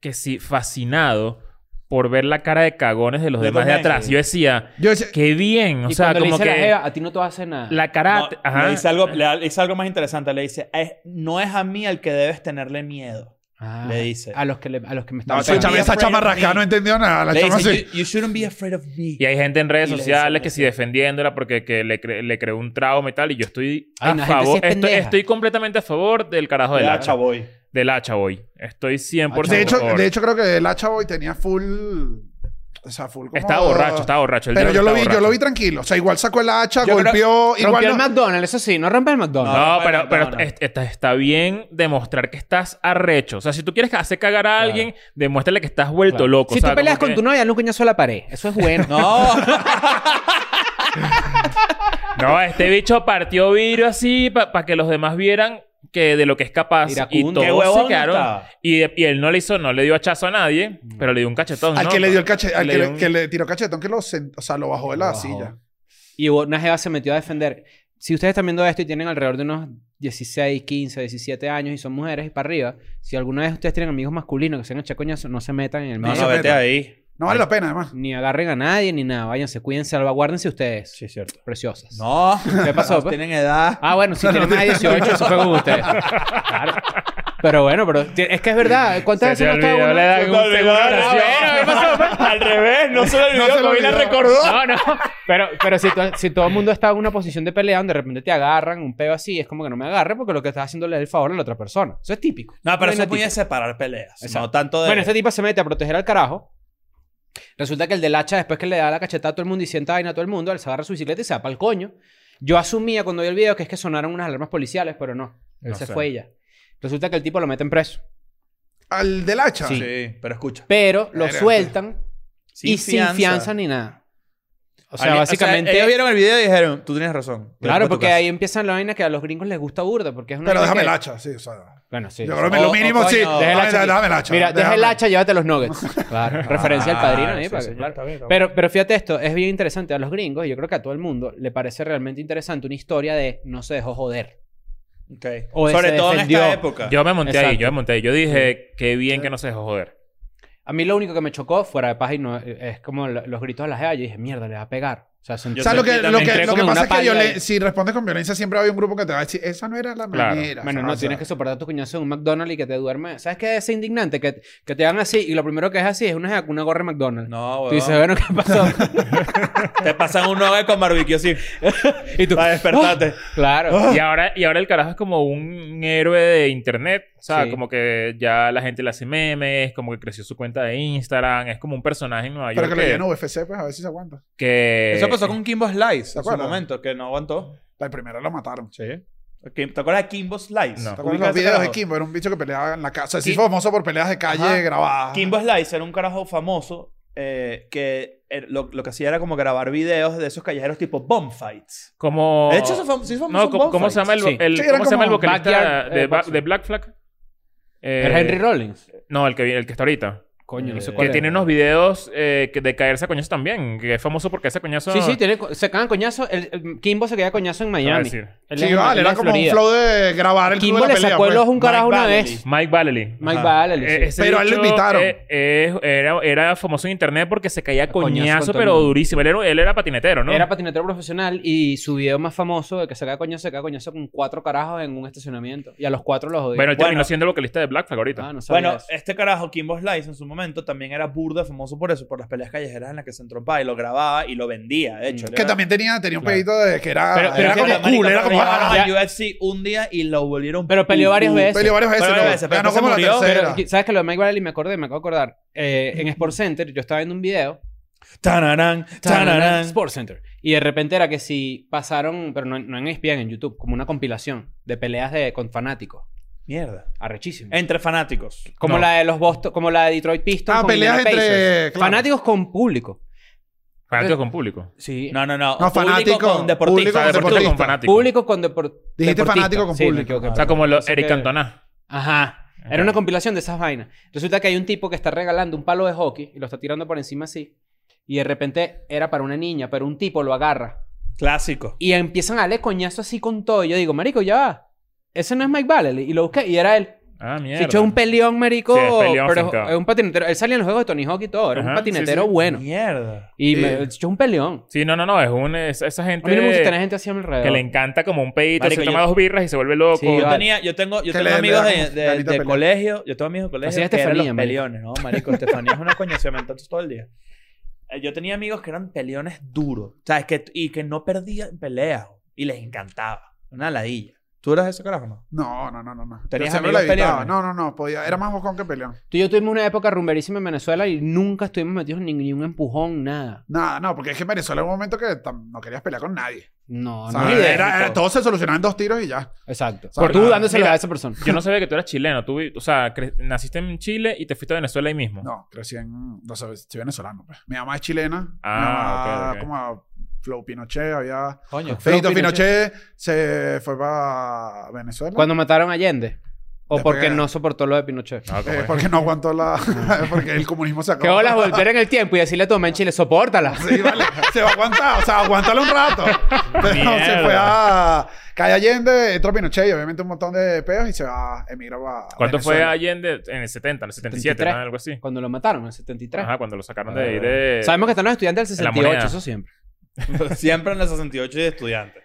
Speaker 1: que sí, fascinado por ver la cara de cagones de los
Speaker 3: De
Speaker 1: demás
Speaker 3: los
Speaker 1: de
Speaker 3: nenes.
Speaker 1: atrás. Yo decía,
Speaker 4: Yo decía,
Speaker 1: qué bien. O
Speaker 2: y
Speaker 1: sea,
Speaker 2: cuando
Speaker 1: como
Speaker 2: le dice a la
Speaker 1: que
Speaker 2: jeva, a ti no te va a hacer nada.
Speaker 1: la cara.
Speaker 3: No,
Speaker 1: Ah, ajá.
Speaker 3: Le dice, algo, le dice algo más interesante. Le dice, "Es- no es a mí al que debes tenerle miedo.
Speaker 2: Ah,
Speaker 3: Le dice.
Speaker 2: A los que, le- a los que me están
Speaker 4: No, esa
Speaker 3: Don't
Speaker 4: chama-
Speaker 3: be
Speaker 4: esa
Speaker 3: afraid
Speaker 4: chama
Speaker 3: of
Speaker 4: rascada
Speaker 3: me.
Speaker 4: no entendió nada. La
Speaker 3: Le
Speaker 4: chama
Speaker 3: dice,
Speaker 4: así.
Speaker 3: you, you shouldn't be afraid of me.
Speaker 1: Y hay gente en redes
Speaker 3: Y le
Speaker 1: sociales
Speaker 3: dicen
Speaker 1: que
Speaker 3: eso.
Speaker 1: si defendiéndola porque que le, cre- le creó un trauma y tal. Y yo estoy
Speaker 2: Ay,
Speaker 1: a
Speaker 2: no, la gente sí
Speaker 1: favor.
Speaker 2: es
Speaker 1: estoy,
Speaker 2: pendeja.
Speaker 1: estoy completamente a favor del carajo del
Speaker 3: Ya,
Speaker 1: hacha.
Speaker 3: chavoy.
Speaker 1: Del hacha hoy. Estoy 100%
Speaker 4: De hecho,
Speaker 1: a favor.
Speaker 4: de hecho, creo que el hacha hoy tenía full. O sea, full como.
Speaker 1: estaba borracho, estaba borracho. El
Speaker 4: Pero
Speaker 1: diablo
Speaker 4: yo lo vi,
Speaker 1: estaba
Speaker 4: yo lo vi
Speaker 1: borracho.
Speaker 4: tranquilo. O sea, igual sacó el hacha,
Speaker 2: Yo creo-
Speaker 4: golpeó. Igual
Speaker 2: Rompió el
Speaker 4: no-
Speaker 2: McDonald's, eso sí, no rompe el McDonald's.
Speaker 1: No,
Speaker 3: No,
Speaker 1: pero,
Speaker 3: pero-
Speaker 1: pero
Speaker 3: no, no.
Speaker 1: est- Está, está bien demostrar que estás arrecho. O sea, si tú quieres hacer cagar a alguien, demuéstrale que estás vuelto
Speaker 2: Claro.
Speaker 1: loco.
Speaker 2: si
Speaker 1: o sea,
Speaker 2: tú peleas
Speaker 1: como
Speaker 2: con
Speaker 1: que-
Speaker 2: tu novia, dale un coñazo a la pared. Eso es bueno.
Speaker 3: No.
Speaker 1: No, este bicho partió vidrio así para que los demás vieran que de lo que es capaz. y
Speaker 2: Iracundo.
Speaker 1: todos
Speaker 3: Qué
Speaker 1: se
Speaker 3: huevón no
Speaker 1: quedaron-
Speaker 3: estaba.
Speaker 1: Y, de- y él no le hizo, no le dio hachazo a nadie, pero le dio un cachetón.
Speaker 4: Al
Speaker 1: ¿no?
Speaker 4: que le dio el cachetón, al
Speaker 1: Le
Speaker 4: que,
Speaker 1: dio
Speaker 4: le-
Speaker 1: un-
Speaker 4: que le tiró cachetón, que lo, sent- o sea, lo bajó de la
Speaker 2: Lo bajó.
Speaker 4: silla.
Speaker 2: Y una jeva se metió a defender. Si ustedes están viendo esto y tienen alrededor de unos 16, 15, 17 años y son mujeres y para arriba, si alguna vez ustedes tienen amigos masculinos que sean chacoñas, no se metan en el
Speaker 3: No,
Speaker 2: medio.
Speaker 3: no, vete ahí.
Speaker 4: No vale la pena, además.
Speaker 2: Ni agarren a nadie ni nada. Váyanse, cuídense, salvaguárdense ustedes.
Speaker 3: Sí, es cierto.
Speaker 2: Preciosas.
Speaker 3: No.
Speaker 2: ¿Qué pasó, pues?
Speaker 3: Tienen edad.
Speaker 2: Ah, bueno, si tienen más de 18, eso fue con ustedes. Claro. Pero bueno, pero ti- es que es verdad. ¿Cuántas
Speaker 1: Se te
Speaker 2: veces no está
Speaker 1: olvidó,
Speaker 2: uno?
Speaker 1: le dan
Speaker 3: Se
Speaker 1: un
Speaker 3: te olvidó,
Speaker 1: seguro
Speaker 3: no,
Speaker 1: nacional.
Speaker 3: bueno, ¿qué
Speaker 1: Al revés, no se lo
Speaker 4: olvidó, se lo Cobi la olvidó. recordó.
Speaker 2: No, no. Pero, pero si, to- si todo el mundo está en una posición de pelea donde de repente te agarran un pedo así, es como que no me agarre porque lo que estás haciéndole es el favor a la otra persona. Eso es típico.
Speaker 3: No, pero
Speaker 2: Una
Speaker 3: eso puede
Speaker 2: típica.
Speaker 3: separar peleas.
Speaker 2: Exacto.
Speaker 3: No tanto de.
Speaker 2: Bueno, este tipo se mete a proteger al carajo. Resulta que el del hacha, después que le da la cachetada a todo el mundo y sienta vaina a todo el mundo, él se agarra su bicicleta y se va para el coño. Yo asumía cuando vi el video que es que sonaron unas alarmas policiales, pero no. Él
Speaker 1: No
Speaker 2: se
Speaker 1: sé.
Speaker 2: fue ella. Resulta que el tipo lo meten preso.
Speaker 4: Al del hacha.
Speaker 3: Sí, pero escucha.
Speaker 2: Pero lo
Speaker 4: Verga.
Speaker 2: sueltan y sin fianza ni nada. O sea,
Speaker 3: Alguien-
Speaker 2: básicamente.
Speaker 3: ellos vieron el video y dijeron, tú tienes razón.
Speaker 2: Claro, porque ahí empiezan las vainas que a los gringos les gusta burda, porque es una.
Speaker 4: Pero
Speaker 2: vaina
Speaker 4: déjame
Speaker 2: que-
Speaker 4: el hacha, sí, o sea.
Speaker 2: Bueno, sí.
Speaker 4: Yo
Speaker 2: sí.
Speaker 4: creo que lo
Speaker 3: O-
Speaker 4: mínimo,
Speaker 3: o
Speaker 4: sí.
Speaker 3: coño,
Speaker 2: Deja el
Speaker 4: Dame-
Speaker 2: hacha aquí.
Speaker 4: Dame el hacha.
Speaker 2: Mira, deja
Speaker 4: déjame. Ah,
Speaker 2: el hacha, llévate los nuggets. Claro. Referencia
Speaker 3: Ah,
Speaker 2: al padrino ahí. para que- Pero, pero fíjate esto, es bien interesante a los gringos, y yo creo que a todo el mundo le parece realmente interesante una historia de no se dejó joder. O
Speaker 3: Sobre
Speaker 2: se
Speaker 3: todo en
Speaker 2: defendió.
Speaker 3: esta época.
Speaker 1: Yo me monté ahí,
Speaker 2: Exacto.
Speaker 1: yo me monté ahí. Yo dije, qué bien que no se dejó joder.
Speaker 2: A mí lo único que me chocó fuera de paja y no, es como lo- los gritos de las jevas, yo dije, mierda, le va a pegar. O sea, sentí-
Speaker 4: O sea, lo que,
Speaker 3: Yo
Speaker 4: lo
Speaker 2: me
Speaker 4: que,
Speaker 2: entré
Speaker 4: lo que
Speaker 2: como en
Speaker 4: pasa es
Speaker 2: una
Speaker 4: que
Speaker 2: palla
Speaker 4: violen-
Speaker 2: ahí.
Speaker 4: si respondes con violencia, siempre hay un grupo que te va a decir, esa no era la
Speaker 1: Claro.
Speaker 4: manera.
Speaker 2: Bueno, no,
Speaker 4: o sea,
Speaker 2: tienes que soportar tus coñazos en un McDonald's y que te duerme. ¿Sabes qué es indignante? Que, que te hagan así y lo primero que es así es una, jeva con una gorra de McDonald's.
Speaker 3: No,
Speaker 2: Tú
Speaker 3: weón.
Speaker 2: dices, bueno, ¿qué pasó?
Speaker 3: Te pasan un nugget con barbecue así.
Speaker 2: y tú, "Ah".
Speaker 3: Para despertarte.
Speaker 2: claro.
Speaker 1: Y ahora, y ahora el carajo es como un héroe de internet. O sea,
Speaker 2: Sí.
Speaker 1: como que ya la gente le hace memes, como que creció su cuenta de Instagram. Es como un personaje en Nueva
Speaker 4: Pero que
Speaker 1: York.
Speaker 4: lo
Speaker 1: que,
Speaker 4: lleven a UFC, pues a ver si se aguanta.
Speaker 1: que-
Speaker 3: Eso pasó con Kimbo Slice
Speaker 4: ¿Te
Speaker 3: en su
Speaker 4: acuerdas?
Speaker 3: momento, que no aguantó.
Speaker 4: La primera lo mataron.
Speaker 3: Sí. ¿Te acuerdas de Kimbo
Speaker 1: No.
Speaker 3: Slice?
Speaker 4: ¿Te
Speaker 3: Ubicas
Speaker 4: acuerdas los
Speaker 3: ese
Speaker 4: videos de
Speaker 3: carajo.
Speaker 4: Kimbo? Era un bicho que peleaba en la casa. O sea, sí
Speaker 3: Kim-
Speaker 4: fue famoso por peleas de calle
Speaker 3: Ajá.
Speaker 4: grabadas.
Speaker 3: Kimbo Slice era un carajo famoso eh, que eh, lo, lo que hacía era como grabar videos de esos callejeros tipo bomb fights.
Speaker 1: Como...
Speaker 3: De hecho, eso fam- sí es famoso.
Speaker 1: No, ¿cómo, cómo se llama el,
Speaker 2: Sí.
Speaker 1: el-
Speaker 4: Sí,
Speaker 1: ¿cómo
Speaker 4: era
Speaker 1: se llama el
Speaker 4: como
Speaker 1: vocalista
Speaker 2: Backyard,
Speaker 1: de,
Speaker 2: eh,
Speaker 1: Ba-
Speaker 2: Boxing.
Speaker 1: de Black Flag? Eh,
Speaker 2: ¿Era Henry Rollins?
Speaker 1: No, el que, el que está ahorita.
Speaker 2: Coño, no sé
Speaker 3: Eh,
Speaker 1: Que
Speaker 2: cuál es.
Speaker 1: tiene unos videos eh, que de caerse a coñazo también. Que es famoso porque ese coñazo...
Speaker 2: Sí, sí, tiene, co- se cagan coñazo. El, el Kimbo se queda coñazo en
Speaker 1: Te voy a
Speaker 2: Miami.
Speaker 1: decir.
Speaker 2: Él es
Speaker 4: Sí,
Speaker 2: de-
Speaker 4: vale,
Speaker 2: él es
Speaker 4: era
Speaker 2: de
Speaker 4: como un
Speaker 2: Florida.
Speaker 4: flow de grabar el club
Speaker 2: Kimbo
Speaker 4: de la
Speaker 2: le
Speaker 4: pelea.
Speaker 2: sacó el
Speaker 4: pues.
Speaker 2: ojo a un
Speaker 3: Mike
Speaker 2: carajo una
Speaker 3: Valley.
Speaker 2: vez.
Speaker 1: Mike Valley.
Speaker 2: Mike
Speaker 3: Ajá.
Speaker 2: Valley, sí.
Speaker 1: Eh, ese
Speaker 4: Pero a él lo
Speaker 1: bicho,
Speaker 4: invitaron.
Speaker 1: eh, eh, era, era famoso en internet porque se caía
Speaker 2: A coñazo
Speaker 1: coñazo,
Speaker 2: con todo el
Speaker 1: pero
Speaker 2: mundo.
Speaker 1: durísimo. Él era, él era patinetero, ¿no?
Speaker 2: Era patinetero profesional y su video más famoso de que se cae coñazo, se cae coñazo con cuatro carajos en un estacionamiento. Y a los cuatro los jodí.
Speaker 1: Bueno, él
Speaker 3: Bueno.
Speaker 1: terminó siendo el vocalista de Black Flag ahorita.
Speaker 2: Ah, no sabía
Speaker 3: Bueno,
Speaker 2: eso.
Speaker 3: este carajo, Kimbo Slice, en su momento también era burda famoso por eso, por las peleas callejeras en las que se entrompaba y lo grababa y lo vendía, de hecho.
Speaker 2: Mm.
Speaker 3: Él
Speaker 4: Que
Speaker 3: era-
Speaker 4: también tenía, tenía un
Speaker 2: Claro.
Speaker 4: pedito de que era,
Speaker 2: Pero- pero
Speaker 4: era
Speaker 2: que
Speaker 4: como
Speaker 2: la-
Speaker 4: cool,
Speaker 3: marico,
Speaker 4: era
Speaker 3: lo
Speaker 4: como.
Speaker 3: llevaron
Speaker 4: ah, pues,
Speaker 2: ya.
Speaker 3: al UFC un día y lo volvieron.
Speaker 2: Pero peleó varias
Speaker 3: pum,
Speaker 2: veces.
Speaker 4: Peleó varias veces,
Speaker 3: Varias
Speaker 4: no,
Speaker 3: veces, pero
Speaker 4: ganó
Speaker 3: después
Speaker 4: como la
Speaker 3: se murió,
Speaker 2: Pero,
Speaker 4: tercera.
Speaker 2: aquí- ¿sabes que lo de Mike Valley me acordé? Me acabo de acordar. Eh, en Sports Center, yo estaba viendo un video.
Speaker 3: Tararán, tararán.
Speaker 2: Sports Center. Y de repente era que si pasaron, pero no, no en E ESPN, en YouTube, como una compilación de peleas de, con fanáticos.
Speaker 3: Mierda.
Speaker 2: Arrechísimo.
Speaker 3: Entre fanáticos.
Speaker 2: Como
Speaker 1: No.
Speaker 2: la de los Boston, como la de Detroit Pistons.
Speaker 4: Ah,
Speaker 2: con
Speaker 4: peleas
Speaker 2: Indiana
Speaker 4: entre-
Speaker 2: Pacers.
Speaker 4: claro.
Speaker 2: Fanáticos con público.
Speaker 1: Fanáticos con público.
Speaker 2: Sí.
Speaker 3: No, no, no.
Speaker 4: No, fanático,
Speaker 3: con
Speaker 1: O
Speaker 4: público
Speaker 3: deportista.
Speaker 1: sea, deportivo
Speaker 4: deportista.
Speaker 1: con fanático.
Speaker 2: Público con depor-
Speaker 4: Dijiste
Speaker 2: deportista.
Speaker 4: fanático con
Speaker 2: Sí, me
Speaker 4: público.
Speaker 2: equivoqué.
Speaker 1: O sea, como los
Speaker 2: Así
Speaker 1: Eric
Speaker 2: que-
Speaker 1: Cantona.
Speaker 2: Ajá.
Speaker 1: Ok.
Speaker 2: Era una compilación de esas vainas. Resulta que hay un tipo que está regalando un palo de hockey y lo está tirando por encima así. Y de repente era para una niña, pero un tipo lo agarra.
Speaker 3: Clásico.
Speaker 2: Y empiezan a darle coñazo así con todo. Y yo digo, marico, ya va. Ese no es Mike Valley. Y lo busqué y era él.
Speaker 1: Ah, mierda.
Speaker 2: Chicho es un peleón, marico.
Speaker 1: Sí, es peleón
Speaker 2: pero
Speaker 1: fincado.
Speaker 2: es un patinetero. Él salía en los juegos de Tony Hawk y todo. Era un
Speaker 1: Ajá, sí,
Speaker 2: patinetero
Speaker 1: sí.
Speaker 2: bueno.
Speaker 3: Mierda.
Speaker 2: Y
Speaker 4: Sí.
Speaker 2: me- el Chicho es un peleón.
Speaker 1: Sí, no, no, no. Es un... es- esa
Speaker 2: A
Speaker 1: gente...
Speaker 2: mí no me gusta tener gente así a mi alrededor.
Speaker 1: Que le encanta como un pedito,
Speaker 3: Marico,
Speaker 1: se toma
Speaker 3: yo-
Speaker 1: dos birras y se vuelve loco.
Speaker 2: Sí, Yo
Speaker 3: Yo
Speaker 2: Vale.
Speaker 3: tenía, yo tengo, yo
Speaker 4: Que
Speaker 3: tengo
Speaker 4: le- le
Speaker 3: amigos
Speaker 4: da
Speaker 3: de,
Speaker 4: como
Speaker 3: de-
Speaker 4: carita
Speaker 3: de
Speaker 4: pelea.
Speaker 3: colegio. Yo tengo amigos de
Speaker 2: Así es
Speaker 3: colegio que eran
Speaker 2: Estefanía,
Speaker 3: los
Speaker 2: marico.
Speaker 3: peleones, ¿no? Marico, Estefanía es una coña, se aventan todo el día. Eh, Yo tenía amigos que eran peleones duros. O sea, es que, y que no perdían peleas. Y les encantaba. Una ladilla. ¿Tú eras ese carajo, no?
Speaker 4: No, no, no, no. no.
Speaker 3: ¿Tenías
Speaker 4: Yo siempre lo
Speaker 3: amigos
Speaker 4: evitaba.
Speaker 3: peleones?
Speaker 4: No, no, no. Podía. Era más bocón que peleón.
Speaker 2: Tú y yo tuvimos una época rumberísima en Venezuela y nunca estuvimos metidos en ningún empujón, nada.
Speaker 4: Nada, no, porque es que en Venezuela era un momento que tam- no querías pelear con nadie.
Speaker 2: No,
Speaker 4: O
Speaker 2: no.
Speaker 4: sea,
Speaker 2: ni idea.
Speaker 4: era- era- todo se solucionaba en dos tiros y ya.
Speaker 2: Exacto.
Speaker 4: sea,
Speaker 2: tú
Speaker 4: nada.
Speaker 2: dándoselo
Speaker 1: Mira.
Speaker 2: a esa persona.
Speaker 1: Yo no sabía que tú eras chileno. Tú, vi- o sea, cre- naciste en Chile y te fuiste a Venezuela ahí mismo.
Speaker 4: No, crecí en. No sé, soy venezolano. Pues. Mi mamá es chilena.
Speaker 1: Ah,
Speaker 4: mi mamá
Speaker 1: ok, ok.
Speaker 4: como Flow Pinochet, había.
Speaker 3: Coño.
Speaker 4: Feito Pinochet se fue para Venezuela.
Speaker 2: Cuando mataron a Allende. O
Speaker 4: Después
Speaker 2: porque
Speaker 4: que-
Speaker 2: no soportó lo de Pinochet.
Speaker 1: Ah, ¿cómo
Speaker 4: Eh,
Speaker 1: es?
Speaker 4: porque no aguantó la. porque el comunismo se
Speaker 2: Que
Speaker 4: acabó.
Speaker 2: olas volver en el tiempo y decirle a tu mamá en Chile, sopórtala.
Speaker 4: Sí, vale. Se va a aguantar. O sea, aguántala un rato. Pero
Speaker 1: Mierda.
Speaker 4: se fue a... Calle Allende, entró Pinochet y obviamente un montón de peos y se va... Emigra a
Speaker 1: ¿Cuánto fue
Speaker 4: Venezuela.
Speaker 1: Allende? En el 70, en el 77,
Speaker 2: 73.
Speaker 1: ¿no? algo así.
Speaker 2: Cuando lo mataron en el 73.
Speaker 1: Ajá, cuando lo sacaron de
Speaker 2: Ah.
Speaker 1: ahí de...
Speaker 2: Sabemos que están los estudiantes del
Speaker 1: en la
Speaker 2: 68,
Speaker 1: moneda.
Speaker 2: eso siempre.
Speaker 3: Siempre en el 68 y de estudiante.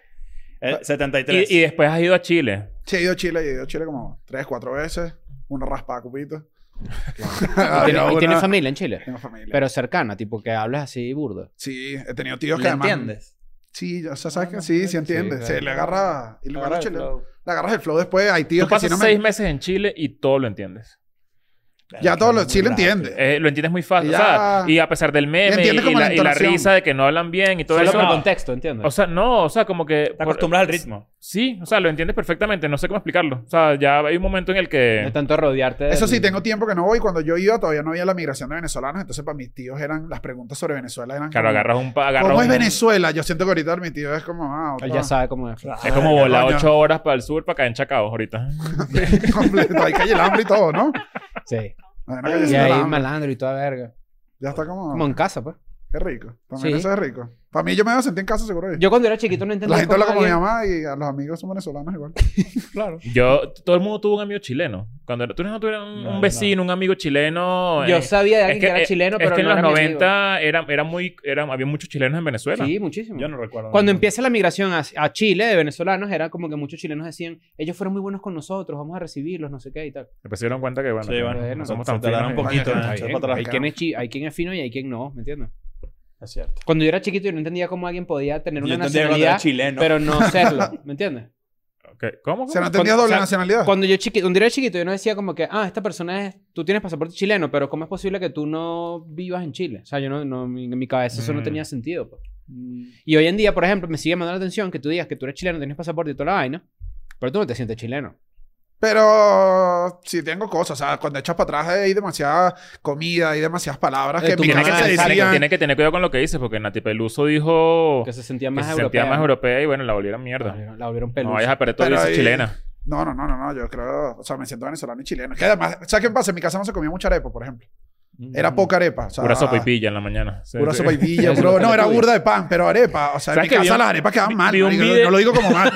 Speaker 3: Eh, 73.
Speaker 1: Y, y después has ido a Chile.
Speaker 4: Sí, he ido a Chile. He ido a Chile como tres, cuatro veces. Una raspada cupito.
Speaker 2: Y, tiene- y
Speaker 4: Había
Speaker 2: tiene
Speaker 4: una-
Speaker 2: familia en Chile.
Speaker 4: Tengo familia.
Speaker 2: Pero cercana, tipo que hablas así burdo.
Speaker 4: Sí, he tenido tíos que
Speaker 3: ¿Le
Speaker 4: además...
Speaker 3: entiendes?
Speaker 4: Sí, o sea, sabes que sí, sí entiende.
Speaker 2: Sí,
Speaker 4: se
Speaker 2: claro.
Speaker 4: le agarra... Y le, agarra
Speaker 3: Agarra
Speaker 4: el
Speaker 3: el
Speaker 4: chileno.
Speaker 3: flow.
Speaker 4: le agarras el flow después. Hay tíos
Speaker 1: tú
Speaker 4: que si
Speaker 1: pasas
Speaker 4: no me...
Speaker 1: seis meses en Chile y todo lo entiendes.
Speaker 4: Ya todos los...
Speaker 3: Muy
Speaker 4: Sí le
Speaker 3: rápido.
Speaker 4: entiende.
Speaker 1: Eh, lo entiendes muy fácil.
Speaker 4: Ya.
Speaker 1: O sea, y a pesar del meme y,
Speaker 4: Entiende como
Speaker 1: y
Speaker 4: la
Speaker 1: la, y la
Speaker 4: entonación.
Speaker 1: risa de que no hablan bien y todo
Speaker 2: Solo
Speaker 1: eso.
Speaker 2: por
Speaker 3: no.
Speaker 2: contexto, ¿entiendes?
Speaker 1: O sea, no, o sea, como que...
Speaker 3: Te
Speaker 1: por-
Speaker 3: acostumbras al ritmo.
Speaker 1: Sí, o sea, lo entiendes perfectamente. No sé cómo explicarlo. O sea, ya hay un momento en el
Speaker 2: no
Speaker 1: que...
Speaker 2: tanto rodearte
Speaker 4: Eso
Speaker 2: del-
Speaker 4: sí, tengo tiempo que no voy. Cuando yo iba, todavía no había la migración de venezolanos. Entonces, para mis tíos eran las preguntas sobre Venezuela. Eran
Speaker 1: Claro,
Speaker 4: como,
Speaker 1: agarras un... pa- Agarras
Speaker 4: ¿Cómo es
Speaker 1: un-
Speaker 4: Venezuela? Yo siento que ahorita mi tío es como, ah,
Speaker 2: Él
Speaker 4: otra-
Speaker 2: ya sabe cómo es.
Speaker 1: Es como volar
Speaker 4: coño.
Speaker 1: ocho horas para el sur para caer en Chacao ahorita.
Speaker 4: completo. Hay calle el hambre y todo, ¿no?
Speaker 2: Sí.
Speaker 4: Hay una
Speaker 2: Y
Speaker 4: callecita del
Speaker 2: ahí
Speaker 4: hambre.
Speaker 2: malandro y toda verga.
Speaker 4: Ya está como,
Speaker 2: Como en casa, pues.
Speaker 4: qué rico. También
Speaker 2: Sí.
Speaker 4: eso es rico. Para mí, yo me voy a sentir en casa seguro.
Speaker 2: Yo cuando era chiquito no entendía
Speaker 4: la gente
Speaker 2: cómo
Speaker 4: habla como mi
Speaker 2: alguien-
Speaker 4: mamá y a los amigos son venezolanos igual.
Speaker 1: Yo, todo el mundo tuvo un amigo chileno. Cuando tú no tuvieras un,
Speaker 3: No,
Speaker 1: un
Speaker 3: no.
Speaker 1: vecino, un amigo chileno.
Speaker 2: Yo
Speaker 1: eh,
Speaker 2: sabía de alguien que, era
Speaker 1: eh,
Speaker 2: chileno,
Speaker 1: es
Speaker 2: pero
Speaker 1: que
Speaker 2: no
Speaker 1: en los
Speaker 2: era mi amigo.
Speaker 1: 90 era, era muy, era, había muchos chilenos en Venezuela.
Speaker 2: Sí, muchísimo.
Speaker 3: Yo no recuerdo.
Speaker 2: Cuando empieza la migración a, a Chile de venezolanos, era como que muchos chilenos decían, ellos fueron muy buenos con nosotros, vamos a recibirlos, no sé qué y tal.
Speaker 1: Después se dieron cuenta que, bueno,
Speaker 3: Sí,
Speaker 1: que
Speaker 3: bueno,
Speaker 1: no
Speaker 2: bueno,
Speaker 1: somos
Speaker 3: se
Speaker 1: tan
Speaker 3: tardaron
Speaker 1: finos.
Speaker 3: un poquito
Speaker 2: ¿eh?
Speaker 4: Coño,
Speaker 3: en
Speaker 4: está
Speaker 3: echar
Speaker 4: bien.
Speaker 3: para atrás.
Speaker 2: Hay quien, es chi- hay quien es fino y hay quien no, ¿me entiendes?
Speaker 3: Es cierto.
Speaker 2: Cuando yo era chiquito yo no entendía cómo alguien podía tener
Speaker 3: Yo
Speaker 2: una
Speaker 3: entendía cuando era
Speaker 2: nacionalidad,
Speaker 3: chileno.
Speaker 2: pero no serlo, ¿me entiendes?
Speaker 1: Ok, ¿Cómo?
Speaker 4: ¿Se
Speaker 1: cómo?
Speaker 4: no entendía
Speaker 2: Cuando-
Speaker 4: doble
Speaker 2: o sea,
Speaker 4: nacionalidad?
Speaker 2: Cuando yo, chiqui- cuando yo era chiquito yo no decía como que, ah, esta persona es, tú tienes pasaporte chileno, pero ¿cómo es posible que tú no vivas en Chile? O sea, yo no, no mi- en mi cabeza eso no
Speaker 1: Mm.
Speaker 2: tenía sentido. pues. Y hoy en día, por ejemplo, me sigue mandando la atención que tú digas que tú eres chileno, tienes pasaporte y toda la vaina, pero tú no te sientes chileno.
Speaker 4: Pero sí tengo cosas. O sea, cuando echas para atrás hay demasiada comida, hay demasiadas palabras
Speaker 2: Eh,
Speaker 4: que
Speaker 2: tu
Speaker 4: mi
Speaker 1: Tienes
Speaker 2: mamá
Speaker 1: que,
Speaker 4: casa
Speaker 2: se
Speaker 1: tener- tienes que-
Speaker 4: decía...
Speaker 1: tienes que tener cuidado con lo que dices, porque Nati Peluso dijo
Speaker 2: Que se sentía
Speaker 1: que
Speaker 2: más
Speaker 1: se
Speaker 2: europea.
Speaker 1: sentía más
Speaker 2: ¿no?
Speaker 1: europea y bueno, la volvieron
Speaker 2: La
Speaker 1: mierda.
Speaker 2: volvieron- La volvieron
Speaker 1: No
Speaker 2: pelusa.
Speaker 1: vayas a perder todo y
Speaker 4: Pero
Speaker 1: dices
Speaker 4: ahí-
Speaker 1: chilena.
Speaker 4: No, no, no, no, no, yo creo, o sea, me siento venezolano y chileno. Que además, ¿sabes qué pasa? En mi casa no se comía mucha arepa, por ejemplo.
Speaker 2: Mm.
Speaker 4: Era poca arepa. O sea,
Speaker 1: Pura sopa y pilla en la mañana. Sí,
Speaker 4: Pura
Speaker 1: sí.
Speaker 4: sopa y pilla,
Speaker 2: Eso es
Speaker 4: puro-
Speaker 2: lo que
Speaker 4: no,
Speaker 2: tú
Speaker 4: era
Speaker 2: dices.
Speaker 4: burda de pan, pero arepa. O sea, en
Speaker 1: ¿Sabes
Speaker 4: mi
Speaker 1: que vi
Speaker 4: casa
Speaker 1: un-
Speaker 4: las arepas quedaban
Speaker 1: vi-
Speaker 4: mal.
Speaker 1: vi un
Speaker 4: marico,
Speaker 1: video-
Speaker 4: no lo digo como mal.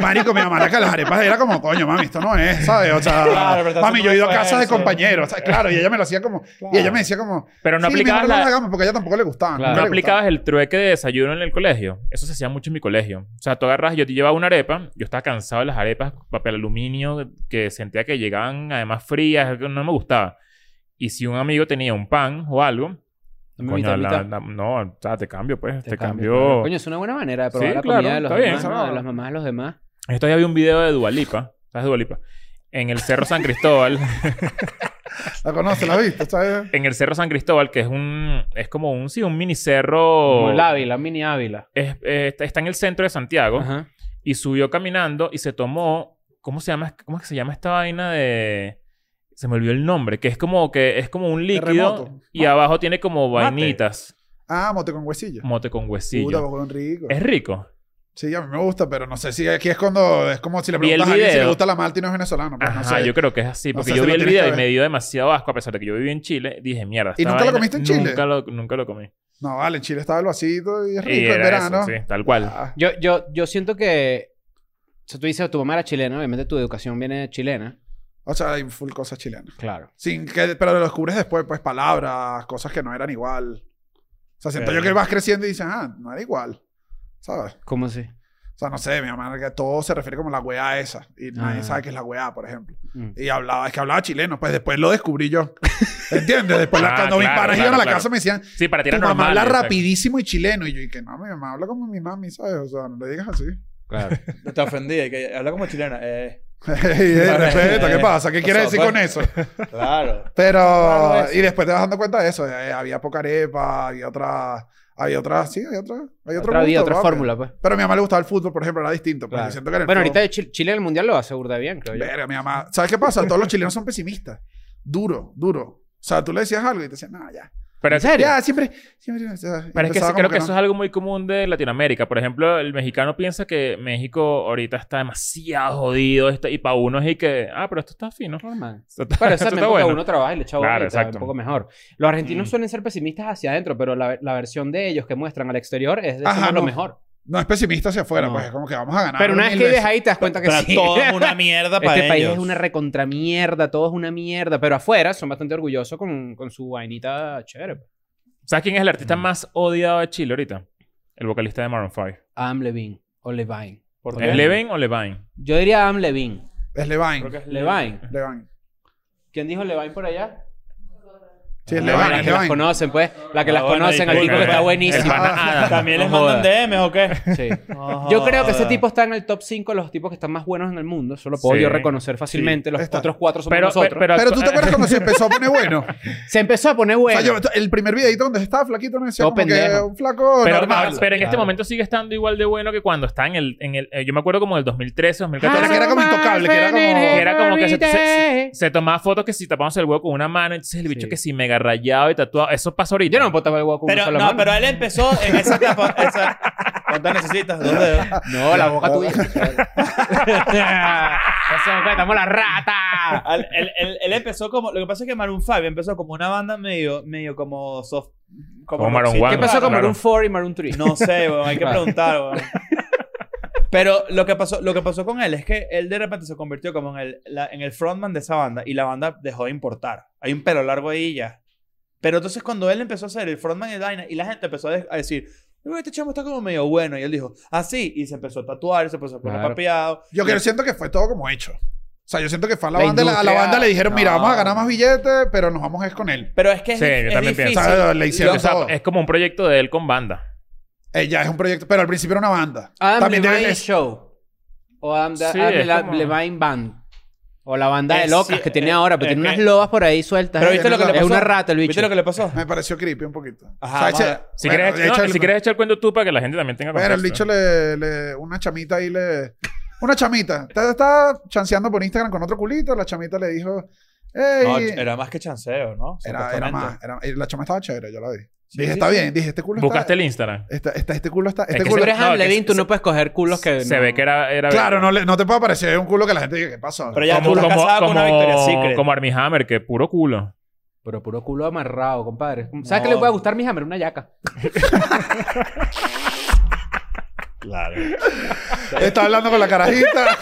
Speaker 4: Marico, mi mamá era que las arepas era como, coño, mami, esto no es, ¿sabes? O sea,
Speaker 3: Claro, pero estás
Speaker 4: mami, yo he ido a
Speaker 3: haciendo
Speaker 4: casas de
Speaker 3: esfuerzo.
Speaker 4: compañeros. o sea, claro, y ella me lo hacía como. Y ella me decía como.
Speaker 1: Pero no
Speaker 4: sí,
Speaker 1: aplicabas
Speaker 4: mejor no
Speaker 1: la-
Speaker 4: hagamos, porque a ella tampoco le gustaban.
Speaker 2: Claro.
Speaker 4: nunca
Speaker 1: No
Speaker 4: le
Speaker 1: aplicabas el trueque de desayuno en el colegio. Eso se hacía mucho en mi colegio. O sea, tú agarras, yo te llevaba una arepa, yo estaba cansado de las arepas, papel aluminio, que sentía que llegaban además frías, que no me gustaba. Y si un amigo tenía un pan o algo,
Speaker 2: Dame
Speaker 1: coño,
Speaker 2: mitad,
Speaker 1: la-
Speaker 2: mitad.
Speaker 1: la- no, o sea, te cambio, pues, te, cambio.
Speaker 2: claro. Coño, es una buena manera de probar
Speaker 1: Sí,
Speaker 2: la
Speaker 1: claro,
Speaker 2: comida de los
Speaker 1: está bien,
Speaker 2: demás,
Speaker 1: eso
Speaker 2: ¿no?
Speaker 1: no.
Speaker 2: de las mamás de los demás.
Speaker 1: Esto ya había un video de Dualipa. ¿Sabes Dualipa? En el Cerro San Cristóbal.
Speaker 4: gustaban. La conoces, la viste, ¿sabes?
Speaker 1: en el Cerro San Cristóbal, que es un. Es como un. Sí, un mini cerro.
Speaker 2: Como el Ávila, mini Ávila.
Speaker 1: Es- eh, está, está en el centro de Santiago.
Speaker 2: Ajá.
Speaker 1: y subió caminando y se tomó ¿cómo se llama cómo es que se llama esta vaina de se me olvidó el nombre que es como que es como un líquido
Speaker 4: Terremoto.
Speaker 1: y abajo tiene como
Speaker 3: Mate.
Speaker 1: vainitas
Speaker 4: Ah, mote con huesillo.
Speaker 1: mote con
Speaker 4: Puta,
Speaker 1: huesillo
Speaker 4: bocón rico.
Speaker 1: es rico
Speaker 4: Sí, a mí me gusta, pero no sé si aquí es cuando. Es como si le
Speaker 1: Vi el
Speaker 4: preguntas a alguien si le
Speaker 1: video.
Speaker 4: gusta la malta y no es venezolano. pues,
Speaker 1: ajá
Speaker 4: no sé.
Speaker 1: yo creo que es así
Speaker 4: No
Speaker 1: porque
Speaker 4: sé
Speaker 1: yo vi
Speaker 4: si lo
Speaker 1: el
Speaker 4: tienes
Speaker 1: video
Speaker 4: que
Speaker 1: y
Speaker 4: ver.
Speaker 1: me dio demasiado asco a pesar de que yo viví en Chile dije mierda
Speaker 4: ¿Y
Speaker 1: esta
Speaker 4: nunca lo
Speaker 1: vaina
Speaker 4: comiste en Chile?
Speaker 1: nunca lo, nunca lo comí
Speaker 4: No, vale, en Chile estaba el vasito y es rico
Speaker 1: y
Speaker 4: en
Speaker 1: era
Speaker 4: verano.
Speaker 1: eso sí tal cual
Speaker 4: Ah,
Speaker 2: Yo, yo, yo siento que... O sea, tú dices, tu mamá era chilena, obviamente tu educación viene chilena.
Speaker 4: O sea, hay full cosas chilenas.
Speaker 2: Claro.
Speaker 4: Sin que, pero lo descubres después, pues palabras, cosas que no eran igual. O sea, siento
Speaker 1: Claro.
Speaker 4: yo que vas creciendo y dices, ah, no era igual. ¿Sabes?
Speaker 2: ¿Cómo así?
Speaker 4: O sea, no sé, mi mamá, que todo se refiere como la weá esa. Y nadie
Speaker 2: Ah.
Speaker 4: sabe qué es la weá, por ejemplo.
Speaker 2: Mm.
Speaker 4: Y hablaba, es que hablaba chileno, pues después lo descubrí yo. ¿Entiendes? Después la-
Speaker 1: Ah,
Speaker 4: cuando mis
Speaker 1: claro,
Speaker 4: panas
Speaker 1: claro,
Speaker 4: iban a la
Speaker 1: claro.
Speaker 4: casa me decían,
Speaker 1: Sí, para ti
Speaker 4: tu
Speaker 1: era
Speaker 4: mamá
Speaker 1: normal.
Speaker 4: habla
Speaker 1: exacto.
Speaker 4: rapidísimo y chileno. Y yo, y que no, mi mamá habla como mi mami, ¿sabes? O sea, no le digas así.
Speaker 2: Claro.
Speaker 3: Te ofendí, que habla como chilena. Eh,
Speaker 4: Ey, ey, Respeto, ¿qué pasa? ¿Qué
Speaker 3: O
Speaker 4: quieres
Speaker 3: sea,
Speaker 4: decir
Speaker 3: pues-
Speaker 4: con eso?
Speaker 3: claro.
Speaker 4: Pero,
Speaker 3: Claro, eso.
Speaker 4: y después te vas dando cuenta de eso. eh, había poca arepa, había otra, había otra, sí, había otra, había otro
Speaker 2: Otra vida,
Speaker 4: gusto,
Speaker 2: otra
Speaker 4: papi.
Speaker 2: fórmula, pues.
Speaker 4: Pero a mi mamá le gustaba el fútbol, por ejemplo, era distinto. porque
Speaker 2: Claro.
Speaker 4: siento que en el
Speaker 2: Bueno,
Speaker 4: fútbol-
Speaker 2: ahorita Chi- Chile en el mundial lo hace burda bien, creo yo.
Speaker 4: Verga, mi mamá. ¿Sabes qué pasa? Todos los chilenos son pesimistas. Duro, duro. O sea, tú le decías algo y te decían, no, ya.
Speaker 1: Pero
Speaker 2: ¿En
Speaker 1: es-
Speaker 2: serio?
Speaker 4: Ya, siempre. siempre o sea,
Speaker 1: Pero es que
Speaker 4: empezaba
Speaker 1: sí,
Speaker 4: como
Speaker 1: creo que, eso
Speaker 4: no.
Speaker 1: es algo muy común de Latinoamérica. Por ejemplo, el mexicano piensa que México ahorita está demasiado jodido esto, y para uno es y que, ah, pero esto está fino.
Speaker 2: Normal.
Speaker 1: Esto está-
Speaker 2: Pero
Speaker 1: esto
Speaker 2: esa
Speaker 1: está
Speaker 2: es porque
Speaker 1: bueno.
Speaker 2: uno trabaja y le echa
Speaker 1: Claro,
Speaker 2: claro,
Speaker 1: exacto.
Speaker 2: un poco mejor. Los argentinos
Speaker 1: Mm.
Speaker 2: suelen ser pesimistas hacia adentro, pero la, la versión de ellos que muestran al exterior es de
Speaker 4: Ajá,
Speaker 2: somos lo
Speaker 4: no.
Speaker 2: mejor.
Speaker 4: No es pesimista hacia afuera,
Speaker 2: No.
Speaker 4: pues es como que vamos a ganar.
Speaker 2: Pero una vez
Speaker 4: mil
Speaker 2: que vives
Speaker 4: veces.
Speaker 2: ahí te das cuenta que
Speaker 3: Pero
Speaker 2: sí.
Speaker 3: todo es una mierda para
Speaker 2: Este país
Speaker 3: ellos.
Speaker 2: es una recontramierda, todo es una mierda, pero afuera son bastante orgullosos con, con su vainita chévere. pues.
Speaker 1: ¿Sabes quién es el
Speaker 2: Mm.
Speaker 1: artista más odiado de Chile ahorita? El vocalista de Maroon 5.
Speaker 2: Adam Levine o Levine.
Speaker 3: ¿Por qué?
Speaker 1: ¿Es Levin o Levine?
Speaker 2: Yo diría Adam Levine.
Speaker 4: Es
Speaker 3: Creo que
Speaker 4: Levine.
Speaker 3: es
Speaker 2: Levine.
Speaker 4: Levine.
Speaker 2: ¿Quién dijo Levine por allá?
Speaker 4: Sí, es
Speaker 2: Ah,
Speaker 4: Levine.
Speaker 2: la
Speaker 4: Es
Speaker 2: que las
Speaker 4: Levine.
Speaker 2: conocen, pues. La que
Speaker 3: Ah,
Speaker 2: las
Speaker 3: bueno,
Speaker 2: conocen, al tipo
Speaker 3: disculpa,
Speaker 2: que
Speaker 1: el
Speaker 2: está
Speaker 1: pana-
Speaker 2: buenísimo.
Speaker 1: el pana Adam.
Speaker 3: También les
Speaker 2: No
Speaker 3: mandan
Speaker 2: jodas.
Speaker 3: DMs o qué.
Speaker 2: Sí.
Speaker 3: No
Speaker 2: Yo creo que ese
Speaker 4: Ah.
Speaker 3: jodas.
Speaker 2: tipo está en el top 5 los tipos que están más buenos en el mundo. Eso lo puedo
Speaker 1: Sí.
Speaker 2: yo reconocer fácilmente. Los
Speaker 4: Está.
Speaker 2: otros cuatro somos
Speaker 1: Pero,
Speaker 2: nosotros.
Speaker 1: pero, pero,
Speaker 4: Pero tú te acuerdas cuando se empezó a poner bueno.
Speaker 2: Se empezó a poner
Speaker 4: O
Speaker 2: bueno.
Speaker 4: sea, yo, el primer videito donde estaba flaquito me decía
Speaker 2: Todo
Speaker 4: como
Speaker 2: pendejo.
Speaker 4: que un flaco
Speaker 1: Pero,
Speaker 4: normal.
Speaker 1: pero en este
Speaker 2: Claro.
Speaker 1: momento sigue estando igual de bueno que cuando está en el... En el eh, yo me acuerdo como del 2013, 2014.
Speaker 2: Ah,
Speaker 4: Ahora que era como intocable, que era como-
Speaker 1: que era como que se, se- se tomaba fotos que si tapamos el huevo con una mano, entonces el bicho
Speaker 2: Sí.
Speaker 1: que si mega rayado y tatuado. Eso pasó ahorita.
Speaker 2: Yo no me puedo tapar el huevo con una
Speaker 3: Pero,
Speaker 2: sola
Speaker 3: no,
Speaker 2: mano.
Speaker 3: pero él empezó en esa etapa. Esa... ¿Cuántas necesitas? Dos dedos.
Speaker 2: No, la
Speaker 1: Ah,
Speaker 2: boca tuya. Eso, pues, estamos la rata.
Speaker 3: Al- él, él- él empezó como. Lo que pasa es que Maroon 5 empezó como una banda medio, medio como soft.
Speaker 1: Como Maroon
Speaker 3: rockcito.
Speaker 2: ¿Qué
Speaker 1: Claro,
Speaker 2: pasó con
Speaker 1: Ah, claro.
Speaker 2: Maroon 4 y Maroon 3?
Speaker 3: No sé, weón, hay que
Speaker 2: Claro.
Speaker 3: preguntar, weón. Pero lo que, pasó, lo que pasó con él es que él de repente se convirtió como en el, la- en el frontman de esa banda y la banda dejó de importar. Hay un pelo largo ahí y ya. Pero entonces cuando él empezó a ser el frontman de Dyna y la gente empezó a, de- a decir, "Uy, este chamo está como medio bueno. Y él dijo, ah, sí. Y se empezó a tatuar, se empezó a poner
Speaker 1: Claro.
Speaker 3: papeado.
Speaker 4: Yo creo, siento que fue todo como hecho. O sea, yo siento que fue a la,
Speaker 2: La
Speaker 4: banda, la- a la
Speaker 2: industria-
Speaker 4: banda le dijeron, mira,
Speaker 2: no.
Speaker 4: vamos a ganar más billetes, pero nos vamos es con él.
Speaker 3: Pero es que es,
Speaker 1: Sí,
Speaker 3: dif-
Speaker 1: yo
Speaker 3: es
Speaker 1: también
Speaker 3: difícil.
Speaker 1: pienso.
Speaker 2: Ah,
Speaker 4: O sea, le hicieron
Speaker 1: O sea,
Speaker 4: todo.
Speaker 1: es como un proyecto de él con banda.
Speaker 4: Ella es un proyecto, pero al principio era una banda.
Speaker 2: Adam
Speaker 4: También debe-
Speaker 2: Levine
Speaker 4: es-
Speaker 2: Show. O Adam, da-
Speaker 1: Sí,
Speaker 2: Adam
Speaker 1: es
Speaker 2: Le-
Speaker 1: como-
Speaker 2: Levine Band. O la banda de
Speaker 3: Es-
Speaker 2: locas que tiene
Speaker 3: eh,
Speaker 2: ahora, pero
Speaker 3: eh,
Speaker 2: tiene
Speaker 3: eh.
Speaker 2: unas lobas por ahí sueltas. ¿eh?
Speaker 3: Pero viste lo que le
Speaker 2: Es
Speaker 3: pasó.
Speaker 2: una rata el bicho.
Speaker 3: ¿Viste lo que le pasó?
Speaker 4: Me pareció creepy un poquito.
Speaker 3: Ajá,
Speaker 4: O sea,
Speaker 3: vale.
Speaker 4: ese-
Speaker 1: Si,
Speaker 4: bueno,
Speaker 1: quieres,
Speaker 4: de hecho,
Speaker 1: no,
Speaker 4: el-
Speaker 1: si quieres echar el cuento tú para que la gente también tenga
Speaker 4: Bueno, el
Speaker 1: contexto.
Speaker 4: bicho le, le- Una chamita ahí le... Una chamita. Está, está chanceando por Instagram con otro culito. La chamita le dijo... "Ey".
Speaker 3: No, era más que chanceo, ¿no?
Speaker 4: era, era más. era- y la chama estaba chévere, yo la vi.
Speaker 3: Sí,
Speaker 4: dije,
Speaker 3: sí,
Speaker 4: está
Speaker 3: sí.
Speaker 4: bien. Dije, este culo
Speaker 1: Buscaste
Speaker 4: está...
Speaker 1: el Instagram.
Speaker 4: Está, está- este culo está... Este
Speaker 1: que
Speaker 2: Si
Speaker 4: culo...
Speaker 2: tú eres
Speaker 1: No,
Speaker 2: Adam
Speaker 1: que
Speaker 2: Levine,
Speaker 1: se-
Speaker 2: tú no puedes coger culos que.
Speaker 1: Se
Speaker 2: no-
Speaker 1: ve que era... era
Speaker 4: Claro, no, le- no te puede aparecer un culo que la gente diga, ¿qué pasó?
Speaker 3: Pero ya
Speaker 1: como,
Speaker 3: tú estás
Speaker 1: como,
Speaker 3: casado con una
Speaker 1: como-
Speaker 3: Victoria's Secret.
Speaker 1: como Armie Hammer, que puro culo.
Speaker 2: Pero puro culo amarrado, compadre. ¿Sabes
Speaker 3: No.
Speaker 2: qué le puede gustar a mi hammer? Una yaca.
Speaker 3: Claro.
Speaker 4: Está hablando con la carajita.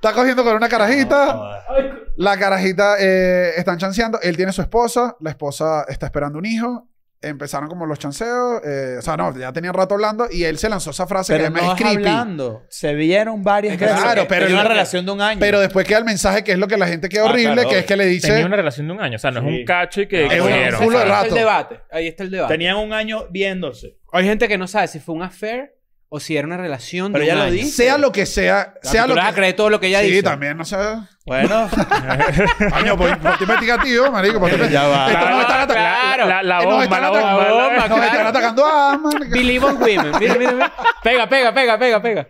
Speaker 4: está cogiendo con una
Speaker 2: Ah.
Speaker 4: carajita. La carajita eh, están chanceando. Él tiene su esposa. La esposa está esperando un hijo. Empezaron como los chanceos. eh, o sea, no, ya tenían rato hablando. Y él se lanzó esa frase
Speaker 3: Pero
Speaker 4: que además
Speaker 3: no
Speaker 4: es
Speaker 3: es
Speaker 4: creepy.
Speaker 3: hablando. Se vieron varias
Speaker 4: Claro,
Speaker 3: veces.
Speaker 4: pero
Speaker 3: Tenía
Speaker 4: el-
Speaker 3: una relación de un año.
Speaker 4: Pero después queda el mensaje que es lo que la gente queda
Speaker 3: Ah,
Speaker 4: horrible,
Speaker 3: claro,
Speaker 4: que es que le dice.
Speaker 1: Tenía una relación de un año. O sea, no es
Speaker 3: Sí.
Speaker 1: un cacho y que...
Speaker 4: Es un
Speaker 1: cogieron,
Speaker 4: culo
Speaker 1: ¿sabes?
Speaker 4: de
Speaker 2: Ahí
Speaker 4: rato.
Speaker 2: está el debate. Ahí está
Speaker 4: Ah.
Speaker 2: el debate.
Speaker 3: Tenían un año viéndose.
Speaker 2: Hay gente que no sabe si fue un affair o si era una relación.
Speaker 3: Pero
Speaker 2: de
Speaker 3: ya
Speaker 2: un
Speaker 3: lo
Speaker 2: año.
Speaker 3: dije.
Speaker 4: Sea lo que sea, sea
Speaker 2: tú
Speaker 4: lo
Speaker 2: le vas a
Speaker 4: que
Speaker 2: creer todo lo que ella
Speaker 4: Sí,
Speaker 2: dice.
Speaker 4: también, no sé.
Speaker 3: Bueno.
Speaker 4: Coño, pues, ponte investigativo, marico. ponte
Speaker 3: Ya va.
Speaker 4: Esto no me están
Speaker 1: La- la-
Speaker 4: atacando.
Speaker 1: la- la
Speaker 4: Eh, nos
Speaker 1: bomba,
Speaker 4: están
Speaker 1: la
Speaker 4: atacando.
Speaker 1: bomba, la
Speaker 2: bomba.
Speaker 1: bomba.
Speaker 4: Nos están atacando a marico.
Speaker 2: Believe on women. Mira, mira, mira. Pega, pega, pega, pega, pega.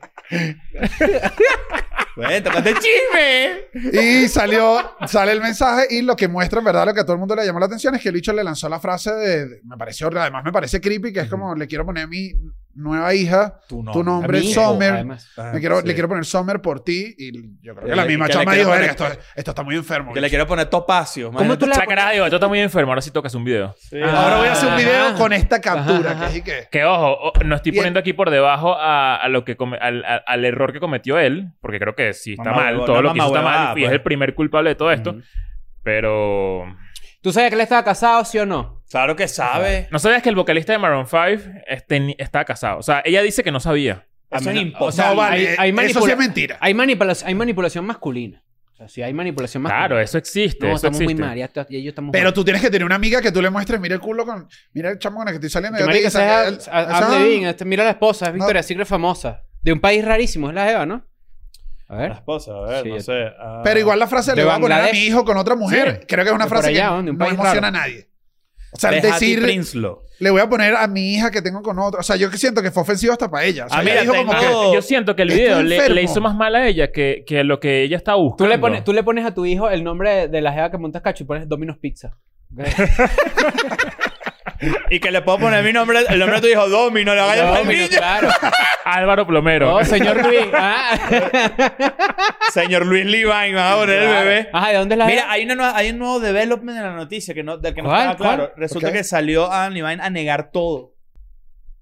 Speaker 3: Bueno, tócate chisme.
Speaker 4: Y salió, sale el mensaje y lo que muestra, en verdad, lo que a todo el mundo le llamó la atención es que el bicho le lanzó la frase de, de- me pareció, además me parece creepy, que es como, le quiero poner mi, nueva hija,
Speaker 3: Tu
Speaker 4: tu
Speaker 3: nombre.
Speaker 4: nombre Ah,
Speaker 2: A mí,
Speaker 4: es Summer.
Speaker 2: además.
Speaker 3: Ajá,
Speaker 4: Me quiero,
Speaker 3: Ah, sí.
Speaker 4: Le quiero poner Summer por ti. Y yo creo que
Speaker 3: Que
Speaker 4: la
Speaker 3: le-
Speaker 4: misma
Speaker 3: que le
Speaker 4: chama
Speaker 3: quiero
Speaker 4: dijo:
Speaker 3: poner-
Speaker 4: "Verga, esto, esto está muy enfermo.
Speaker 3: Que le quiero poner topacio.
Speaker 2: ¿Cómo tú
Speaker 3: imagínate.
Speaker 2: la-
Speaker 1: Sacará de esto está muy enfermo. Ahora sí tocas un video.
Speaker 3: Sí.
Speaker 2: Ah.
Speaker 4: Ahora voy a hacer un video
Speaker 2: Ajá.
Speaker 4: con esta captura.
Speaker 2: Ajá,
Speaker 4: Que sí que.
Speaker 1: Que ojo, o- no estoy
Speaker 4: Y el-
Speaker 1: poniendo aquí por debajo a, a lo que come- al, a- al error que cometió él, porque creo que sí está
Speaker 3: Mamá
Speaker 1: mal,
Speaker 3: huevona,
Speaker 1: todo lo que
Speaker 3: mamá
Speaker 1: hizo está mal
Speaker 3: huevada,
Speaker 1: y es
Speaker 3: pues.
Speaker 1: el primer culpable de todo esto.
Speaker 3: Ujú.
Speaker 1: Pero.
Speaker 2: ¿Tú sabías que él estaba casado, sí o no?
Speaker 3: Claro que sabe.
Speaker 1: ¿No sabías que el vocalista de Maroon 5 este, ni- está casado? O sea, ella dice que no sabía.
Speaker 2: A
Speaker 3: Eso
Speaker 2: mí
Speaker 3: es
Speaker 2: no-
Speaker 3: imposible.
Speaker 2: o sea,
Speaker 4: no, vale.
Speaker 2: hay- hay
Speaker 4: eso sí
Speaker 2: manipula-
Speaker 4: es mentira.
Speaker 2: Hay, manipulación, hay manipulación masculina. O sea, sí hay manipulación masculina.
Speaker 1: Claro, eso existe.
Speaker 2: No,
Speaker 1: eso
Speaker 2: estamos muy
Speaker 1: existe.
Speaker 2: mal. Ya, está- ya yo estamos
Speaker 4: Pero
Speaker 2: mal.
Speaker 4: tú tienes que tener una amiga que tú le muestres, mira el culo con. Mira el chamo con el que estoy saliendo.
Speaker 2: Que
Speaker 4: yo te
Speaker 2: marica,
Speaker 4: digo,
Speaker 2: sea-
Speaker 4: el-
Speaker 2: a- a-
Speaker 4: esa-
Speaker 2: a- Levin, este, mira la esposa, es
Speaker 4: No.
Speaker 2: Victoria Secret famosa. De un país rarísimo, es la Eva, ¿no? A
Speaker 3: La
Speaker 2: ver.
Speaker 3: esposa, a ver,
Speaker 2: Sí,
Speaker 3: no
Speaker 2: yo-
Speaker 3: sé. ah.
Speaker 4: Pero igual la frase
Speaker 2: De
Speaker 4: le voy a poner a mi
Speaker 2: Bangladesh.
Speaker 4: hijo con otra mujer.
Speaker 1: Sí.
Speaker 4: Creo que es una
Speaker 2: De por
Speaker 4: frase que
Speaker 2: allá, ¿no? De un
Speaker 4: no
Speaker 2: país
Speaker 4: emociona
Speaker 2: raro.
Speaker 4: a nadie. O sea, el
Speaker 3: Ah, Deja a ti,
Speaker 4: decir,
Speaker 3: Prinsloo.
Speaker 4: le voy a poner a mi hija que tengo con otra. O sea, yo que siento que fue ofensivo hasta para ella. O sea,
Speaker 3: Ah,
Speaker 4: ella
Speaker 3: mira,
Speaker 4: dijo como
Speaker 3: tengo-
Speaker 4: que.
Speaker 3: Oh,
Speaker 1: Yo siento que el
Speaker 4: estoy
Speaker 1: video le,
Speaker 4: enfermo.
Speaker 1: le hizo más mal a ella que, que lo que ella estaba
Speaker 2: Tú
Speaker 1: buscando.
Speaker 2: le, pones, tú le pones a tu hijo el nombre de, de la jeva que montas cacho y pones Domino's Pizza.
Speaker 3: Y que le puedo poner mi nombre, el nombre de tu hijo Domi, no le vayas a
Speaker 2: Domino's, claro.
Speaker 1: Álvaro Plomero.
Speaker 2: No, señor Luis. Ah.
Speaker 3: Señor Luis Levine,
Speaker 4: Ah,
Speaker 3: va a poner el bebé.
Speaker 2: Ajá, ¿de dónde es la
Speaker 3: Mira,
Speaker 2: jeva?
Speaker 3: hay, una nueva- hay un nuevo development en la noticia que no, del que no
Speaker 2: ¿Cuál?
Speaker 3: estaba claro.
Speaker 2: ¿Cuál?
Speaker 3: Resulta
Speaker 4: Ok.
Speaker 3: que salió Adam Levine a negar todo.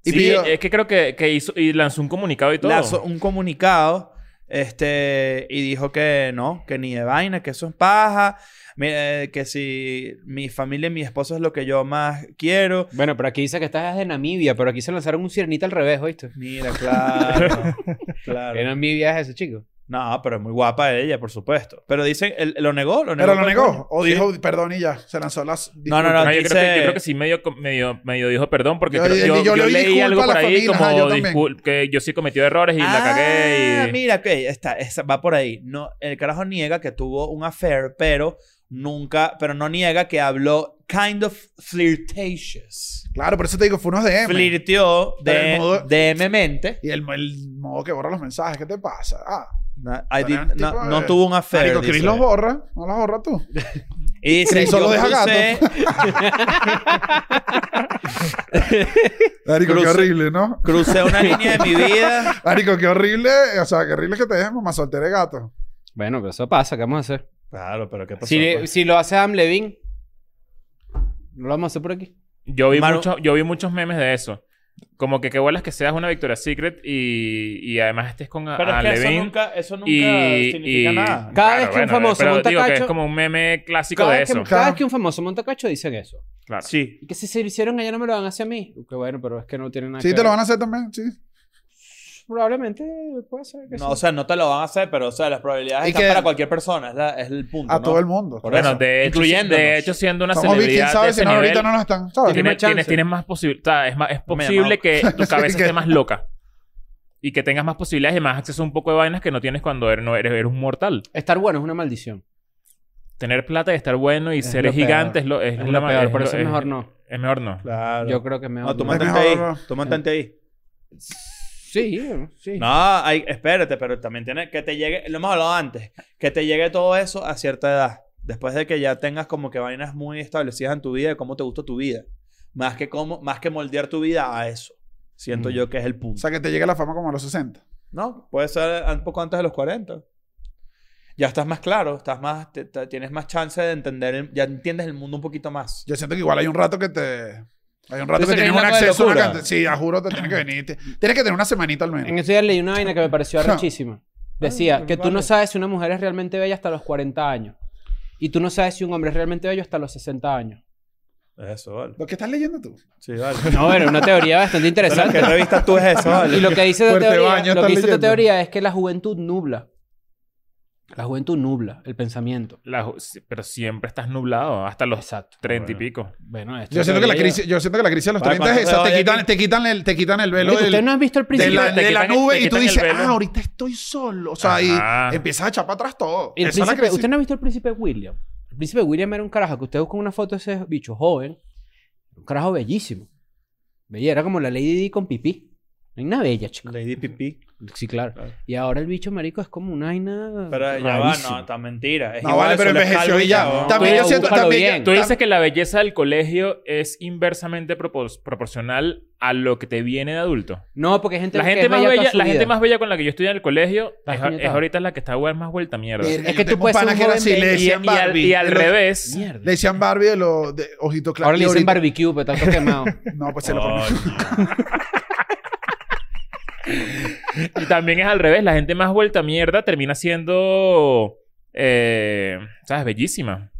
Speaker 4: Y
Speaker 1: Sí,
Speaker 4: pidió-
Speaker 1: es que creo que, que hizo y lanzó un comunicado y todo.
Speaker 3: Lanzó un comunicado este, y dijo que no, que ni de vaina, que eso es paja. mi- eh, que si mi familia y mi esposo es lo que yo más quiero.
Speaker 2: Bueno, pero aquí dice que estás de Namibia, pero aquí se lanzaron un ciernita al revés, ¿oíste?
Speaker 3: Mira, claro. claro.
Speaker 2: ¿En Namibia es ese chico?
Speaker 3: No, pero es muy guapa ella, por supuesto. Pero dice, él- lo negó, lo negó.
Speaker 4: Pero lo
Speaker 3: tal
Speaker 4: negó.
Speaker 3: cual.
Speaker 4: O
Speaker 3: Sí.
Speaker 4: dijo, perdón, y ya. Se lanzó las.
Speaker 3: No, no, no.
Speaker 1: No, yo, creo que,
Speaker 3: dice-
Speaker 1: yo creo que sí medio, medio, medio dijo perdón porque
Speaker 4: Yo-
Speaker 1: creo- yo,
Speaker 4: yo- yo
Speaker 1: yo
Speaker 4: le di
Speaker 1: leí
Speaker 4: disculpa
Speaker 1: algo
Speaker 4: a
Speaker 1: por
Speaker 4: la
Speaker 1: ahí
Speaker 4: familia,
Speaker 1: como
Speaker 4: ajá, yo también.
Speaker 1: discul- que yo sí cometí errores y la
Speaker 3: Ah,
Speaker 1: cagué y...
Speaker 3: mira, ok. Está, esa va por ahí. No, el carajo niega que tuvo un affair, pero nunca, pero no niega que habló kind of flirtatious.
Speaker 4: Claro, por eso te digo, fue unos DM.
Speaker 3: Flirteó
Speaker 4: Pero
Speaker 3: de,
Speaker 4: el modo-
Speaker 3: de memente.
Speaker 4: Y el, el modo que borra los mensajes, ¿qué te pasa? Ah,
Speaker 3: No, I
Speaker 4: Pero
Speaker 3: did-
Speaker 4: el tipo
Speaker 3: no-
Speaker 4: de-
Speaker 3: no tuvo un affair.
Speaker 4: Marico, Chris
Speaker 3: dice.
Speaker 4: los borra, no los borra tú.
Speaker 3: Y dice,
Speaker 4: Chris solo
Speaker 3: yo
Speaker 4: deja
Speaker 3: crucé-
Speaker 4: Marico, qué
Speaker 3: Cruce-
Speaker 4: horrible, ¿no?
Speaker 3: crucé una línea de mi vida.
Speaker 4: Marico, qué horrible. O sea, qué horrible que te dejes mamá soltera de gato.
Speaker 2: Bueno, pero eso pasa, ¿qué vamos a hacer?
Speaker 3: Claro, pero ¿qué pasó?
Speaker 2: Si,
Speaker 3: pues?
Speaker 2: si lo hace Adam Levine, ¿no lo vamos a hacer por aquí?
Speaker 1: Yo vi,
Speaker 3: Manu-
Speaker 1: muchos, yo vi muchos memes de eso. Como que qué bolas que seas una Victoria's Secret y, y además estés con a,
Speaker 3: Pero
Speaker 1: a
Speaker 3: es que eso
Speaker 1: Levine
Speaker 3: nunca, eso nunca
Speaker 1: y,
Speaker 3: significa
Speaker 1: y-
Speaker 3: nada.
Speaker 2: Cada vez que un famoso
Speaker 1: pero
Speaker 2: monta
Speaker 1: digo que
Speaker 2: cacho-
Speaker 1: es como un meme clásico
Speaker 2: Cada
Speaker 1: de
Speaker 2: vez, que,
Speaker 1: eso.
Speaker 2: cada
Speaker 4: Claro.
Speaker 2: vez que un famoso monta cacho dicen eso.
Speaker 1: Claro.
Speaker 3: Sí.
Speaker 2: Y que si se lo hicieron allá no me lo van a hacer a mí. Que bueno, pero es que no tienen nada
Speaker 4: Sí,
Speaker 2: que
Speaker 4: te lo
Speaker 2: ver.
Speaker 4: van a hacer también, sí.
Speaker 2: Probablemente puede ser que
Speaker 3: No,
Speaker 2: sí.
Speaker 3: o sea, no te lo van a hacer, pero o sea, las probabilidades
Speaker 4: Y
Speaker 3: están
Speaker 4: que-
Speaker 3: para cualquier persona, es, la- es el punto.
Speaker 4: A
Speaker 3: ¿no?
Speaker 4: todo el mundo.
Speaker 3: Por
Speaker 1: Bueno,
Speaker 3: eso.
Speaker 1: de hecho,
Speaker 3: Incluyéndonos.
Speaker 1: de hecho, siendo una
Speaker 4: Somos bien,
Speaker 1: celebridad de
Speaker 4: ¿sabes? Si
Speaker 1: ese
Speaker 4: no,
Speaker 1: nivel,
Speaker 4: ahorita no nos están,
Speaker 2: Tiene
Speaker 4: ¿sabes?
Speaker 1: tienes,
Speaker 2: más chance.
Speaker 1: tienes- tienes más posibilidades. Es, más- es
Speaker 3: No me
Speaker 1: posible que tu
Speaker 4: Sí,
Speaker 1: cabeza
Speaker 4: que-
Speaker 1: esté más loca. Y que tengas más posibilidades y más acceso a un poco de vainas que no tienes cuando eres, no eres, eres un mortal.
Speaker 2: Estar bueno es una maldición.
Speaker 1: Tener plata y estar bueno y
Speaker 2: Es
Speaker 1: ser
Speaker 2: lo peor.
Speaker 1: gigante es lo, es
Speaker 2: Es,
Speaker 1: la
Speaker 2: lo
Speaker 1: ma-
Speaker 2: peor,
Speaker 1: es
Speaker 2: por
Speaker 1: lo-
Speaker 2: eso es mejor no.
Speaker 1: Es mejor no.
Speaker 3: Claro.
Speaker 2: Yo creo que es mejor
Speaker 3: No, tú
Speaker 2: no.
Speaker 4: mantén-
Speaker 3: mantente ahí.
Speaker 4: mejor, no.
Speaker 3: Tú mantente ahí.
Speaker 2: Sí, sí.
Speaker 3: No, hay- espérate, pero también tiene que te llegue, lo hemos hablado antes, que te llegue todo eso a cierta edad. Después de que ya tengas como que vainas muy establecidas en tu vida, de cómo te gusta tu vida. Más que cómo, más que moldear tu vida a eso. Siento
Speaker 2: Mm.
Speaker 3: yo que es el
Speaker 4: O
Speaker 3: punto.
Speaker 4: sea, que te llegue la fama como a los 60.
Speaker 3: No, puede ser un poco antes de los 40. Ya estás más claro, estás más, te- te- tienes más chance de entender, el- ya entiendes el mundo un poquito más.
Speaker 4: Yo siento que igual hay un rato que te... Hay un rato
Speaker 3: Entonces,
Speaker 4: que tienes
Speaker 3: ¿hay
Speaker 4: un
Speaker 3: algo de
Speaker 4: acceso a una
Speaker 3: locura?
Speaker 4: cantidad... Sí, a juro, te tienes que venir. te- Tienes que tener una semanita al menos.
Speaker 2: En estos días leí una vaina que me pareció arrechísima. Decía
Speaker 3: Ah,
Speaker 2: que tú no
Speaker 3: vale.
Speaker 2: sabes si una mujer es realmente bella hasta los 40 años. Y tú no sabes si un hombre es realmente bello hasta los 60 años.
Speaker 3: Eso, vale.
Speaker 4: ¿Lo que estás leyendo tú?
Speaker 3: Sí, vale.
Speaker 2: No, era una teoría bastante
Speaker 3: Entonces, ¿Qué
Speaker 2: interesante.
Speaker 3: revista tú es eso,
Speaker 2: Y
Speaker 3: vale?
Speaker 2: lo que dice esta
Speaker 4: Fuerte
Speaker 2: teoría,
Speaker 4: baño,
Speaker 2: lo
Speaker 4: estás
Speaker 2: que dice esta
Speaker 4: leyendo.
Speaker 2: teoría es que la juventud nubla. La juventud nubla el pensamiento.
Speaker 1: La ju- sí, pero siempre estás nublado hasta los
Speaker 2: Exacto.
Speaker 1: treinta y
Speaker 3: Bueno.
Speaker 1: pico.
Speaker 2: Bueno, esto
Speaker 4: Yo siento, que la
Speaker 2: teoría-
Speaker 4: crisis, yo siento que la crisis de los
Speaker 3: Para
Speaker 4: 30 es esa.
Speaker 3: cuando se
Speaker 4: Te
Speaker 3: vaya
Speaker 4: quitan,
Speaker 3: aquí.
Speaker 4: te, quitan el, te quitan el velo
Speaker 2: Marico,
Speaker 4: del,
Speaker 2: Ustedes no han visto el
Speaker 4: de,
Speaker 2: principio.
Speaker 4: la,
Speaker 1: te
Speaker 4: de la
Speaker 1: quitan el-
Speaker 4: nube
Speaker 1: te
Speaker 4: y tú
Speaker 1: quitan el
Speaker 4: dices,
Speaker 1: velo.
Speaker 4: ah, ahorita estoy solo. O sea,
Speaker 1: Ajá.
Speaker 4: y empiezas a echar para atrás todo.
Speaker 2: El
Speaker 4: Esa es la
Speaker 2: príncipe,
Speaker 4: crisis.
Speaker 2: ¿Usted no ha visto el príncipe William? El príncipe William era un carajo que usted busca una foto de ese bicho joven. Un carajo bellísimo. Bella, era como la Lady Di con pipí. No hay una bella, chico.
Speaker 3: Lady Pipi.
Speaker 2: Sí, claro.
Speaker 3: Claro.
Speaker 2: Y ahora el bicho marico es como una vaina.
Speaker 3: Pero ya va, no, está mentira. Es
Speaker 4: No,
Speaker 3: igual,
Speaker 4: vale, pero
Speaker 3: eso le
Speaker 4: envejeció
Speaker 3: calvo
Speaker 4: y ya.
Speaker 3: ¿no?
Speaker 4: También
Speaker 2: Tú
Speaker 4: yo siento...
Speaker 2: búscalo
Speaker 4: También,
Speaker 2: bien.
Speaker 4: yo-
Speaker 1: Tú
Speaker 4: tam-
Speaker 1: dices que la belleza del colegio es inversamente propos- proporcional a lo que te viene de adulto.
Speaker 2: No, porque hay gente
Speaker 1: La
Speaker 2: que es
Speaker 1: gente, más
Speaker 2: bella toda
Speaker 1: bella,
Speaker 2: su
Speaker 1: la
Speaker 2: vida.
Speaker 1: gente más bella con la que yo estudié en el colegio
Speaker 2: Está
Speaker 1: es,
Speaker 2: coñetada.
Speaker 1: es ahorita la que está güey, más vuelta mierda.
Speaker 4: Verga,
Speaker 2: Es
Speaker 4: yo
Speaker 2: que tú
Speaker 4: tengo un
Speaker 2: puedes ser
Speaker 4: pana
Speaker 2: un
Speaker 4: que era
Speaker 2: joven
Speaker 4: así, le
Speaker 2: bello.
Speaker 1: Y,
Speaker 4: decían
Speaker 1: y al,
Speaker 4: Barbie.
Speaker 1: y al
Speaker 4: Lo-
Speaker 1: revés.
Speaker 2: Mierda.
Speaker 4: Le decían Barbie de los de ojitos claros.
Speaker 2: Ahora le
Speaker 4: Y
Speaker 2: dicen
Speaker 4: ahorita-
Speaker 2: barbecue, pero está todo quemado.
Speaker 4: No, pues se lo
Speaker 3: Coño.
Speaker 4: pongo.
Speaker 1: Y también es al revés. La gente más vuelta mierda termina siendo. eh, ¿Sabes? Bellísima.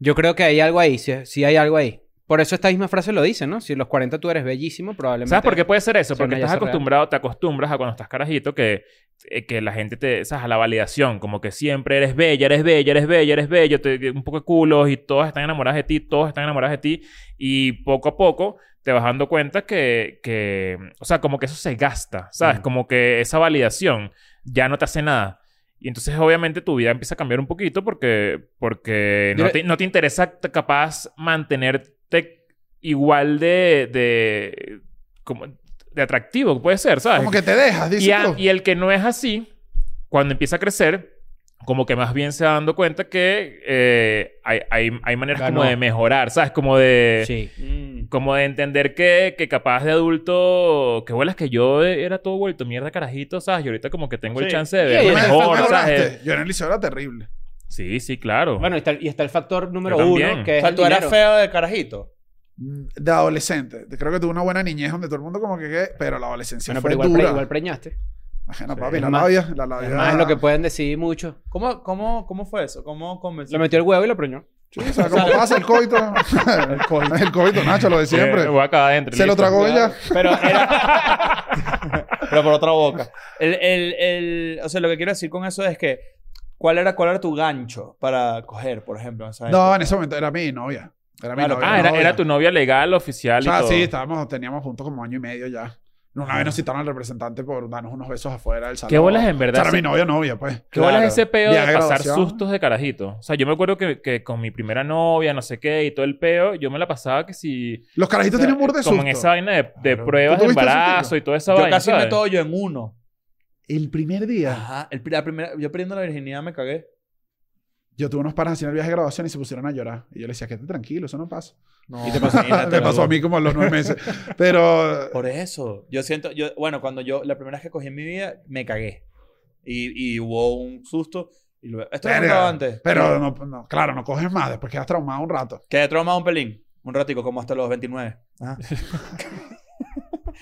Speaker 2: Yo creo que hay algo ahí, sí, sí hay algo ahí. Por eso esta misma frase lo dice, ¿no? Si a los 40 tú eres bellísimo, probablemente.
Speaker 1: ¿Sabes por qué puede ser eso?
Speaker 2: Sí,
Speaker 1: Porque
Speaker 2: una
Speaker 1: estás
Speaker 2: belleza real.
Speaker 1: acostumbrado, te acostumbras a cuando estás carajito que, eh, que la gente te. ¿Sabes? A la validación. Como que siempre eres bella, eres bella, eres bella, eres bello. Te, un poco de culos y todas están enamoradas de ti, todos están enamorados de ti. Y poco a poco te vas dando cuenta que. que o sea, como que eso se gasta. ¿Sabes?
Speaker 2: Ujú.
Speaker 1: Como que esa validación ya no te hace nada. Y entonces, obviamente, tu vida empieza a cambiar un poquito porque, porque
Speaker 2: Yo
Speaker 1: no,
Speaker 2: le-
Speaker 1: te, no te interesa t- capaz mantenerte igual de, de, como, de atractivo, puede ser, ¿sabes?
Speaker 4: Como que te dejas,
Speaker 1: y,
Speaker 4: dices
Speaker 1: a-
Speaker 4: tú.
Speaker 1: y el que no es así, cuando empieza a crecer, como que más bien se va dando cuenta que eh, hay, hay, hay maneras como
Speaker 2: Ganó.
Speaker 1: de mejorar, ¿sabes? Como de
Speaker 2: Sí.
Speaker 3: Mm.
Speaker 1: como de entender que, que capaz de adulto, que vuelas que yo era todo vuelto mierda carajito, ¿sabes? Y ahorita como que tengo el
Speaker 3: Sí.
Speaker 1: chance de
Speaker 2: Sí,
Speaker 1: verlo
Speaker 2: y
Speaker 4: Una vez
Speaker 1: mejor,
Speaker 4: mejoraste.
Speaker 1: ¿sabes? Eh,
Speaker 4: Yo en el liceo era terrible.
Speaker 1: Sí, sí, claro.
Speaker 2: Bueno, y está, y está el factor número
Speaker 1: Yo
Speaker 2: uno,
Speaker 1: también.
Speaker 2: que
Speaker 3: O
Speaker 2: es
Speaker 3: sea,
Speaker 2: el
Speaker 3: tú eras
Speaker 2: dinero.
Speaker 3: feo de carajito.
Speaker 4: Mm, De adolescente. Creo que tuve una buena niñez donde todo el mundo como que... ¿qué? Pero la adolescencia
Speaker 2: Bueno,
Speaker 4: fue
Speaker 2: pero igual, pre-
Speaker 4: dura.
Speaker 2: igual preñaste.
Speaker 4: Imagina,
Speaker 1: Sí.
Speaker 4: papi,
Speaker 2: Es
Speaker 4: la
Speaker 2: más-
Speaker 4: labia. La labia.
Speaker 2: Es más, lo que pueden decidir mucho.
Speaker 3: ¿Cómo, cómo, cómo fue eso? ¿Cómo convenció?
Speaker 2: Le metió el huevo y lo preñó.
Speaker 4: Sí, o sea, como pasa el coito. el coito. el coito, Nacho, lo de Pues siempre.
Speaker 1: Eh, voy acá adentro,
Speaker 4: se lo
Speaker 1: listo.
Speaker 4: tragó
Speaker 3: Claro,
Speaker 4: ella.
Speaker 3: Pero era- pero por otra boca. El, el, el, o sea, lo que quiero decir con eso es que... ¿Cuál era, cuál era tu gancho para coger, por ejemplo? en esa
Speaker 4: No,
Speaker 3: época?
Speaker 4: en ese momento era mi novia. Era mi
Speaker 3: Claro,
Speaker 4: novia.
Speaker 1: Ah, era,
Speaker 4: novia.
Speaker 1: era tu novia legal, oficial
Speaker 4: O sea,
Speaker 1: y todo.
Speaker 4: Ah, sí, estábamos, teníamos juntos como año y medio ya. Una vez nos citaron al representante por darnos unos besos afuera del salón.
Speaker 1: ¿Qué bolas en
Speaker 4: O sea,
Speaker 1: verdad?
Speaker 4: era mi
Speaker 1: ese-
Speaker 4: novia, novia, pues.
Speaker 1: ¿Qué bolas
Speaker 3: Claro.
Speaker 1: ese peo de
Speaker 4: Viaje de
Speaker 1: pasar
Speaker 4: graduación.
Speaker 1: sustos de carajito? O sea, yo me acuerdo que, que con mi primera novia, no sé qué, y todo el peo, yo me la pasaba que si...
Speaker 4: Los carajitos tienen mur de
Speaker 1: Como
Speaker 4: susto.
Speaker 1: en esa vaina de, de
Speaker 4: Claro.
Speaker 1: pruebas
Speaker 4: ¿Tú
Speaker 1: de
Speaker 4: tuviste susto,
Speaker 1: embarazo y toda esa
Speaker 3: Yo
Speaker 1: vaina,
Speaker 3: casi
Speaker 1: ¿sabes?
Speaker 3: me todo yo en uno.
Speaker 4: El primer día,
Speaker 3: Ajá. El, pri- la primera, yo perdiendo la virginidad me cagué.
Speaker 4: yo tuve unos panas haciendo el viaje de graduación y se pusieron a llorar. Y yo les decía, quédate tranquilo, eso no pasa.
Speaker 3: No,
Speaker 4: Y te pasó,
Speaker 3: imagínate,
Speaker 4: me pasó a
Speaker 3: loco.
Speaker 4: mí como a los nueve meses. Pero
Speaker 3: Por eso. Yo siento... Yo, bueno, cuando yo... La primera vez que cogí en mi vida, me cagué. Y, y hubo un susto. Y luego, esto lo he
Speaker 4: Verga.
Speaker 3: contado antes.
Speaker 4: Pero no, no, claro, no coges más, después quedas traumado un rato.
Speaker 3: Quedé traumado un pelín. Un ratico, como hasta los 29. Ajá.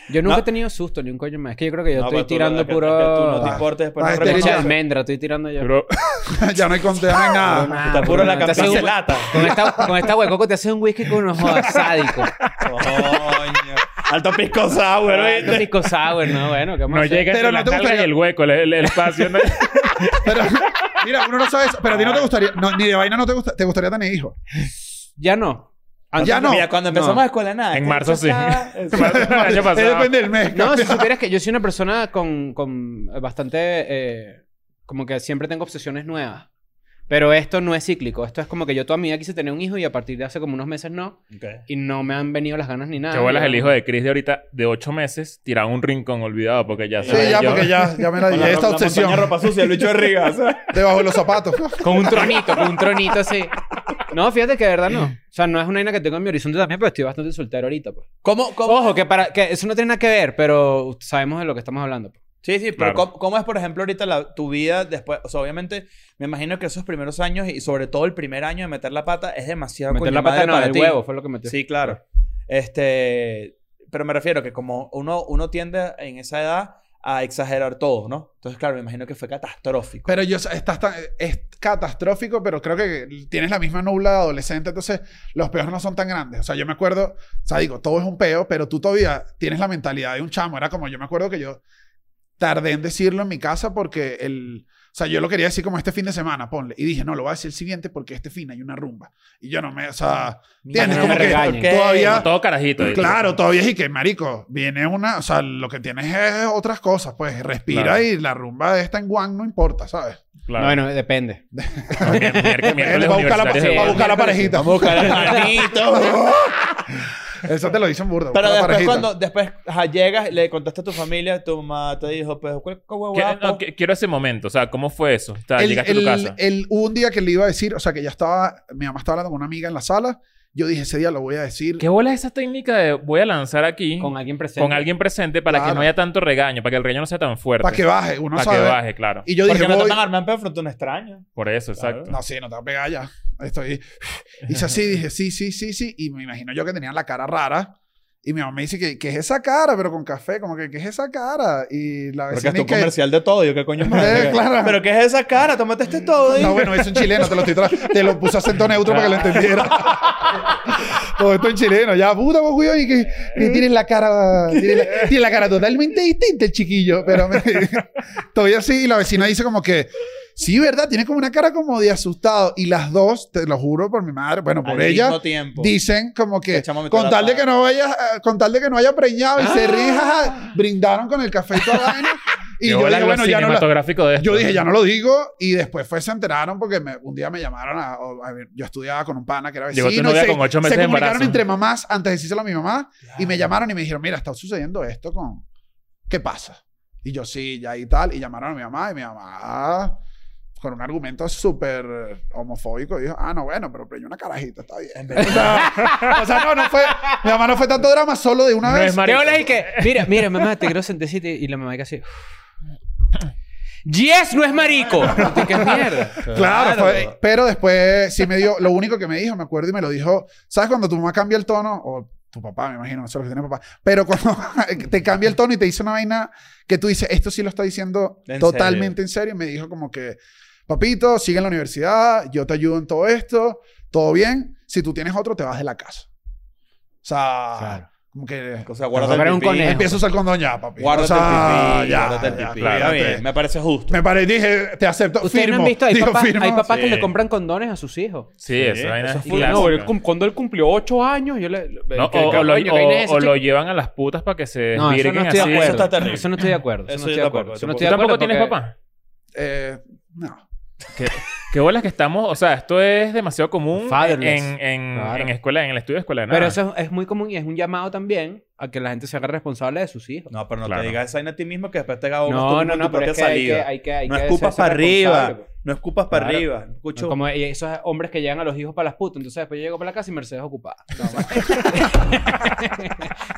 Speaker 2: Yo nunca
Speaker 3: No.
Speaker 2: he tenido susto ni un coño más. Es que yo creo que yo
Speaker 3: No,
Speaker 2: estoy
Speaker 3: pero tú-
Speaker 2: tirando
Speaker 3: es que-
Speaker 2: puro...
Speaker 3: es que tú no te
Speaker 4: Ah,
Speaker 3: importas, después
Speaker 4: ah,
Speaker 3: no
Speaker 4: este
Speaker 2: leche de
Speaker 3: reconoces.
Speaker 2: almendra. Estoy tirando yo.
Speaker 1: Pero-
Speaker 4: ya no hay conteo, no hay nada.
Speaker 2: Ah,
Speaker 3: Está puro la
Speaker 2: Bruno, te haces
Speaker 3: camisa
Speaker 2: un-
Speaker 3: de lata.
Speaker 2: Con esta, con esta huecoco te haces un whisky con unos jodas sádicos.
Speaker 3: Coño. Alto pisco sour,
Speaker 2: Bueno,
Speaker 3: ¿viste?
Speaker 2: pico sour, ¿no? Bueno, ¿qué vamos
Speaker 1: No
Speaker 2: a hacer?
Speaker 1: llega
Speaker 4: Pero
Speaker 1: entre
Speaker 4: no
Speaker 1: las
Speaker 4: te
Speaker 1: nalgas
Speaker 4: gustaría-
Speaker 1: y el hueco, el, el- el espacio. ¿no?
Speaker 4: Pero, mira, uno no sabe eso. Pero a ti
Speaker 1: Ah.
Speaker 4: no te gustaría, no, ni de vaina no te gusta, te gustaría tener hijos.
Speaker 2: Ya no. Antes-
Speaker 4: Ah, Ya no.
Speaker 3: Mira, cuando empezamos
Speaker 2: No.
Speaker 3: a escuela nada.
Speaker 1: En
Speaker 3: este
Speaker 1: marzo
Speaker 3: bicho
Speaker 1: sí.
Speaker 3: está-
Speaker 1: El año
Speaker 4: Eh,
Speaker 1: pasado.
Speaker 4: Depende del mes.
Speaker 2: No, si supieras que yo soy una persona con, con bastante... eh, como que siempre tengo obsesiones nuevas. Pero esto no es cíclico. Esto es como que yo toda mi vida quise tener un hijo y a partir de hace como unos meses no.
Speaker 3: Ok.
Speaker 2: Y no me han venido las ganas ni nada.
Speaker 1: Que vuelas
Speaker 2: Yo-
Speaker 1: el hijo de Chris de ahorita de ocho meses tirado a un rincón olvidado porque ya
Speaker 4: Sí, ya,
Speaker 1: yo-
Speaker 4: porque ya, ya me la
Speaker 3: Con la
Speaker 4: dije. Esta
Speaker 3: ro- la
Speaker 4: obsesión.
Speaker 3: montaña ropa sucia, el bicho de Riga. ¿sabes?
Speaker 4: Debajo de los zapatos.
Speaker 2: Con un tronito, con un tronito así. No, fíjate que de verdad no. O sea, no es una vaina que tengo en mi horizonte también, pero estoy bastante soltero ahorita, pues.
Speaker 3: ¿Cómo, cómo?
Speaker 2: Ojo, que, para, que eso no tiene nada que ver, pero sabemos de lo que estamos hablando. pues.
Speaker 3: Sí, sí, pero
Speaker 1: Claro.
Speaker 3: ¿cómo, cómo es, por ejemplo, ahorita la- tu vida después? O sea, obviamente, me imagino que esos primeros años y sobre todo el primer año de meter la pata es demasiado
Speaker 2: Meter
Speaker 3: coño
Speaker 2: la pata
Speaker 3: madre
Speaker 2: no,
Speaker 3: para
Speaker 2: el
Speaker 3: ti.
Speaker 2: huevo fue lo que metió.
Speaker 3: Sí, claro. Este, pero me refiero que como uno, uno tiende en esa edad a exagerar todo, ¿no? Entonces, claro, me imagino que fue catastrófico.
Speaker 4: Pero yo, estás tan- es catastrófico, pero creo que tienes la misma nubla de adolescente, entonces los peos no son tan grandes. O sea, yo me acuerdo, o sea, digo, todo es un peo, pero tú todavía tienes la mentalidad de un chamo. Era como, yo me acuerdo que yo tardé en decirlo en mi casa porque el. O sea, yo lo quería decir como este fin de semana, ponle. Y dije, no, lo voy a decir el siguiente porque este fin hay una rumba. Y yo no me, o sea, ¿entiendes?
Speaker 2: no
Speaker 4: Como
Speaker 2: me
Speaker 4: que
Speaker 2: regañen.
Speaker 4: todavía...
Speaker 1: Todo carajito. dice.
Speaker 4: Claro, todavía y que, marico, viene una, o sea, lo que tienes es otras cosas, pues respira
Speaker 1: Claro.
Speaker 4: y la rumba esta en Guan no importa, ¿sabes?
Speaker 1: Claro.
Speaker 2: No, bueno, depende.
Speaker 1: Mier- miércoles
Speaker 4: Va a buscar la,
Speaker 1: universitarios de
Speaker 4: va a
Speaker 1: Guam.
Speaker 4: buscar la parejita.
Speaker 3: Carajito.
Speaker 4: Eso te lo dicen burdo.
Speaker 3: Pero
Speaker 4: pura
Speaker 3: después
Speaker 4: parejita.
Speaker 3: cuando después ajá, llegas, le contaste a tu familia, tu mamá te dijo, pues, ¿cuál qué
Speaker 1: Qui-
Speaker 3: huevada,
Speaker 1: no,
Speaker 3: po?
Speaker 1: qui- quiero ese momento. O sea, ¿cómo fue eso? O sea,
Speaker 4: El-
Speaker 1: llegaste a
Speaker 4: el-
Speaker 1: tu casa.
Speaker 4: el- hubo un día que le iba a decir, o sea, que ya estaba, mi mamá estaba hablando con una amiga en la sala. Yo dije, ese día lo voy a decir.
Speaker 1: ¿Qué bola es esa técnica de voy a lanzar aquí
Speaker 2: Con
Speaker 1: con,
Speaker 2: alguien presente.
Speaker 1: alguien presente para que
Speaker 4: Claro.
Speaker 1: no haya tanto regaño, para que el regaño no sea tan fuerte?
Speaker 4: Para que baje, uno
Speaker 1: Para que
Speaker 4: sabe.
Speaker 1: baje, claro.
Speaker 4: Y yo
Speaker 3: Porque
Speaker 4: dije,
Speaker 3: no
Speaker 4: voy-
Speaker 3: te van a armar en frente a un extraño.
Speaker 1: Por eso,
Speaker 3: Claro.
Speaker 1: exacto.
Speaker 4: No, sí, no te va a pegar ya. Estoy. Hice así, dije, sí, sí, sí, sí. Y me imagino yo que tenía la cara rara. Y mi mamá me dice que, ¿qué es esa cara, pero con café, como que, ¿qué es esa cara? Y la
Speaker 3: Porque es
Speaker 4: vecina y
Speaker 3: tu
Speaker 4: que.
Speaker 3: comercial de todo, yo qué coño
Speaker 4: Eh,
Speaker 3: madre.
Speaker 4: claro.
Speaker 3: Pero ¿qué es esa cara? ¿Te mataste todo? ¿eh?
Speaker 4: No, bueno, es un chileno, te lo estoy tra- Te lo puse acento neutro para que lo entendiera. Todo esto en chileno, ya, puta, vos, cuidado, y que, que tienes la cara. Tienes la, tienes la cara totalmente distinta, el chiquillo. Pero me, todavía así, y la vecina dice como que. Sí, ¿verdad? Tienes como una cara como de asustado. Y las dos, te lo juro por mi madre, bueno, por
Speaker 3: Al
Speaker 4: ella.
Speaker 3: mismo tiempo.
Speaker 4: Dicen como que
Speaker 3: El chamo metió
Speaker 4: con
Speaker 3: la
Speaker 4: tal de
Speaker 3: pata.
Speaker 4: que no vayas, eh, con tal de que no haya preñado y se ríe, jaja, brindaron con el café y toda la vaina.
Speaker 1: Y
Speaker 4: Y yo dije, bueno, ya no la-
Speaker 1: cinematográfico de esto.
Speaker 4: yo dije, ya no lo digo. Y después fue, se enteraron porque me- un día me llamaron a, o- a ver, yo estudiaba con un pana que era
Speaker 1: Llegó
Speaker 4: vecino.
Speaker 1: tu novia
Speaker 4: y se,
Speaker 1: con ocho meses
Speaker 4: se
Speaker 1: de
Speaker 4: comunicaron
Speaker 1: embarazo.
Speaker 4: entre mamás antes de decírselo a mi mamá. Y me llamaron y me dijeron, mira, está sucediendo esto con... ¿Qué pasa? Y yo, sí, ya y tal. Y llamaron a mi mamá y mi mamá con un argumento súper homofóbico dijo, ah, no, bueno, pero preñó una carajita, está bien. O sea, o sea, no, no fue... Mi mamá no fue tanto drama, solo de una
Speaker 1: No
Speaker 4: vez.
Speaker 1: es marico.
Speaker 2: Yo le dije, mira, mira, mamá, te quiero sentecito. Y la mamá que así... ¡Yes! ¡No es marico! ¿Qué mierda?
Speaker 4: Claro, fue- pero después sí me dio, lo único que me dijo, me acuerdo y me lo dijo, ¿sabes cuando tu mamá cambia el tono? O tu papá, me imagino, no sé lo que tiene papá, pero cuando te cambia el tono y te dice una vaina que tú dices, esto sí lo está diciendo
Speaker 3: ¿En
Speaker 4: totalmente en serio, y me dijo como que, papito, sigue en la universidad, yo te ayudo en todo esto, todo bien, si tú tienes otro, te vas de la casa. O sea, como que...
Speaker 3: O sea, guárdate
Speaker 2: Pero
Speaker 3: el
Speaker 2: un
Speaker 3: pipí.
Speaker 2: conejo.
Speaker 4: Empieza a usar condón ya, papi.
Speaker 3: Guárdate
Speaker 4: O sea,
Speaker 3: el pipí.
Speaker 4: ya,
Speaker 3: guárdate el
Speaker 4: ya,
Speaker 3: pipí.
Speaker 4: cuídate.
Speaker 3: Está bien, me parece justo.
Speaker 4: Me parece, dije, te acepto.
Speaker 2: Ustedes
Speaker 4: firmo.
Speaker 2: no han visto, hay
Speaker 4: Dijo,
Speaker 2: papás, hay
Speaker 4: firmo.
Speaker 2: papás que
Speaker 1: Sí.
Speaker 2: le compran condones a sus hijos.
Speaker 1: Sí, esa
Speaker 3: Sí,
Speaker 1: vaina
Speaker 3: eso
Speaker 1: es
Speaker 3: fue-
Speaker 1: clásica.
Speaker 2: No, él cum- cuando él cumplió 8 años, yo le...
Speaker 1: No,
Speaker 2: que-
Speaker 1: o,
Speaker 2: que-
Speaker 1: o lo,
Speaker 2: coño, ¿qué vaina es esa,
Speaker 1: o- o lo
Speaker 2: chico?
Speaker 1: llevan a las putas para que se
Speaker 2: No, eso no
Speaker 1: virguen
Speaker 2: estoy
Speaker 1: así.
Speaker 2: de acuerdo.
Speaker 3: Eso está terrible.
Speaker 2: Eso no estoy de acuerdo. Eso
Speaker 3: Eso
Speaker 2: no estoy
Speaker 3: yo
Speaker 2: de
Speaker 3: tampoco,
Speaker 2: acuerdo. Eso no
Speaker 3: tampoco.
Speaker 1: ¿Tú
Speaker 2: estoy de
Speaker 1: tampoco
Speaker 2: acuerdo
Speaker 1: tienes
Speaker 2: porque-
Speaker 1: papá?
Speaker 4: Eh, no.
Speaker 1: ¿Qué, qué bolas que estamos... O sea, esto es demasiado común
Speaker 2: Fatherless.
Speaker 1: en, en,
Speaker 2: Claro.
Speaker 1: en escuela, en el estudio de escuela de nada.
Speaker 2: Pero eso es, es muy común y es un llamado también a que la gente se haga responsable de sus hijos.
Speaker 3: No, pero no
Speaker 1: Claro.
Speaker 3: te digas esa vaina a ti mismo que después te hagas
Speaker 2: No, no, no, pero es que hay que,
Speaker 3: salida.
Speaker 2: hay que, hay
Speaker 3: no
Speaker 2: que
Speaker 3: escupas
Speaker 2: hacerse
Speaker 3: para arriba.
Speaker 2: responsable, pues.
Speaker 3: No escupas para
Speaker 2: Claro.
Speaker 3: arriba.
Speaker 2: pues.
Speaker 3: Escucho.
Speaker 2: Como esos hombres que llegan a los hijos para las putas. Entonces después yo llego para la casa y Mercedes ocupada.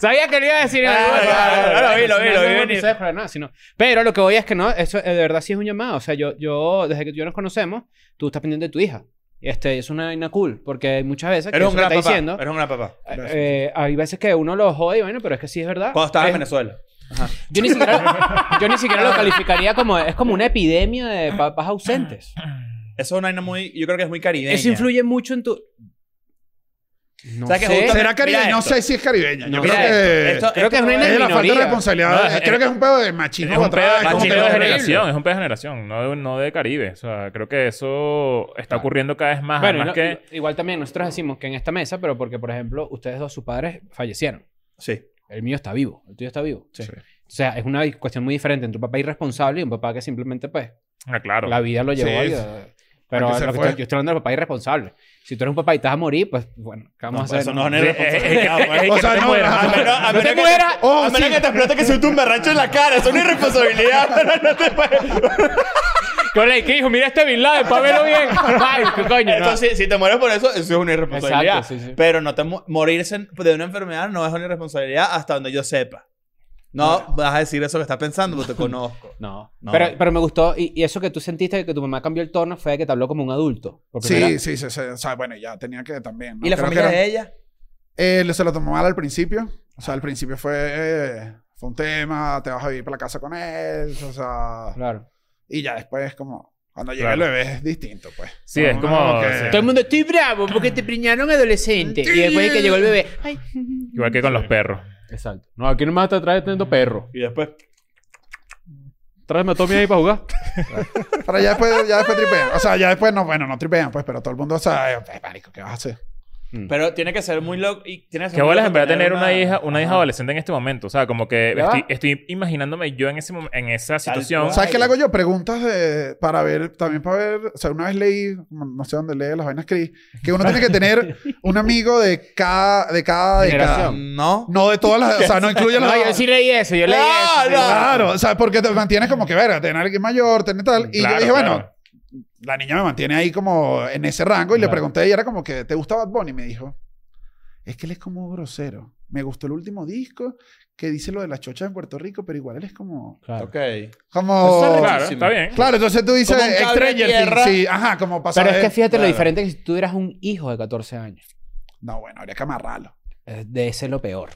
Speaker 2: Sabía que le iba a decir.
Speaker 3: Ah,
Speaker 2: bueno,
Speaker 3: claro,
Speaker 2: bueno,
Speaker 3: claro,
Speaker 2: bueno,
Speaker 3: vi, lo
Speaker 2: no,
Speaker 3: vi, lo
Speaker 2: no,
Speaker 3: vi
Speaker 2: no,
Speaker 3: venir.
Speaker 2: Mercedes, pero nada, sino- Pero lo que voy es que no, eso eh, de verdad sí es un llamado. O sea, yo, yo desde que tú y yo nos conocemos, tú estás pendiente de tu hija. Este, es una vaina cool, porque hay muchas veces que
Speaker 3: Eres un
Speaker 2: eso que
Speaker 3: gran
Speaker 2: está
Speaker 3: papá.
Speaker 2: diciendo,
Speaker 3: Eres un gran papá.
Speaker 2: eh, hay veces que uno lo jode y bueno, pero es que sí es verdad.
Speaker 3: Cuando estabas en
Speaker 2: Es-
Speaker 3: Venezuela.
Speaker 2: yo ni siquiera, yo ni siquiera lo calificaría como... Es como una epidemia de papás ausentes.
Speaker 3: Eso es una vaina muy. Yo creo que es muy caribeña.
Speaker 2: Eso influye mucho en tu... No
Speaker 3: ¿Sabes qué?
Speaker 2: sé.
Speaker 3: Justo-
Speaker 4: ¿Será caribeña?
Speaker 3: Mira
Speaker 4: No
Speaker 3: esto.
Speaker 4: sé si es caribeña.
Speaker 2: No
Speaker 4: Yo creo
Speaker 2: sé.
Speaker 4: que
Speaker 3: Esto-
Speaker 2: Creo que es
Speaker 3: esto
Speaker 2: una
Speaker 4: es de la falta de
Speaker 2: minoría.
Speaker 4: responsabilidad.
Speaker 1: No, es-
Speaker 4: creo que es un pedo de machismo.
Speaker 1: Es un
Speaker 4: contra-
Speaker 1: pedo,
Speaker 4: es
Speaker 1: es un
Speaker 4: un
Speaker 1: pedo
Speaker 4: pedo
Speaker 1: de
Speaker 4: horrible.
Speaker 1: generación, es un pedo de generación, no de, no de Caribe. O sea, creo que eso está ocurriendo cada vez más.
Speaker 2: Bueno,
Speaker 1: además
Speaker 2: no-
Speaker 1: que...
Speaker 2: igual también nosotros decimos que en esta mesa, pero porque, por ejemplo, ustedes dos, sus padres fallecieron.
Speaker 3: Sí.
Speaker 2: El mío está vivo, el tuyo está vivo.
Speaker 4: Sí.
Speaker 2: O sea, es una cuestión muy diferente entre un papá irresponsable y un papá que simplemente, pues,
Speaker 1: Ah, claro.
Speaker 2: la vida lo llevó
Speaker 4: Sí,
Speaker 2: a...
Speaker 4: sí.
Speaker 2: Pero
Speaker 4: A que se
Speaker 2: lo que
Speaker 4: fue.
Speaker 2: estoy- yo estoy hablando del papá irresponsable. Si tú eres un papá y estás a morir, pues, bueno, ¿qué vamos
Speaker 3: No,
Speaker 2: a
Speaker 3: pero
Speaker 2: hacer?
Speaker 3: eso
Speaker 2: no?
Speaker 3: no es
Speaker 1: Sí, es- es- es- es-
Speaker 3: irresponsabilidad.
Speaker 1: es- es-
Speaker 4: O
Speaker 1: que
Speaker 4: sea,
Speaker 1: no te
Speaker 4: no,
Speaker 1: mueras.
Speaker 4: ajá.
Speaker 1: Pero-
Speaker 3: a
Speaker 2: te
Speaker 3: menos que-
Speaker 2: mueras.
Speaker 4: Oh,
Speaker 3: a menos
Speaker 4: sí.
Speaker 3: que te explote que soy tú un berracho en la cara. Eso Es una irresponsabilidad. pero no te puedes-
Speaker 2: Yo le dije, hijo, mira este Bin Laden, para verlo bien. Ay, qué coño, no.
Speaker 3: Entonces, si- si te mueres por eso, eso es una irresponsabilidad.
Speaker 2: Exacto, sí, sí.
Speaker 3: Pero no te mu- morirse en- de una enfermedad no es una irresponsabilidad hasta donde yo sepa. No vas a decir eso que estás pensando porque te conozco.
Speaker 2: No,
Speaker 3: No.
Speaker 2: Pero, pero me gustó. Y, y eso que tú sentiste de que tu mamá cambió el tono fue de que te habló como un adulto. por primera
Speaker 4: Sí,
Speaker 2: vez.
Speaker 4: sí, sí, sí. O sea, bueno, ya tenía que también. ¿no?
Speaker 3: ¿Y la
Speaker 4: Creo que
Speaker 3: familia
Speaker 4: era-
Speaker 3: de ella?
Speaker 4: Eh, se lo tomó mal al principio. O sea, al principio fue... eh, fue un tema, te vas a vivir para la casa con él. O sea...
Speaker 2: Claro.
Speaker 4: Y ya después como... Cuando llega
Speaker 1: Claro.
Speaker 4: el bebé es distinto, pues.
Speaker 1: Sí, es
Speaker 4: No,
Speaker 1: como-
Speaker 4: que-
Speaker 1: sí.
Speaker 2: Todo el mundo, estoy bravo porque te preñaron adolescente. Y después de que llegó el bebé. Ay.
Speaker 1: Igual que con los perros.
Speaker 2: Exacto. No, aquí nomás te traes teniendo perro.
Speaker 3: Y después.
Speaker 2: Tráeme a Tommy ahí para jugar.
Speaker 4: Pero ya después, ya después tripean. O sea, ya después no, bueno, no tripean, pues, pero todo el mundo sabe, "Eh, marico, ¿qué vas a hacer?
Speaker 2: Mm.
Speaker 3: Pero tiene que ser muy loco. Y tiene que ser
Speaker 1: ¿Qué
Speaker 3: muy
Speaker 1: bolas en
Speaker 3: loco
Speaker 1: verdad tener una hija, una hija
Speaker 3: Ajá.
Speaker 1: adolescente en este momento? O sea, como que
Speaker 2: Ya va.
Speaker 1: estoy, estoy imaginándome yo en, ese mom- en esa
Speaker 3: Tal
Speaker 1: situación.
Speaker 3: cual.
Speaker 4: ¿Sabes qué le hago yo? Preguntas de, para ver, también para ver, o sea, una vez leí, no sé dónde lee las vainas que que uno tiene que tener un amigo de cada, de cada década.
Speaker 2: Generación.
Speaker 3: Ah, No.
Speaker 4: No de todas las, o sea, no incluye las...
Speaker 2: No, yo sí leí eso, yo leí
Speaker 3: Ah,
Speaker 2: eso.
Speaker 3: no.
Speaker 4: Claro, o sea, porque te mantienes como que, verga, tener alguien mayor, tener tal. Y
Speaker 1: Claro,
Speaker 4: yo dije, bueno,
Speaker 1: claro.
Speaker 4: la niña me mantiene ahí como en ese rango. Y le
Speaker 1: Claro.
Speaker 4: pregunté, y era como que, ¿te gusta Bad Bunny? Y me dijo, es que él es como grosero. Me gustó el último disco que dice lo de las chochas en Puerto Rico, pero igual él es como...
Speaker 2: Claro.
Speaker 3: Ok.
Speaker 4: Como...
Speaker 3: Eso es
Speaker 1: Claro,
Speaker 3: muchísimo.
Speaker 1: está bien.
Speaker 4: Claro, entonces tú dices
Speaker 3: Como un cable
Speaker 4: Stranger
Speaker 3: de tierra.
Speaker 4: Things. Sí, ajá, como pasar.
Speaker 2: Pero es que fíjate lo
Speaker 3: Claro.
Speaker 2: diferente que si tú eras un hijo de 14 años.
Speaker 4: No, bueno, habría que amarrarlo.
Speaker 2: Es De ese lo peor.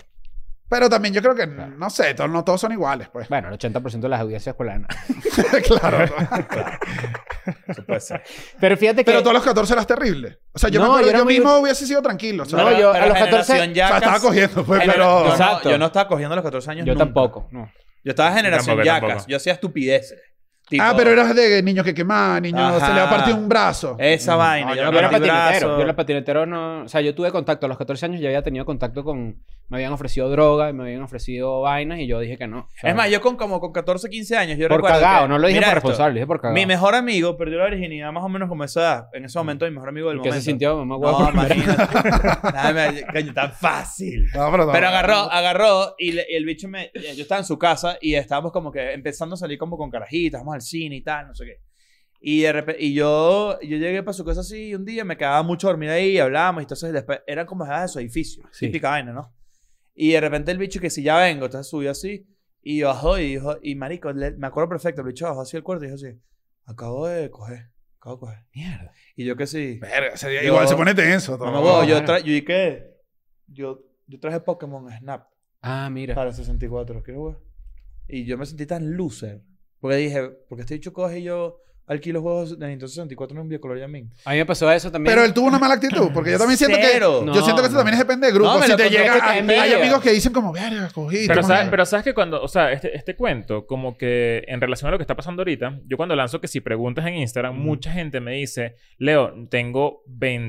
Speaker 4: Pero también yo creo que, no sé, to- no todos son iguales, pues.
Speaker 2: Bueno, el 80% de las audiencias escolares. no.
Speaker 4: claro.
Speaker 3: Eso puede ser.
Speaker 2: Pero fíjate que.
Speaker 4: Pero todos los 14 eras terrible. O sea, yo
Speaker 2: No,
Speaker 4: me acuerdo,
Speaker 2: yo era
Speaker 4: yo
Speaker 2: muy-
Speaker 4: mismo hubiese sido tranquilo. o sea,
Speaker 2: No,
Speaker 4: o
Speaker 2: yo- a los
Speaker 3: generación
Speaker 2: 14
Speaker 3: Yacas-
Speaker 4: sea, estaba cogiendo, pues,
Speaker 3: Genera-
Speaker 4: pero.
Speaker 3: yo, no,
Speaker 2: Exacto.
Speaker 3: yo no estaba cogiendo a los 14 años.
Speaker 2: Yo
Speaker 3: nunca.
Speaker 2: tampoco. No.
Speaker 3: Yo estaba generación
Speaker 1: Tampoco,
Speaker 3: yacas.
Speaker 1: tampoco.
Speaker 3: Yo hacía estupideces. Tipo,
Speaker 4: Ah, pero eras de niño que quemaba, niño, se le va a
Speaker 3: Ajá.
Speaker 4: partir un brazo. Mm.
Speaker 3: Esa vaina.
Speaker 1: No,
Speaker 3: yo
Speaker 1: yo
Speaker 3: no
Speaker 2: Yo era
Speaker 3: partí brazo.
Speaker 2: patinetero. Yo era patinetero. No, o sea, yo tuve contacto a los 14 años. Ya había tenido contacto con. Me habían ofrecido droga, me habían ofrecido vainas y yo dije que no. O sea,
Speaker 3: Es más, yo con como con 14, 15 años, yo
Speaker 2: por
Speaker 3: recuerdo
Speaker 2: cagado.
Speaker 3: que-
Speaker 2: No lo dije
Speaker 3: Mira
Speaker 2: por
Speaker 3: esto.
Speaker 2: responsable, lo dije por cagado.
Speaker 3: Mi mejor amigo perdió la virginidad más o menos como esa edad. En ese momento, mi mejor amigo del
Speaker 2: ¿Qué
Speaker 3: momento.
Speaker 2: se sintió? Mamá guapa.
Speaker 3: No, imagínate. Dame, coño, tan fácil.
Speaker 4: No, pero, no.
Speaker 3: Pero agarró, agarró y, le- y el bicho me... eh, Yo estaba en su casa y estábamos como que empezando a salir como con carajitas, vamos al cine y tal, no sé qué. Y de repente, y yo, yo llegué para su casa así un día, me quedaba mucho dormida ahí, hablábamos, y entonces después, eran como esas de su edificio,
Speaker 2: Sí.
Speaker 3: típica vaina, ¿no? Y de repente el bicho que si ya vengo, entonces subió así, y bajó y dijo, y marico, le- me acuerdo perfecto, el bicho bajó así el cuarto y dijo así, acabo de coger, acabo de coger.
Speaker 2: Mierda.
Speaker 3: Y yo que sí,
Speaker 4: Verga, ese día
Speaker 3: Yo-
Speaker 4: igual se pone tenso. todo.
Speaker 3: no me huevo, yo,
Speaker 2: bueno.
Speaker 3: tra- yo y que, yo, yo traje Pokémon Snap.
Speaker 2: Ah, mira.
Speaker 3: Para 64, quiero jugar. Y yo me sentí tan loser. Porque dije, porque este bicho coge y yo alquilo juegos de Nintendo 64 en un biocolor y a mí.
Speaker 2: A mí me pasó eso también.
Speaker 4: Pero él tuvo una mala actitud, porque yo también siento
Speaker 3: Cero.
Speaker 4: que.
Speaker 2: No,
Speaker 4: yo siento que eso
Speaker 2: no.
Speaker 4: también es depende del grupo.
Speaker 3: No, me
Speaker 4: si
Speaker 3: lo
Speaker 4: te
Speaker 3: contó
Speaker 4: llega.
Speaker 3: porque
Speaker 4: a-
Speaker 3: envidia.
Speaker 4: hay amigos que dicen como, verga, cogí.
Speaker 1: Pero
Speaker 4: ¿cómo
Speaker 1: sabes,
Speaker 4: que-?"
Speaker 1: pero sabes que cuando, o sea, este, este cuento, como que en relación a lo que está pasando ahorita, yo cuando lanzo que si preguntas en Instagram, mucha gente me dice, Leo, tengo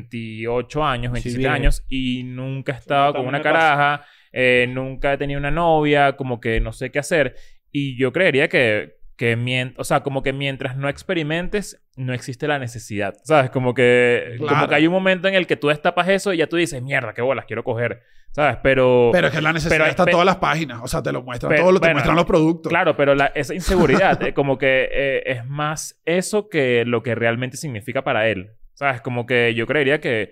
Speaker 1: 28 años, 27
Speaker 2: virgen.
Speaker 1: años y nunca he estado con
Speaker 3: también
Speaker 1: una
Speaker 3: me pasa.
Speaker 1: caraja, eh, nunca he tenido una novia, como que no sé qué hacer. Y yo creería que, que mien- o sea, como que mientras no experimentes, no existe la necesidad, ¿sabes? Como que, como
Speaker 4: Claro.
Speaker 1: que hay un momento en el que tú destapas eso y ya tú dices, mierda, qué bolas, quiero coger, ¿sabes? Pero...
Speaker 4: Pero es que la necesidad
Speaker 1: pero-
Speaker 4: está en
Speaker 1: pe-
Speaker 4: todas las páginas. O sea, te lo muestran,
Speaker 1: Pero-
Speaker 4: todo lo te
Speaker 1: bueno,
Speaker 4: muestran los productos.
Speaker 1: Claro, pero la- esa inseguridad, eh, como que eh, es más eso que lo que realmente significa para él. ¿Sabes? Como que yo creería que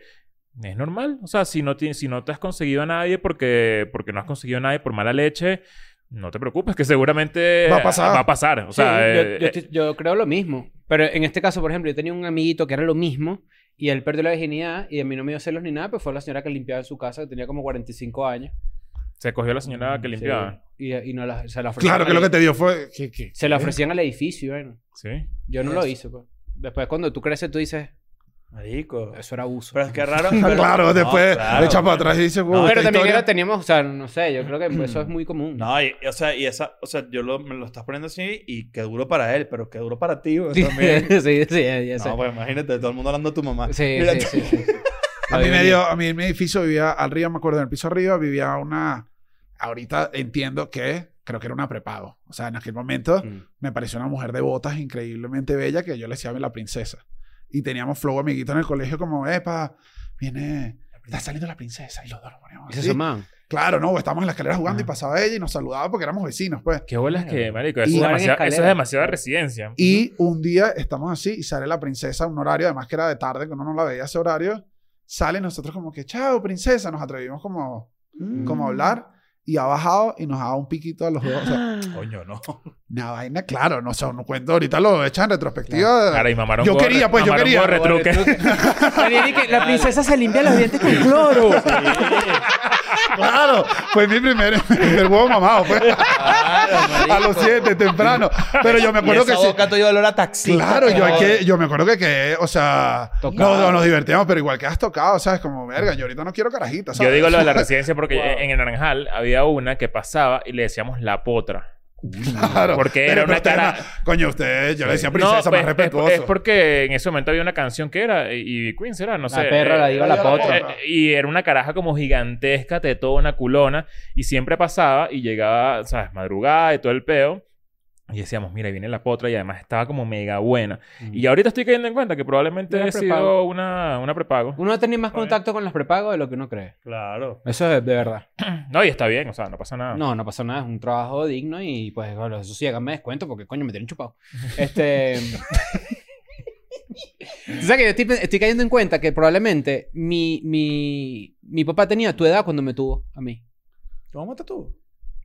Speaker 1: es normal. O sea, si no, ti- si no te has conseguido a nadie porque, porque no has conseguido a nadie por mala leche, no te preocupes, que seguramente
Speaker 4: Va a pasar.
Speaker 1: va a pasar. O
Speaker 2: Sí,
Speaker 1: sea,
Speaker 2: yo,
Speaker 1: eh,
Speaker 2: yo
Speaker 1: eh,
Speaker 2: estoy- yo creo lo mismo. Pero en este caso, por ejemplo, yo tenía un amiguito que era lo mismo y él perdió la virginidad y a mí no me dio celos ni nada, pues fue la señora que limpiaba en su casa, que tenía como 45 años.
Speaker 1: se cogió la señora que limpiaba.
Speaker 2: Sí, y, y no la- se la ofrecían.
Speaker 4: Claro que lo que te dio fue. ¿qué, qué?
Speaker 2: Se la ofrecían al edificio, bueno.
Speaker 1: Sí.
Speaker 2: Yo no lo hice, pues. Después, cuando tú creces, tú dices,
Speaker 3: Marico.
Speaker 2: eso era abuso.
Speaker 3: Pero es que raro.
Speaker 4: Ah,
Speaker 3: pero-
Speaker 4: claro,
Speaker 3: No,
Speaker 4: después
Speaker 3: claro.
Speaker 4: le echa para atrás y dice, wow,
Speaker 3: No,
Speaker 2: Pero también
Speaker 4: historia...
Speaker 2: era- teníamos, o sea, no sé, yo creo que pues, eso es muy común.
Speaker 3: No, y, y, o sea, y esa, o sea, yo lo, me lo estás poniendo así y qué duro para él, pero qué duro para ti, güey,
Speaker 2: sí,
Speaker 3: también.
Speaker 2: sí, sí, ya sé.
Speaker 3: No, pues imagínate, todo el mundo hablando de tu mamá.
Speaker 2: sí,
Speaker 3: Mira,
Speaker 2: sí,
Speaker 3: tú-
Speaker 2: sí, sí, sí.
Speaker 4: A mí
Speaker 2: Ahí
Speaker 4: me
Speaker 2: venía.
Speaker 4: dio, a mí en mi edificio vivía al río, me acuerdo, en el piso arriba vivía una. Ahorita entiendo que creo que era una prepago. O sea, en aquel momento
Speaker 2: Mm.
Speaker 4: me pareció una mujer de botas increíblemente bella que yo le decía la princesa. Y teníamos flow amiguito en el colegio como, epa, viene, está saliendo la princesa. Y los dos nos poníamos
Speaker 2: Y se
Speaker 4: así.
Speaker 2: asomaban.
Speaker 4: Claro, no, estábamos en la escalera jugando y pasaba ella y nos saludaba porque éramos vecinos, pues.
Speaker 1: Qué bolas que, marico.
Speaker 4: Y-
Speaker 1: Eso, es
Speaker 2: Jugar en
Speaker 1: demasiada, eso es
Speaker 2: escalera.
Speaker 1: demasiada residencia.
Speaker 4: Y un día estamos así y sale la princesa a un horario, además que era de tarde, que uno no la veía a ese horario. Sale y nosotros como que, chao, princesa. Nos atrevimos como, como a hablar y ha bajado y nos ha dado un piquito a los dos. O sea,
Speaker 3: Coño, no.
Speaker 4: una vaina, claro, no sé, no cuento. Ahorita lo echan en retrospectiva.
Speaker 1: Claro, y mamaron
Speaker 4: Yo
Speaker 1: gorre-
Speaker 4: quería, pues, yo
Speaker 1: mamaron
Speaker 4: quería.
Speaker 1: gorre, truque.
Speaker 2: Daniel, y que la princesa se limpia los dientes con cloro.
Speaker 4: Claro, fue mi primer, el huevo mamado, fue
Speaker 3: Claro,
Speaker 4: a los
Speaker 3: marico.
Speaker 4: siete, temprano. Pero yo me
Speaker 3: Y
Speaker 4: acuerdo que
Speaker 3: esa
Speaker 4: sí.
Speaker 3: boca tuya olor a taxi.
Speaker 4: Claro, yo, que, yo me acuerdo que quedé, o sea,
Speaker 2: Tocado.
Speaker 4: no, no, nos divertíamos, pero igual que has tocado, ¿sabes? Como, verga, yo ahorita no quiero carajitas,
Speaker 1: Yo
Speaker 4: ¿sabes?
Speaker 1: digo lo de la residencia porque
Speaker 3: Wow.
Speaker 1: en el Naranjal había una que pasaba y le decíamos la potra.
Speaker 4: Claro.
Speaker 1: Porque
Speaker 4: Pero-
Speaker 1: era
Speaker 4: pero
Speaker 1: una
Speaker 4: ustedes
Speaker 1: cara-
Speaker 4: más- coño, usted, yo le decía princesa
Speaker 1: No, pues,
Speaker 4: más
Speaker 1: es-
Speaker 4: respetuoso.
Speaker 1: Es, porque en ese momento había una canción que era y Queen será, no sé.
Speaker 2: la perra,
Speaker 1: eh,
Speaker 2: la diva, la
Speaker 4: eh,
Speaker 2: potra.
Speaker 4: eh,
Speaker 1: Eh, y era una caraja como gigantesca, tetona, culona. Y siempre pasaba y llegaba, ¿sabes? Madrugada y todo el peo. Y decíamos, mira, ahí viene la potra. Y además estaba como mega buena.
Speaker 2: Mm.
Speaker 1: Y ahorita estoy cayendo en cuenta que probablemente
Speaker 2: Era
Speaker 1: haya sido
Speaker 2: prepago.
Speaker 1: una, una prepago.
Speaker 2: Uno ha tenido más contacto con los prepagos de lo que uno cree.
Speaker 3: Claro.
Speaker 2: Eso es de verdad.
Speaker 1: No, y está bien, o sea, no pasa
Speaker 4: Ah.
Speaker 1: nada.
Speaker 2: No, no pasó nada. Es un trabajo digno y pues, bueno, eso sí, háganme descuento porque coño me tienen chupado. Este. o sea que yo estoy, pe- estoy cayendo en cuenta que probablemente mi, mi, mi papá tenía tu edad cuando me tuvo a mí.
Speaker 3: ¿Cómo estás tú?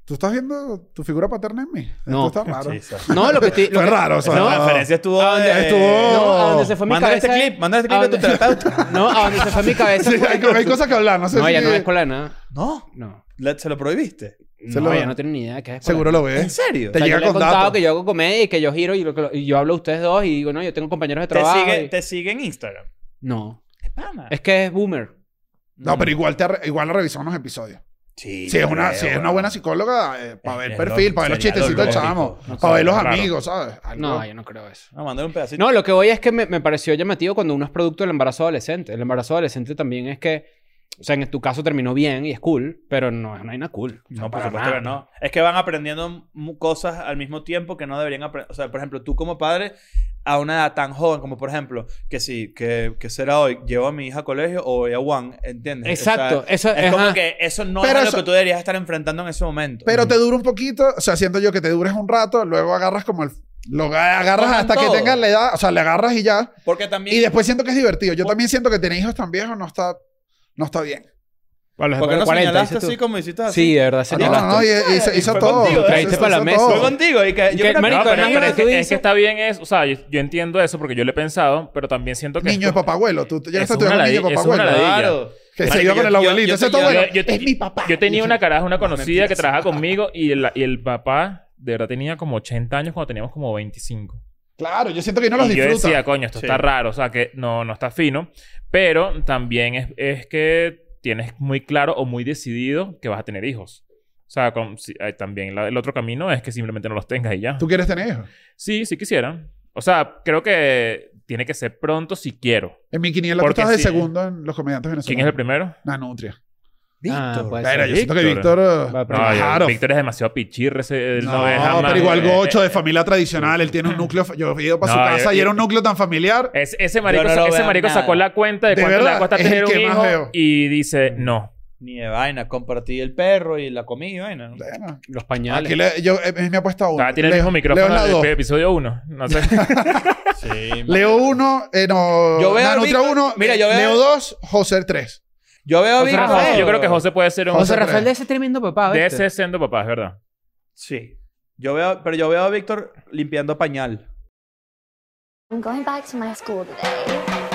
Speaker 4: ¿Tú estás viendo tu figura paterna en mí?
Speaker 2: No.
Speaker 4: Esto está raro.
Speaker 2: No, lo que estoy. lo
Speaker 4: Fue
Speaker 2: que-
Speaker 4: raro. O sea,
Speaker 3: Esa
Speaker 2: No.
Speaker 3: referencia estuvo.
Speaker 4: Ah,
Speaker 3: de-
Speaker 4: estuvo-
Speaker 2: No, a donde se fue mi
Speaker 3: Manda este
Speaker 2: cabeza.
Speaker 3: clip, manda este clip
Speaker 2: Ah,
Speaker 3: de tu
Speaker 2: no.
Speaker 3: terapeuta.
Speaker 2: No, a donde se fue mi cabeza.
Speaker 4: Sí,
Speaker 2: fue-
Speaker 4: hay, hay cosas que hablar. No sé
Speaker 2: No,
Speaker 4: si...
Speaker 2: ella no es escolar nada.
Speaker 3: No,
Speaker 2: No.
Speaker 3: le- se lo prohibiste.
Speaker 4: Se
Speaker 2: no,
Speaker 4: lo-
Speaker 2: ella no tiene ni idea de qué es escolar.
Speaker 4: Seguro lo
Speaker 3: ¿En
Speaker 4: ves.
Speaker 3: serio?
Speaker 4: ¿Eh? Te
Speaker 2: O sea,
Speaker 4: llega
Speaker 2: yo le he
Speaker 4: con
Speaker 2: contado
Speaker 4: datos.
Speaker 2: que yo hago comedia y que yo giro y, lo que lo- y yo hablo a ustedes dos y digo, no, yo tengo compañeros de
Speaker 3: Te
Speaker 2: trabajo.
Speaker 3: sigue,
Speaker 2: y-
Speaker 3: te sigue en Instagram.
Speaker 2: No.
Speaker 3: Es pana.
Speaker 2: Es que es boomer.
Speaker 4: No, pero igual, te, arre- igual revisó unos episodios.
Speaker 3: Sí,
Speaker 4: Si es
Speaker 3: yo
Speaker 4: una,
Speaker 3: creo,
Speaker 4: si es una
Speaker 3: weón.
Speaker 4: buena psicóloga, eh, para
Speaker 3: Es
Speaker 4: ver el
Speaker 3: que es
Speaker 4: perfil,
Speaker 3: loco,
Speaker 4: para ver los
Speaker 3: sería
Speaker 4: chistecitos del
Speaker 3: lógico.
Speaker 4: chamo,
Speaker 3: No sé,
Speaker 4: para ver los
Speaker 1: claro.
Speaker 4: amigos, ¿sabes? Algo-
Speaker 2: No, yo no creo eso.
Speaker 3: Vamos a mandar un pedacito.
Speaker 2: No, lo que voy es que me, me pareció llamativo cuando uno es producto del embarazo adolescente. El embarazo adolescente también es que, o sea, en tu caso terminó bien y es cool, pero no es una vaina cool.
Speaker 3: No, por
Speaker 2: para
Speaker 3: supuesto
Speaker 2: nada.
Speaker 3: que no. Es que van aprendiendo mu- cosas al mismo tiempo que no deberían aprender. O sea, por ejemplo, tú como padre, a una edad tan joven como, por ejemplo, que sí, que, que será hoy, llevo a mi hija a colegio o voy a Juan, ¿entiendes?
Speaker 2: Exacto,
Speaker 3: O sea,
Speaker 2: eso
Speaker 3: es
Speaker 2: ajá.
Speaker 3: como que eso no
Speaker 4: Pero
Speaker 3: es
Speaker 4: eso-
Speaker 3: lo que tú deberías estar enfrentando en ese momento.
Speaker 4: Pero te dura un poquito, o sea, siento yo que te dures un rato, luego agarras como el... Lo agarras
Speaker 3: Como en
Speaker 4: hasta que
Speaker 3: todo.
Speaker 4: tengas la edad, o sea, le agarras y ya.
Speaker 3: Porque también.
Speaker 4: Y después siento que es divertido. Yo también siento que tener hijos tan viejos no está, no está bien.
Speaker 2: Para los
Speaker 3: porque no
Speaker 2: 40,
Speaker 3: señalaste
Speaker 2: dices tú.
Speaker 3: así como hiciste así. Ah,
Speaker 2: Sí, de verdad,
Speaker 4: No, no,
Speaker 2: señalaste.
Speaker 4: no, y, y- hizo-
Speaker 3: Y
Speaker 4: hizo
Speaker 3: fue
Speaker 4: todo.
Speaker 3: contigo, ¿eh?
Speaker 4: Hizo-
Speaker 2: Traíste para la
Speaker 4: hizo
Speaker 2: mesa.
Speaker 4: todo.
Speaker 3: Fue contigo. Y que, yo
Speaker 2: que,
Speaker 3: creo que-
Speaker 2: marico,
Speaker 1: No, pero,
Speaker 2: imagínate
Speaker 1: pero es,
Speaker 2: tú
Speaker 1: que, es
Speaker 2: dices-
Speaker 1: que está bien es, o sea, yo, yo entiendo eso porque yo lo he pensado, pero también siento que
Speaker 4: Niño de
Speaker 1: esto-
Speaker 4: papagüelo. Tú tú llegas a
Speaker 1: Es
Speaker 4: estudiar
Speaker 1: una
Speaker 4: con niño de
Speaker 1: ladilla, es una
Speaker 4: papagüelo.
Speaker 1: ladilla.
Speaker 3: Claro.
Speaker 4: Que se
Speaker 3: Marico,
Speaker 4: iba con
Speaker 3: yo-
Speaker 4: el
Speaker 3: yo-
Speaker 4: abuelito.
Speaker 3: yo
Speaker 4: Ese es
Speaker 3: te-
Speaker 4: tu
Speaker 3: yo-
Speaker 4: abuelo.
Speaker 1: yo te-
Speaker 4: Es mi papá.
Speaker 1: Yo tenía una caraja, una conocida
Speaker 3: mentiras.
Speaker 1: que trabajaba conmigo y el, y el papá de verdad tenía como 80 años cuando teníamos como 25.
Speaker 4: Claro, yo siento que no los
Speaker 1: y yo
Speaker 4: disfruta.
Speaker 1: decía, coño, esto
Speaker 3: Sí.
Speaker 1: está raro, o sea, que no, no está fino. Pero también es, es que tienes muy claro o muy decidido que vas a tener hijos. O sea, con- si- eh, también la- el otro camino es que simplemente no los tengas y ya.
Speaker 4: ¿Tú quieres tener hijos?
Speaker 1: Sí, sí quisiera. O sea, creo que tiene que ser pronto si quiero.
Speaker 4: En mi quiniela tú
Speaker 1: Porque
Speaker 4: estás de
Speaker 1: sí.
Speaker 4: segundo en los comediantes venezolanos.
Speaker 1: ¿Quién es el primero?
Speaker 4: Nanutria.
Speaker 2: Ah, puede
Speaker 4: Pero
Speaker 2: ser.
Speaker 4: yo siento que
Speaker 1: Víctor.
Speaker 4: Víctor... eh,
Speaker 2: Va, pero-
Speaker 1: No, yo-
Speaker 4: Claro.
Speaker 1: Víctor es demasiado pichirre. ese- él
Speaker 4: No,
Speaker 1: no, es jamás-
Speaker 4: pero igual
Speaker 1: eh,
Speaker 4: gocho
Speaker 1: eh,
Speaker 4: de familia tradicional. Él tiene un núcleo... fa- Yo he ido para su
Speaker 1: No,
Speaker 4: casa
Speaker 1: yo- Eh,
Speaker 4: y era un núcleo tan familiar.
Speaker 1: Es- ese marico,
Speaker 3: Yo no lo
Speaker 1: ese
Speaker 3: veo
Speaker 1: marico
Speaker 3: nada.
Speaker 1: sacó la cuenta de,
Speaker 4: De
Speaker 1: cuánto
Speaker 4: verdad,
Speaker 1: le cuesta
Speaker 4: es el
Speaker 1: tener un
Speaker 4: que más
Speaker 1: hijo
Speaker 4: veo.
Speaker 1: y dice no.
Speaker 3: Ni de vaina, compartí el perro y la comí, vaina. ¿no?
Speaker 4: Bueno,
Speaker 2: Los
Speaker 4: aquí
Speaker 2: pañales.
Speaker 4: le, yo, eh, es mi apuesta
Speaker 1: O
Speaker 4: uno.
Speaker 1: sea, Ah, tiene el mismo
Speaker 4: Leo- Leo
Speaker 1: micrófono eh,
Speaker 4: es la
Speaker 1: del
Speaker 4: dos.
Speaker 1: ep- episodio 1. No sé.
Speaker 3: Sí,
Speaker 4: Leo 1, eh, no.
Speaker 3: Yo veo a
Speaker 4: Nanutria
Speaker 3: Víctor-
Speaker 4: 1,
Speaker 3: mira, yo veo-
Speaker 4: Leo 2, José 3.
Speaker 3: Yo veo a
Speaker 2: José
Speaker 3: Víctor-
Speaker 2: Rafael.
Speaker 1: yo creo que José puede ser un...
Speaker 4: José
Speaker 2: José
Speaker 4: Rafael
Speaker 2: Rafael de ese tremendo papá,
Speaker 1: de
Speaker 2: ¿viste?
Speaker 1: ese siendo papá, es verdad.
Speaker 3: Sí. Yo veo, pero yo veo a Víctor limpiando pañal.
Speaker 5: I'm going back to my school today.